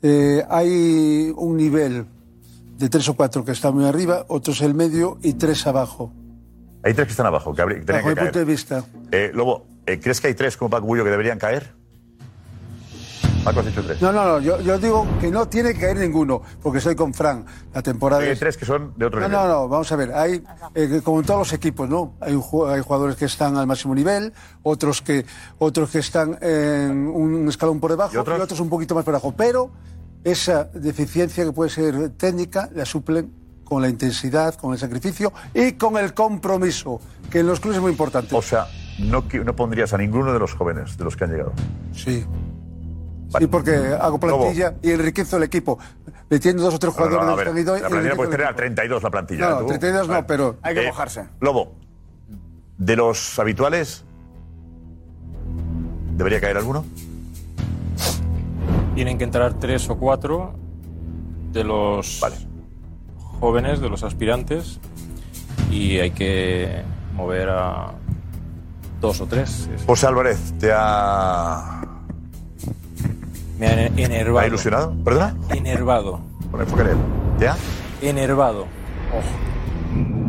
eh, hay un nivel de tres o cuatro que está muy arriba, otros el medio y tres abajo,
Hay tres que están abajo, que, habría- que tenían
bajo mi
que
punto de
caer.
vista.
Eh, Lobo, eh, ¿crees que hay tres como Paco Bullo que deberían caer? Paco, has dicho tres.
No, no, no, yo, yo digo que no tiene que caer ninguno, porque estoy con Fran. La temporada
Hay
es-
tres que son de otro
No,
nivel.
no, no, vamos a ver, hay, eh, como en todos los equipos, ¿no? Hay, un ju- hay jugadores que están al máximo nivel, otros que, otros que están en un escalón por debajo y otros, un poquito más por abajo, pero esa deficiencia que puede ser técnica la suplen con la intensidad, con el sacrificio y con el compromiso, que en los clubes es muy importante.
O sea, no, qui- no pondrías a ninguno de los jóvenes, de los que han llegado.
Sí. Sí, porque hago plantilla y enriquezo el equipo, metiendo dos o tres
No, no,
jugadores
no, a
de los
ver,
que han ido,
la
enriquezo
plantilla
el
puedes tener a
equipo.
32 la plantilla.
No,
¿eh, tú?
32 no,
Vale.
pero...
Eh, Lobo, de los habituales, ¿debería caer alguno?
Tienen que entrar tres o cuatro de los
jóvenes, de los aspirantes, y hay que mover a dos o tres.
José Álvarez, te ha.
Me ha ener- enervado.
¿Te ha ilusionado? ¿Perdona?
Enervado.
Bueno, enfócale. ¿Te ha?
Enervado.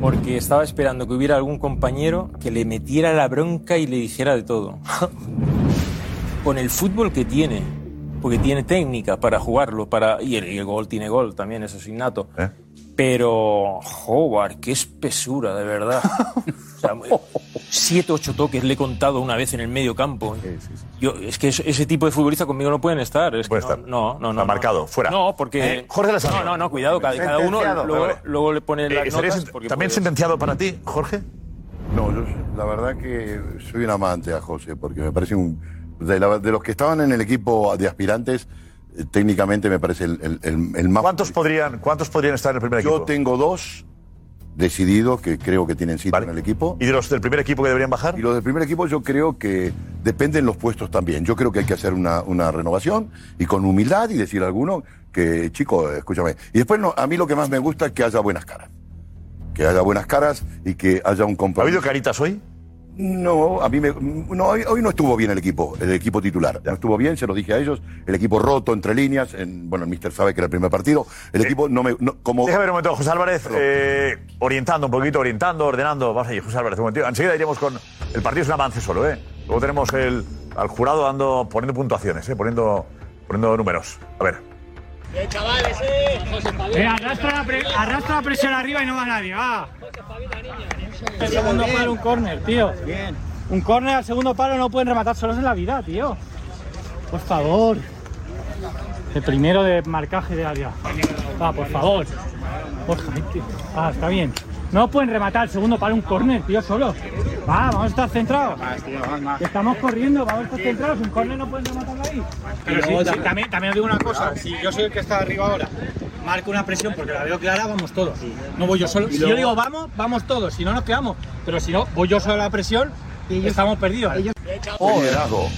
Porque estaba esperando que hubiera algún compañero que le metiera la bronca y le dijera de todo. Con el fútbol que tiene, porque tiene técnica para jugarlo, para y el, y el gol tiene gol también, eso es innato.
¿Eh?
Pero, Howard, qué espesura, de verdad. O sea, siete, ocho toques le he contado una vez en el medio campo. Yo, es que es- ese tipo de futbolista conmigo no pueden estar. Es que no, no, no, no. marcado,
fuera.
No, porque.
Eh, Jorge Lozano.
No, no, no, cuidado, cada, cada uno
Sentenciado.
luego,
Vale.
luego le pone
Eh,
las
¿sería
notas.
sen-
porque
¿También
puede-
sentenciado para ti, Jorge?
No, yo la verdad que soy un amante a José, porque me parece un. De, la- de los que estaban en el equipo de aspirantes, eh, técnicamente me parece el, el- el- el más. ¿Cuántos
podrían, ¿Cuántos podrían estar en el primer
equipo? Yo tengo dos decididos que creo que tienen sitio en el equipo.
¿Y de los del primer equipo que deberían bajar?
Y los del primer equipo yo creo que dependen los puestos también. Yo creo que hay que hacer una, una renovación y con humildad y decir a alguno que, chico, escúchame. Y después no, a mí lo que más me gusta es que haya buenas caras. Que haya buenas caras y que haya un compromiso. ¿Ha habido
caritas hoy?
No, a mí me, no, hoy, hoy no estuvo bien el equipo, el equipo titular. No estuvo bien, se lo dije a ellos. El equipo roto entre líneas. en- bueno, el mister sabe que era el primer partido. El equipo no me. no- como,
Déjame ver un momento, José Álvarez,
Perdón.
eh, orientando un poquito, orientando, ordenando. Vamos allí, José Álvarez, un momentito. Enseguida iremos con. El partido es un avance solo, ¿eh? Luego tenemos el, al jurado dando, poniendo puntuaciones, ¿eh? Poniendo, poniendo números. A ver.
Eh, arrastra, la pre- arrastra la presión arriba y no va nadie, va. El segundo palo, un córner, tío. Un córner al segundo palo no pueden rematar solos en la vida, tío. Por favor. El primero de marcaje de área. Va, por favor. Borja, tío. Ah, está bien. No pueden rematar el segundo palo, un córner, tío, solo. Va, vamos a estar centrados. Estamos corriendo, vamos a estar centrados. Un córner no pueden rematarlo ahí. Pero sí, sí, también, también os digo una cosa, si yo soy el que está arriba ahora, marco una presión porque la veo clara, vamos todos. No voy yo solo.
Y
Si
luego-
yo digo vamos, vamos todos, si no nos quedamos. Pero si no, voy yo solo a la presión y estamos perdidos. Oh.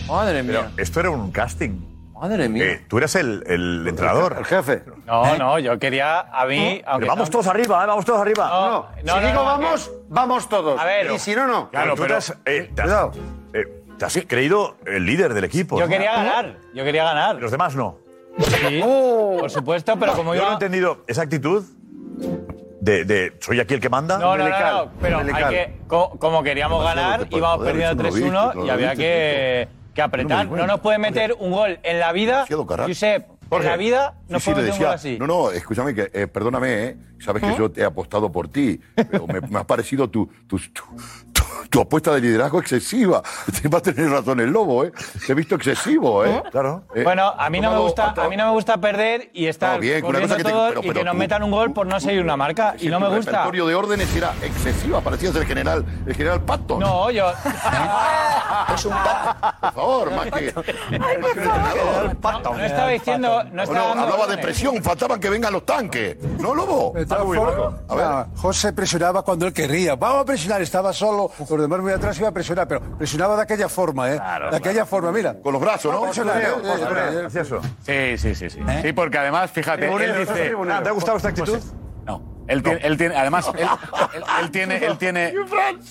Madre mía. esto era un casting.
Madre
mía. tú eras el, el entrenador. El
jefe.
No, no, yo quería a mí.
Pero vamos todos arriba, ¿eh? vamos todos arriba.
No,
si digo vamos, vamos todos.
A ver.
y si no, no.
Claro, pero, tú te has, eh, te has- eh, te has creído el líder del equipo.
Yo
¿no?
quería ganar, yo quería ganar.
Los demás no. Oh.
por supuesto, pero como
yo
iba-
no he entendido esa actitud de, de soy aquí el que manda.
No, no, no, no, pero hay que, co- como queríamos
Demasiado
ganar,
te puedo
íbamos
joder,
perdiendo
eso
3-1
no lo viste, no
y
lo
había
viste,
que, que apretar.
No me di
No nos puede meter un gol en la vida.
Demasiado carrasco.
Josep, en
Jorge,
la vida no
sí,
puede
sí, le
meter un
decía,
gol así.
No, no, escúchame, que, eh, perdóname, ¿eh? sabes que yo te he apostado por ti, pero me, me ha parecido tu, tu, tu, tu- tu apuesta de liderazgo excesiva. Te va a tener razón el lobo, ¿eh? Te he visto excesivo, ¿eh? Claro.
Bueno, a mí no me gusta, a mí no me gusta perder y estar
No, bien, una
corriendo
cosa que te-
todos
pero-
y
pero
que nos
tú-
metan un gol por no seguir una marca y no me
El
gusta.
repertorio de órdenes era excesiva, parecías el general, el general Patton.
No, yo.
es un Patton. Por favor, más que. general Patton.
No estaba diciendo, no
No,
estaba dando
hablaba de
órdenes.
presión, faltaban que vengan los tanques. ¿No, Lobo?
Estaba solo. Ah, José presionaba cuando él querría. Vamos a presionar, estaba solo. Los demás muy atrás iba a presionar, pero presionaba de aquella forma, ¿eh? de aquella forma, mira.
Con los brazos,
Vamos a presionar, eh, eh, eh, eh.
Sí, sí, sí. Sí, Sí, porque además, fíjate,
Tribunero, José
él dice. Pues
Tribunero. Ah, ¿te ha
gustado esta actitud?
No. Él tiene, él tiene- además, él, él- él tiene, él, tiene,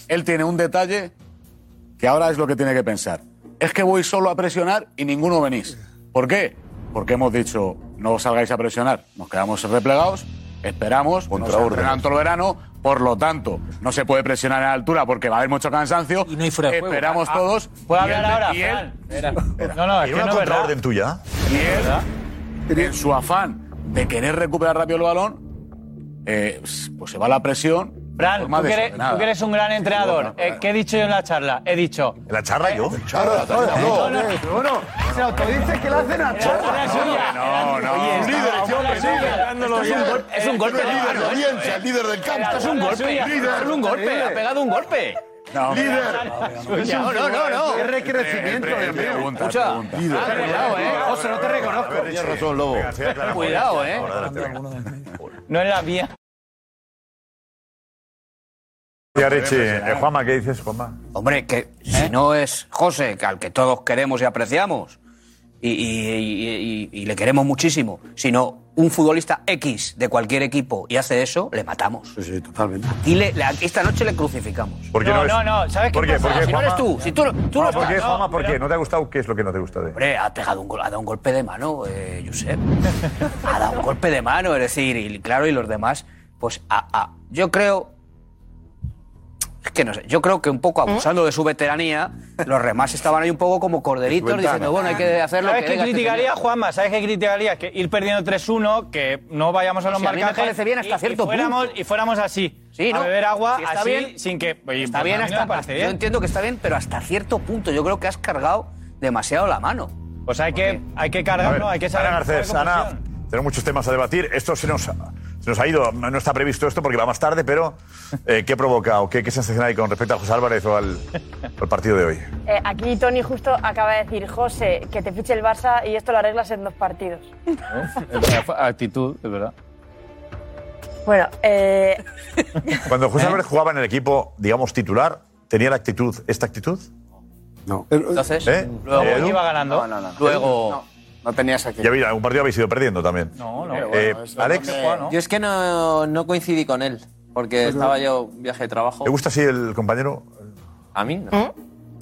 él tiene un detalle que ahora es lo que tiene que pensar. Es que voy solo a presionar y ninguno venís. ¿Por qué? Porque hemos dicho, no salgáis a presionar. Nos quedamos replegados, esperamos, nos
órdenes.
entrenan todo el verano, por lo tanto, no se puede presionar en altura porque va a haber mucho cansancio. Y no hay
de juego.
Esperamos
Ah,
todos.
¿puedo
y
hablar
él-
ahora,
y él-
Fran? Espera. No, no, es
Y
que
una
no es verdad.
contraorden
tuya.
Y él, en su afán de querer recuperar rápido el balón, eh, pues se va la presión.
Fran, tú que, eres, tú que eres un gran entrenador. eh, ¿Qué he dicho yo en la charla? He dicho. Eh,
¿En la charla yo?
Charla,
no, no,
Eh, Bueno, se autodice que la hacen a charla.
No, no.
Líder, este hombre,
Esto
líder.
es un gol- es un golpe.
El líder de
de
audiencia, el líder del campo.
Esto es un golpe.
Líder.
Esto es un golpe. Ha pegado un golpe.
No,
Líder.
No, no, no, no.
Es recrecimiento.
Pregunta, pregunta.
Cuidado, eh.
José, no te reconozco.
Tienes razón, Lobo.
Cuidado, eh. No es la mía.
Ya, Reche, eh, Juanma, ¿qué dices, Juanma? ¿Eh?
Hombre, que si no es José, que al que todos queremos y apreciamos, y, y- y- y- y le queremos muchísimo, sino un futbolista X de cualquier equipo y hace eso, le matamos. Sí, sí, totalmente. Y le- le- esta noche le crucificamos.
¿Por qué
no,
no, es-
no, no, ¿sabes qué
¿Por qué?
pasa?
¿Por qué,
Si no
Juanma?
eres
Ah,
tú, si tú no- tú no
¿Por qué,
estás,
Juanma?
no,
¿Por qué?
pero-
¿No te ha gustado? ¿Qué es lo que no te gusta de...?
Hombre, ha, pegado un, gol- ha dado un golpe de mano, eh, Josep. Ha dado un golpe de mano, es decir, y claro, y los demás, pues a- a- yo creo. Es que no sé, yo creo que un
¿Eh?
poco abusando de su veteranía, los demás estaban ahí un poco como corderitos diciendo, bueno, hay que hacer lo que
¿Sabes qué
diga este
criticaría,
señor.
Juanma? ¿Sabes qué criticaría? Que ir perdiendo 3-1, que no vayamos a los
Si a mí me
marcajes.
parece bien hasta
y- y
cierto
fuéramos-
punto.
Y fuéramos así.
Sí,
a
¿no?
beber agua,
Sí, está
así,
bien.
sin que. oye,
Está
pues
bien
a mí no
hasta.
me parece
Yo
bien.
entiendo que está bien, pero hasta cierto punto. Yo creo que has cargado demasiado la mano.
Pues hay que, hay que
A ver, Ana Garcés, Ana, tenemos muchos temas a debatir. Esto se nos, ha- se nos ha ido, no está previsto esto porque va más tarde, pero eh, ¿qué provoca o qué, qué sensación hay con respecto a José Álvarez o al, al partido de hoy?
Eh, aquí Tony justo acaba de decir, José, que te fiche el Barça y esto lo arreglas en dos partidos.
Actitud, es verdad.
Bueno, eh,
Cuando
¿Eh?
José Álvarez jugaba en el equipo, digamos, titular, ¿tenía la actitud, esta actitud? ¿Eh? No.
Entonces,
luego iba ganando.
No, no, no.
Luego-
No, no tenías aquí.
Ya había algún partido habéis ido perdiendo también.
No,
no.
Eh, Alex,
Yo es que no, no coincidí con él, porque estaba yo viaje de trabajo.
¿te gusta así el compañero?
¿A mí? No.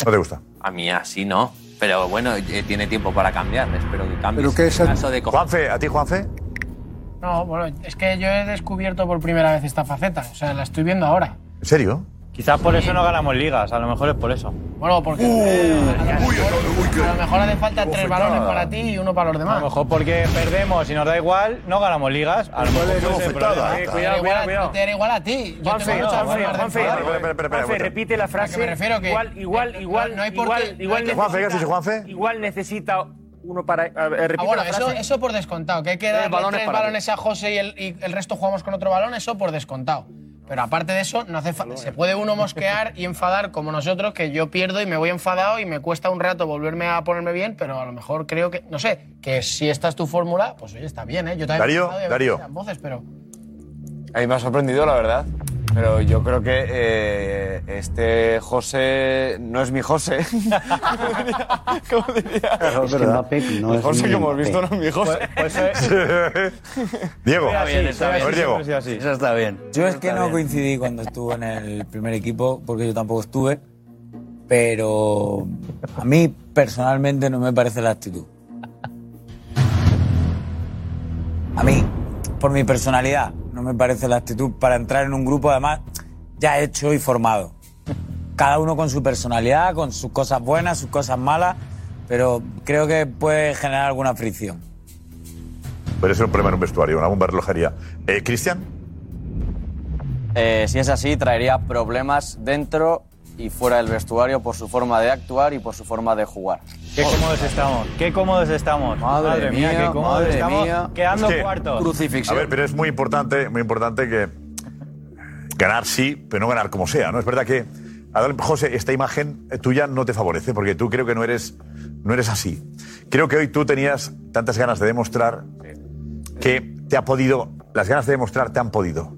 ¿No te gusta?
A mí así no. Pero bueno, eh, tiene tiempo para cambiar, espero que cambie.
¿Pero qué es el-
caso de
Juanfe, ¿a ti Juanfe?
No, bueno, es que yo he descubierto por primera vez esta faceta. O sea, la estoy viendo ahora.
¿En serio?
Quizás por eso no ganamos ligas, a lo mejor es por eso.
Bueno, porque. eh, a, lo mejor, a lo mejor hace falta tres balones para ti y uno para los
A
demás.
lo mejor porque perdemos y nos da igual, no ganamos ligas. A lo mejor puede ser el problema.
Te da igual a- Te da igual a ti. Yo
Juanfe,
tengo muchas
Juanfe,
formas de
Juanfe,
jugar.
Juanfe, espera, espera, espera, Juanfe, escucha. repite la frase.
¿A qué me refiero que
Igual, igual, igual,
no hay por
igual,
qué-
igual
no hay que-
necesita-
Juanfe, ¿qué has dicho, Juanfe?
Igual necesita uno para. a ver, repite
Ah, bueno,
la
eso,
frase.
eso por descontado. Que hay que dar
balones
tres
para ti.
balones a José y el, y el resto jugamos con otro balón, eso por descontado. Pero aparte de eso, no hace fa- se puede uno mosquear y enfadar como nosotros, que yo pierdo y me voy enfadado y me cuesta un rato volverme a ponerme bien, pero a lo mejor creo que, no sé, que si esta es tu fórmula, pues oye, está bien, ¿eh? Yo también me he
Darío,
enfadado y a
Darío.
veces eran voces, pero...
Ahí me ha sorprendido, la verdad. Pero yo creo que eh, este José no es mi José. ¿Cómo diría?
Es que Mbappé no
El
es
José
mi
que hemos
Mbappé.
visto no es mi José.
Diego.
Está bien,
está bien.
A ver, Diego.
Eso está bien.
Yo es que no coincidí cuando estuvo en el primer equipo, porque yo tampoco estuve, pero a mí personalmente no me parece la actitud. A mí, por mi personalidad, no me parece la actitud para entrar en un grupo además ya hecho y formado. Cada uno con su personalidad, con sus cosas buenas, sus cosas malas, pero creo que puede generar alguna fricción.
Puede ser un problema en un vestuario, una bomba de relojería. Eh, ¿Cristian?
Eh, si es así, traería problemas dentro y fuera del vestuario por su forma de actuar y por su forma de jugar.
Qué cómodos estamos, qué cómodos estamos. Madre, mía, qué cómodos
madre
estamos.
mía.
Quedando
Es que-
cuartos.
A ver, pero es muy importante, muy importante que ganar sí, pero no ganar como sea, ¿no? Es verdad que, Adal- José, esta imagen tuya no te favorece, porque tú creo que no eres, no eres así. Creo que hoy tú tenías tantas ganas de demostrar que te ha podido, las ganas de demostrar te han podido.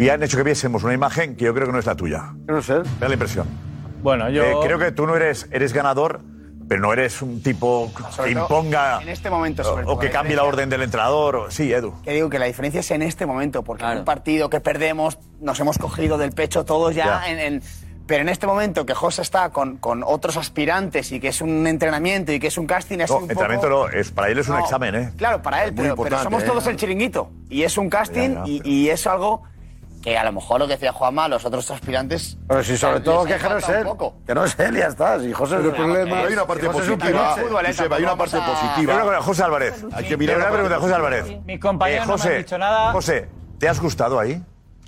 Y han hecho que viésemos una imagen que yo creo que no es la tuya.
No sé.
Me da la impresión.
Ah,
Bueno, yo-
Eh, creo que tú no eres, eres ganador, pero no eres un tipo que
todo
imponga
en este momento,
o-
sobre todo,
o que
la
cambie la
diferencia.
orden del entrenador. o- Sí, Edu.
Que digo que la diferencia es en este momento, porque en un partido que perdemos nos hemos cogido del pecho todos ya.
Ya.
En, en- pero en este momento que José está con, con otros aspirantes y que es un entrenamiento y que es un casting, es
No,
un
entrenamiento
poco-
no, es, para él es un
No,
examen, ¿eh?
Claro, para él, pero,
Muy
pero
importante,
somos
¿eh?
todos el chiringuito. Y es un casting
Ya, ya,
y, y es algo que a lo mejor lo que decía Juanma, los otros aspirantes.
Pero si sobre
les
todo
ha
que no es
faltado
él.
un poco.
Que no es él, ya está. Si José
Pero el problema
es-
Hay una parte
José es un
positiva,
pivote.
Fútbol, eh,
Josep,
tampoco vamos a-
Pero una cosa, José Álvarez.
Hay
que
mirar la
Pero una
parte
pregunta, José
positiva.
Álvarez.
Mis compañeros no
Eh,
me han
José,
dicho nada.
José, ¿te has gustado ahí?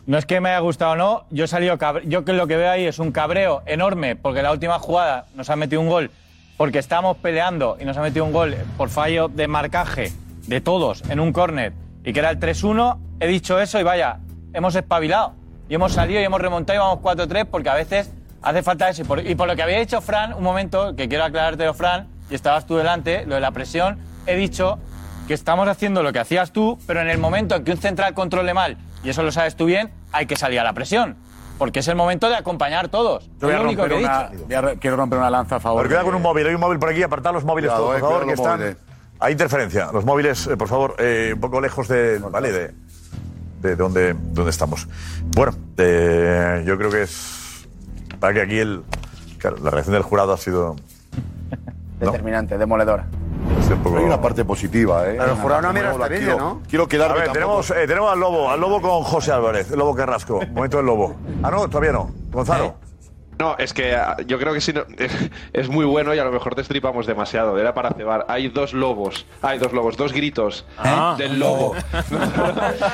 No es que me haya gustado o no, yo he salido cabre- yo que lo que veo ahí es un cabreo enorme porque la última jugada nos ha metido un gol porque estábamos peleando y nos ha metido un gol por fallo de marcaje de todos en un córner y que era el 3-1, he dicho eso y vaya, hemos espabilado y hemos salido y hemos remontado y vamos 4-3 porque a veces hace falta eso y por, y por lo que había dicho Fran, un momento que quiero aclarártelo Fran, y estabas tú delante, lo de la presión, he dicho que estamos haciendo lo que hacías tú, pero en el momento en que un central controle mal, y eso lo sabes tú bien, hay que salir a la presión. Porque es el momento de acompañar todos.
Yo voy
es
a
lo único
romper
que he
una,
dicho.
voy a re- quiero romper una lanza a favor.
Pero cuidado
de-
con un móvil, hay un móvil por aquí, apartad los móviles
Cuidado,
todos,
eh,
por favor, que
cuidado
están.
con los
Hay interferencia. Los móviles, eh, por favor, eh, un poco lejos de, ¿vale? de, de donde, donde estamos. Bueno, eh, yo creo que es para que aquí el, claro, la reacción del jurado ha sido
Determinante, demoledora.
Hay una parte positiva, ¿eh?
Pero el jurado no
Yo
mira
la
hasta el
quiero-
vídeo, ¿no?
Quiero
A
quedarme
ver,
tampoco-
tenemos, eh, tenemos al lobo, al lobo con José Álvarez, el lobo Carrasco. Momento del lobo. Ah, no, todavía no. Gonzalo.
No, es que ah, yo creo que si no, es, es muy bueno y a lo mejor te estripamos demasiado. Era para cebar. Hay dos lobos. Hay dos lobos, dos gritos
Ah.
del lobo.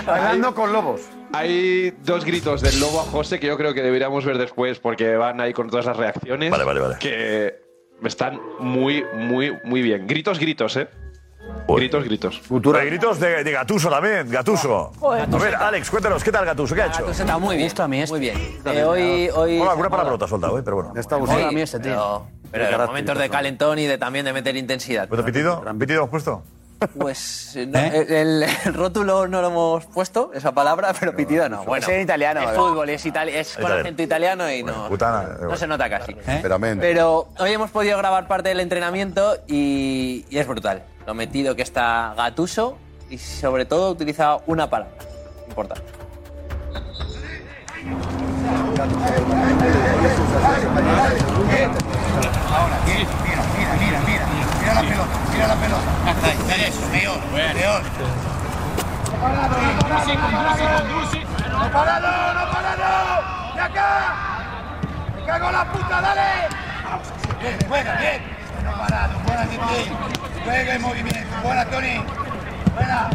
Bailando con lobos.
Hay dos gritos del lobo a José que yo creo que deberíamos ver después porque van ahí con todas las reacciones. Vale, vale, vale. Que están muy, muy, muy bien. Gritos, gritos, ¿eh? Gritos, gritos.
Hay gritos de, de Gatuso también, Gatuso.
Joder.
A ver, Alex, cuéntanos, ¿qué tal Gatuso? ¿Qué ha hecho?
Está muy bien. Esto a mí es muy bien.
También,
Eh, hoy, hoy.
Bueno, alguna palabrota ha soltado, eh, pero bueno.
Está
abusado.
a mí este tío.
Qué
Pero, en los
carácter,
momentos de
¿no?
calentón y de también de meter intensidad.
¿Puesto pitido? ¿Pitido hemos puesto?
Pues eh, no, el, el rótulo no lo hemos puesto, esa palabra, pero pitido no. Bueno,
es en italiano,
Es
¿verdad?
fútbol, es, itali- es con
Italiano.
acento italiano y no,
Putana. eh,
no
bueno.
se nota casi.
Veramente.
Pero hoy hemos podido grabar parte del entrenamiento y, y es brutal. Lo metido que está Gatuso y sobre todo utiliza una palabra importante.
Ahora, mira, mira, mira, mira, mira, mira la pelota, mira la pelota. Eso, peor, peor. ¡No para, no, no para, no! ¡De acá! ¡Me cago en la puta, dale! Bien, buena, bien. No parado, buena Titi. Juega el movimiento. Buena, Tony. Buena.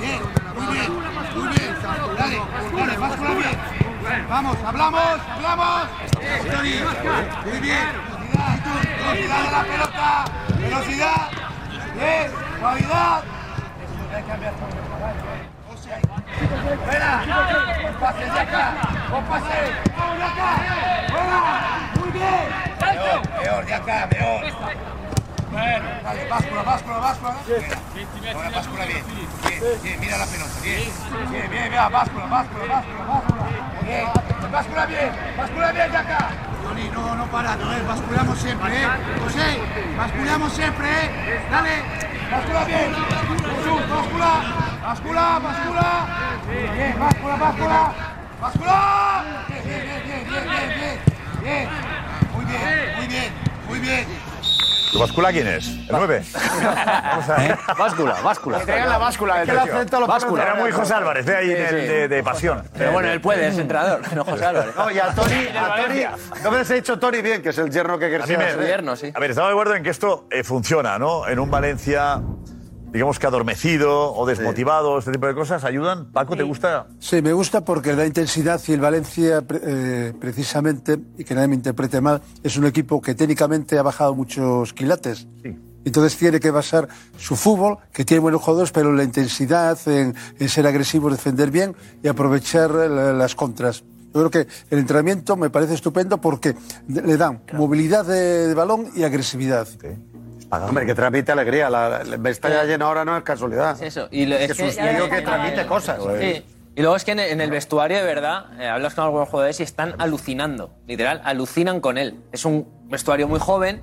Bien, muy bien, muy bien. Dale, dale, vas con la bien. Vamos, hablamos, hablamos. Tony, muy bien. Velocidad de la pelota. Velocidad. Bien, suavidad. Buena. Pase de acá. O pase. Vamos de acá. Buena. Muy bien. Peor, peor de acá, peor. Bueno. Dale, báscula, báscula, báscula. Buena. Ahora báscula bien. Bien, bien, mira la pelota. Bien. Bien, bien, mira, báscula, báscula, báscula, báscula. Bien. Báscula Eh, bien, báscula bien de acá. Tony, no, no parado, eh. Basculamos siempre, eh. José, basculamos siempre, eh. Dale. Báscula bien. Josu, Báscula, báscula, báscula. Bien, báscula, báscula. ¡Báscula! Bien, bien, bien, bien, bien, bien, bien. Muy bien, muy bien, muy bien.
¿Tu báscula quién es? ¿El 9?
Báscula, báscula.
traigan la báscula del
del
tío. Báscula.
Era muy José Álvarez, de ahí
Sí,
del-
sí.
De, de pasión.
Pero bueno, él puede,
es entrenador, no
Pues
José
¿eh?
Álvarez.
No, y a Tony, a Tony, no me les he dicho Tony bien, que es el yerno que
A
quería
mí me- A ver, estamos de acuerdo en que esto eh, funciona, ¿no? En un Valencia, digamos que adormecido o desmotivado, este tipo de cosas, ¿ayudan? Paco, ¿te gusta?
Sí, me gusta porque da intensidad y el Valencia, pre- eh, precisamente, y que nadie me interprete mal, es un equipo que técnicamente ha bajado muchos quilates. Entonces tiene que basar su fútbol, que tiene buenos jugadores, pero en la intensidad, en, en ser agresivo, defender bien y aprovechar eh, las contras. Yo creo que el entrenamiento me parece estupendo porque le dan movilidad de, de balón y agresividad.
Ah,
Hombre, que transmite alegría. La, la- la está ya llena ahora, no es casualidad.
Es eso. Y lo-
es que
es
es un
que-
tío que transmite cosas.
Sí. Y luego es que en en el vestuario, de verdad, eh, hablas con algunos jugadores y están alucinando. Literal, alucinan con él. Es un vestuario muy joven.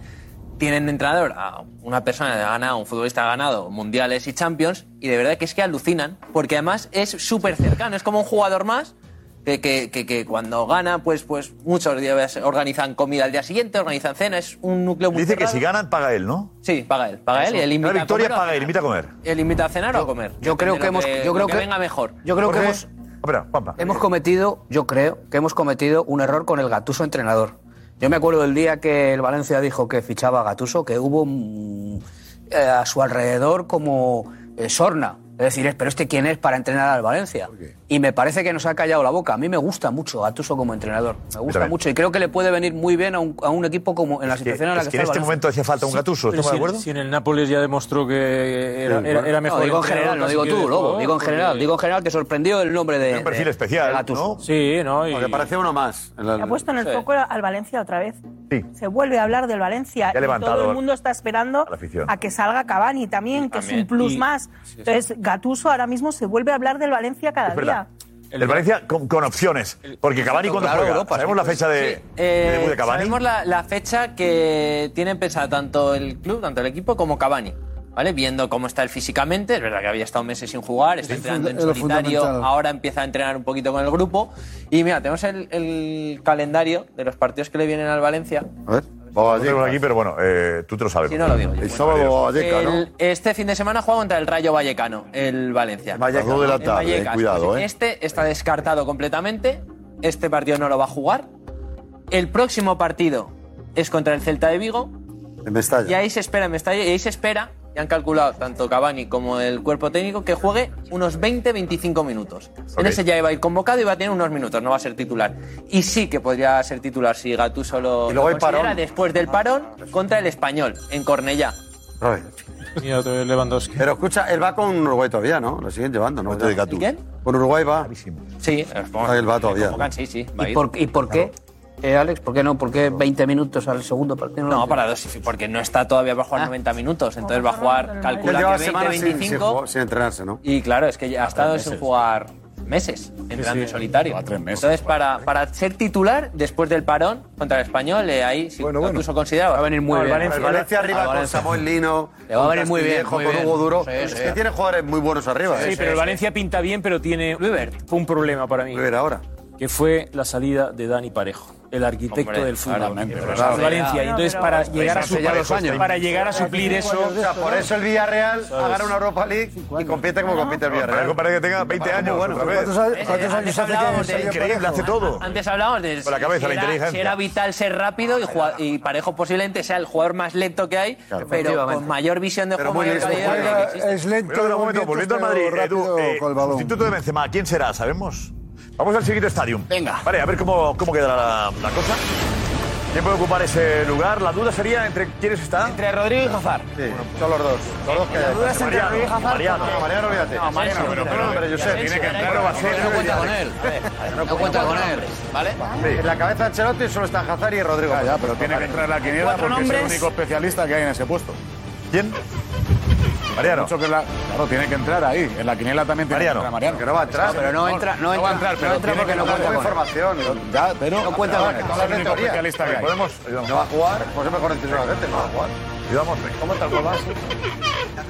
Tienen de entrenador a una persona que ha ganado, un futbolista ha ganado mundiales y champions. Y de verdad que es que alucinan. Porque además es súper cercano. Es como un jugador más. Que, que- que- que cuando gana, pues, pues muchos días organizan comida al día siguiente, organizan cena, es un núcleo muy
Dice que
cerrado.
si ganan, paga él, ¿no?
Sí, paga él, paga él y él invita
Una
a
victoria
comer o a
paga él,
cenar.
invita a comer.
¿El invita a cenar o a comer?
Yo creo
Depende
que
de lo
hemos. yo creo
lo
que
venga mejor.
Yo creo que
Jorge.
hemos.
ah, Espera, Juanpa.
Hemos cometido, yo creo, que hemos cometido un error con el Gatuso entrenador. Yo me acuerdo del día que el Valencia dijo que fichaba a Gatuso, que hubo mm, eh, a su alrededor como eh, sorna. Es decir, es, pero este quién es para entrenar al Valencia. Y me parece que nos ha callado la boca. A mí me gusta mucho Gatuso como entrenador. Me gusta
también.
mucho y creo que le puede venir muy bien a un, a un equipo como en la
Que,
situación en la
es
que,
que
está
en este
el Valencia.
momento hacía falta un gatuso,
pero
¿estamos
si-
de acuerdo?
Si en el Nápoles ya demostró que era, era- era mejor.
No, digo en
entrenador,
general, no
casi
digo
que
tú,
jugador,
Lobo. Digo en
porque-
general, digo en general que sorprendió el nombre de. Un perfil
especial.
Gatuso.
Sí, ¿no?
Y...
parece uno más.
Ha puesto en el
Sí.
foco al Valencia otra vez.
Sí.
Se vuelve a hablar del Valencia.
Ya ha
y
levantado
todo el mundo está esperando
la afición.
a que salga Cavani también, que es
también.
un plus
Y-
más. Entonces, Gatuso ahora mismo se vuelve a hablar del Valencia cada
Es
día.
verdad. El, Valencia con, con opciones. Porque Cavani, cuando
Claro,
juega?
Europa,
¿Sabemos
sí,
la
pues.
fecha de,
Sí.
de
Eh,
debut de Cavani?
Sabemos la, la fecha que tienen pensada tanto el club, tanto el equipo, como Cavani. ¿Vale? Viendo cómo está él físicamente, es verdad que había estado meses sin jugar, está entrenando en
es lo
solitario,
fundamental.
ahora empieza a entrenar un poquito con el grupo. Y mira, tenemos el, el calendario de los partidos que le vienen al Valencia.
A ver. Vamos a aquí, pero bueno, eh, tú te lo sabes.
Si no, lo digo
El sábado Valleca, ¿no?
El- Este fin de semana juega contra el Rayo Vallecano, el Valencia.
Vallecas. Las dos de la
El
tarde, eh,
Vallecas.
cuidado, eh.
Este está descartado completamente. Este partido no lo va a jugar. El próximo partido es contra el Celta de Vigo.
En Mestalla.
Y ahí se espera, en Mestalla, y ahí se espera, y han calculado tanto Cavani como el cuerpo técnico, que juegue unos 20-25 minutos. En ese ya iba a ir convocado y va a tener unos minutos, no va a ser titular. Y sí que podría ser titular si Gattuso lo,
luego
lo
hay parón.
considera después del parón
Ah,
contra el Español, en Cornellá.
Mira, Lewandowski. Pero escucha, él va con Uruguay todavía, ¿no? Lo siguen llevando, ¿no?
quién?
Con Uruguay va.
Sí,
O sea, él va todavía.
Convocan, sí, sí. va a
¿Y
ir.
por, y por qué, eh, Alex? ¿Por qué no? ¿Por qué 20 minutos al segundo partido?
No, para dos, porque no está todavía para jugar 90 minutos, entonces va a jugar,
Él
calcula
lleva
que
semanas sin, sin
20-25.
jugar- sin entrenarse, ¿no?
Y claro, es que ya ha estado
meses.
sin jugar meses, entrando en solitario. Entonces, para, para ser titular, después del parón contra el español, eh, ahí, si bueno, consideraba. Va a venir
Al Valencia, al Valencia
Ah,
arriba con Samuel Lino.
Le va a
con
venir muy bien,
Castillejo,
muy
con
bien.
Hugo Duro.
Sí,
es
sí.
que tiene jugadores muy buenos arriba.
Sí,
¿eh?
pero el Valencia pinta bien, pero tiene fue un problema para mí.
ahora.
Que fue la salida de Dani Parejo, el arquitecto
Hombre,
del fútbol.
claramente,
del
pero claro.
Valencia. Y
Pero-
entonces para
pero-
llegar a
hace
su-
ya dos años.
para llegar a suplir eso.
O sea, por eso el Villarreal ha ganado una Europa League y compite como compite el Villarreal.
Parejo parece que tenga 20 años, otra
pues,
vez. ¿Cuántos
Eh,
años- cuántos años
Antes
hace que
hablábamos de-
salió Increíble, Parejo? hace todo.
Antes hablábamos de
Con la cabeza,
si
la
era-
inteligencia.
si era vital ser rápido y, jugad- y Parejo posiblemente sea el jugador más lento que hay, pero
Efectivamente.
con mayor visión de juego. mayor calidad.
Es lento.
Pero un momento, volviendo al Madrid, Edu, eh,
con el balón.
sustituto de Benzema, ¿quién será? ¿Sabemos? Vamos al siguiente estadio. Venga. Vale, a ver cómo, cómo quedará la, la cosa. ¿Quién puede ocupar ese lugar? La duda sería entre quiénes están. Entre
Rodrigo y Hazard. Sí, son los dos. Son los que. La
duda es entre Rodrigo y Hazard.
Mariano,
No,
Mariano, olvídate.
no, Mariano, pero- pero-
hombre,
pero-
Josep,
tiene que entrar,
pero
va a ser-
No cuenta
con
él.
No cuenta con él,
¿vale? En la cabeza de Ancelotti solo están Hazard y Rodrigo.
Ya, ya, pero tiene que entrar la quiniela porque es el único especialista que hay en ese puesto. ¿Quién? Mariano. que la- Claro, tiene que entrar ahí. En la quiniela también tiene
Mariano.
que entrar Mariano.
Que no va a entrar.
pero no entra. No, va a entrar, pero tiene que entrar.
información.
Ya, pero...
No cuenta con él.
Es el único especialista que hay.
Podemos.
No va a jugar, pues es mejor decirlo a la gente, no va a jugar.
Ayudamos.
¿Cómo tal cual va?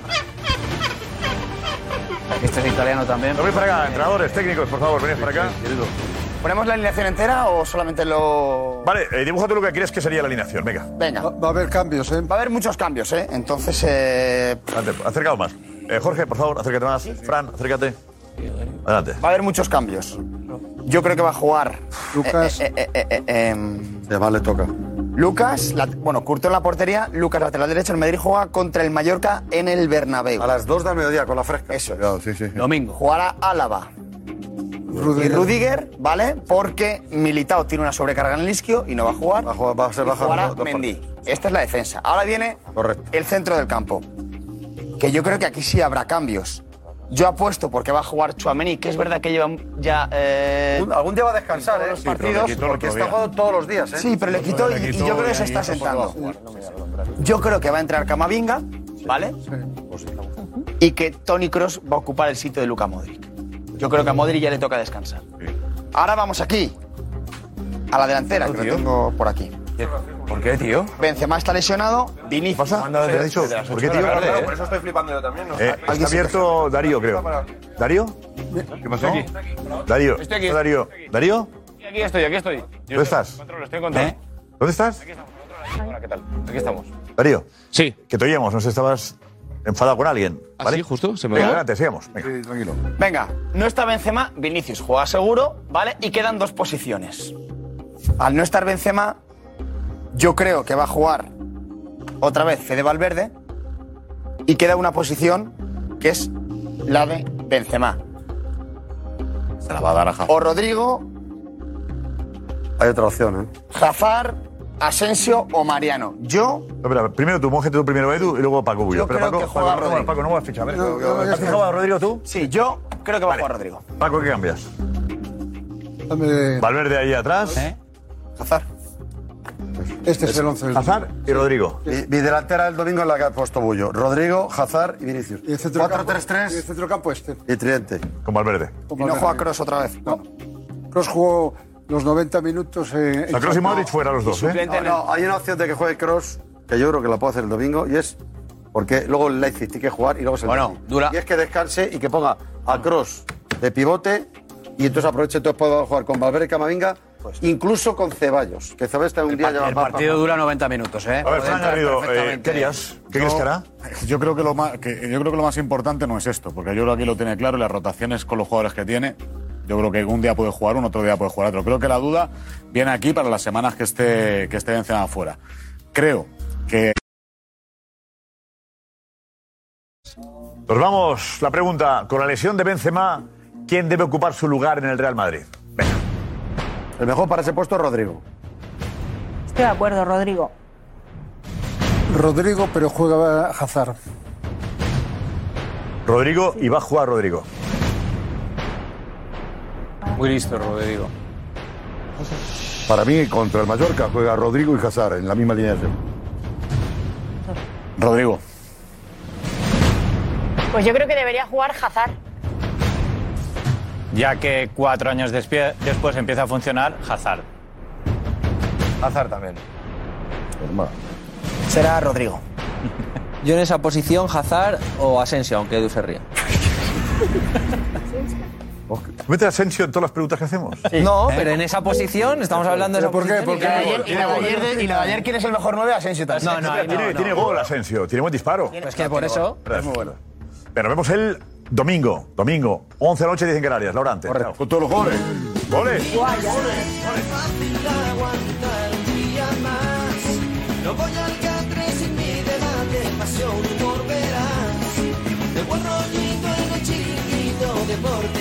Este es italiano también.
No voy para acá, entrenadores, técnicos, por favor, venid para acá.
¿Ponemos la alineación entera o solamente lo...?
Vale, eh, dibuja tú lo que crees que sería la alineación, venga.
Venga. Va,
a haber cambios, ¿eh?
Va a haber muchos cambios, ¿eh? Entonces, eh,
Adelante, acercaos más. Eh, Jorge, por favor, acércate más. Fran, acércate. Adelante.
va a haber muchos cambios. Yo creo que va a jugar... Eh, Lucas...
le toca.
em, Lucas, la- bueno, Curto en la portería, Lucas lateral derecho, el Madrid juega contra el Mallorca en el Bernabéu.
A las 2 del mediodía, con la fresca.
Eso.
sí, sí.
Domingo. Jugará Álava. Y Rudiger, ¿vale? Porque Militao tiene una sobrecarga en el isquio y no va a jugar. Va a,
jugar, va a ser bajado
Jugará
dos- dos
Mendy. Esta es la defensa. Ahora viene
Correcto.
el centro del campo. Que yo creo que aquí sí habrá cambios. Yo apuesto porque va a jugar Chuameni, que es verdad que lleva ya. eh,
Un- Algún día va a descansar, ¿eh?
Sí, pero le
partidos,
quitó el
porque
otro
está
día.
jugando todos los días, ¿eh?
Sí, pero le quitó y, y yo creo que se está sentando. Yo creo que va a entrar Camavinga, ¿vale? Y que Tony Cross va a ocupar el sitio de Luca Modric. Yo creo que a Modric ya le toca descansar.
Eh,
Ahora vamos aquí, a la delantera, que lo tengo por aquí.
¿Por qué, tío?
Benzema está lesionado, Vinicius.
te ha dicho? ¿Por qué, tío?
por eso estoy flipando yo también.
Eh, está abierto Darío, creo. ¿Darío? ¿Qué pasó? Darío.
Estoy aquí.
Está Darío. ¿Darío?
Aquí estoy, aquí estoy.
¿Dónde estás?
Control, estoy en control.
¿Dónde estás?
Hola, ¿qué tal? Aquí estamos.
Darío. Sí. Que te oíamos, no sé, estabas enfadado con alguien.
Ah,
¿vale?
sí, justo, se me
Venga,
va.
adelante, sigamos. Venga.
tranquilo. Venga, no está Benzema, Vinicius juega seguro, ¿vale? Y quedan dos posiciones. Al no estar Benzema, yo creo que va a jugar otra vez Fede Valverde y queda una posición que es la de Benzema.
Se la va a dar a
Ah.
Hazard.
O Rodrigo,
Hay otra opción, ¿eh?
Jafar, Asensio o Mariano. Yo.
Espera, primero tú, monje tú primero Edu y luego Paco Bullo.
Yo
Pero
creo
Paco,
que juega
Paco,
Rodrigo.
Paco, no voy a fichar. A ver,
No, no,
¿Has
ya
fijado a Rodrigo tú?
Sí, yo creo que va a jugar Rodrigo.
Paco, ¿qué cambias? Valverde ahí atrás.
¿Eh?
Hazard.
Este es el 11 del
Hazard y Rodrigo.
Mi, mi delantera del domingo es la que ha puesto Bullo. Rodrigo, Hazard y Vinicius.
Y el centrocampo- y el centrocampo este.
Y Triente.
Con Valverde.
Y no juega Kroos
otra vez.
No. Kroos jugó los 90 minutos. Eh, en-
¿eh?
¿eh? No, no, hay una opción de que juegue Cross, que yo creo que la puedo hacer el domingo, y es Porque luego el Leipzig tiene que jugar y luego se
Bueno,
dura. Y es que descanse y que ponga a Cross de pivote y entonces aproveche entonces pueda jugar con Valverde y Camavinga, incluso con Ceballos, que Ceballos está un día ya va-
Pues. El
va-
partido
va-
dura 90 minutos, ¿eh?
A ver, Fran Garrido, eh,
perfectamente.
¿qué harías?
Yo- Yo creo, que lo más, que- yo creo que lo más importante no es esto, porque yo creo que aquí lo tiene claro, las rotaciones con los jugadores que tiene. Yo creo que un día puede jugar uno, otro día puede jugar otro. Creo que la duda viene aquí para las semanas que esté, que esté Benzema fuera. Creo que...
Nos vamos. La pregunta, con la lesión de Benzema, ¿quién debe ocupar su lugar en el Real Madrid?
El mejor para ese puesto es Rodrigo.
Estoy de acuerdo, Rodrigo.
Rodrigo, pero juega Hazard.
Rodrigo y va a jugar Rodrigo.
Muy listo, Rodrigo.
Para mí, contra el Mallorca juega Rodrigo y Hazard en la misma línea de tiempo.
Rodrigo.
Pues yo creo que debería jugar Hazard.
Ya que cuatro años despie- después empieza a funcionar Hazard. Hazard también.
Será Rodrigo. Yo en esa posición, Hazard o Asensio, aunque Edu se ría.
¿Mete Asensio en todas las preguntas que hacemos?
No, pero en esa posición, estamos hablando de esa posición.
¿Eh? ¿Por qué?
y-
Ayer-
Tiene gol.
Y la de ayer, ¿quién es el mejor 9? Asensio también.
No, no, tiene, tiene gol Asensio, tiene buen disparo. Ah,
Pues que por eso.
Es muy bueno. Pero vemos el domingo, domingo, 11 de la noche, 10 en Canarias, la hora antes. Con todos los goles. Goles.
No voy al catre sin mi debate, pasión y humor verás. De buen rollito en el chiquito deporte.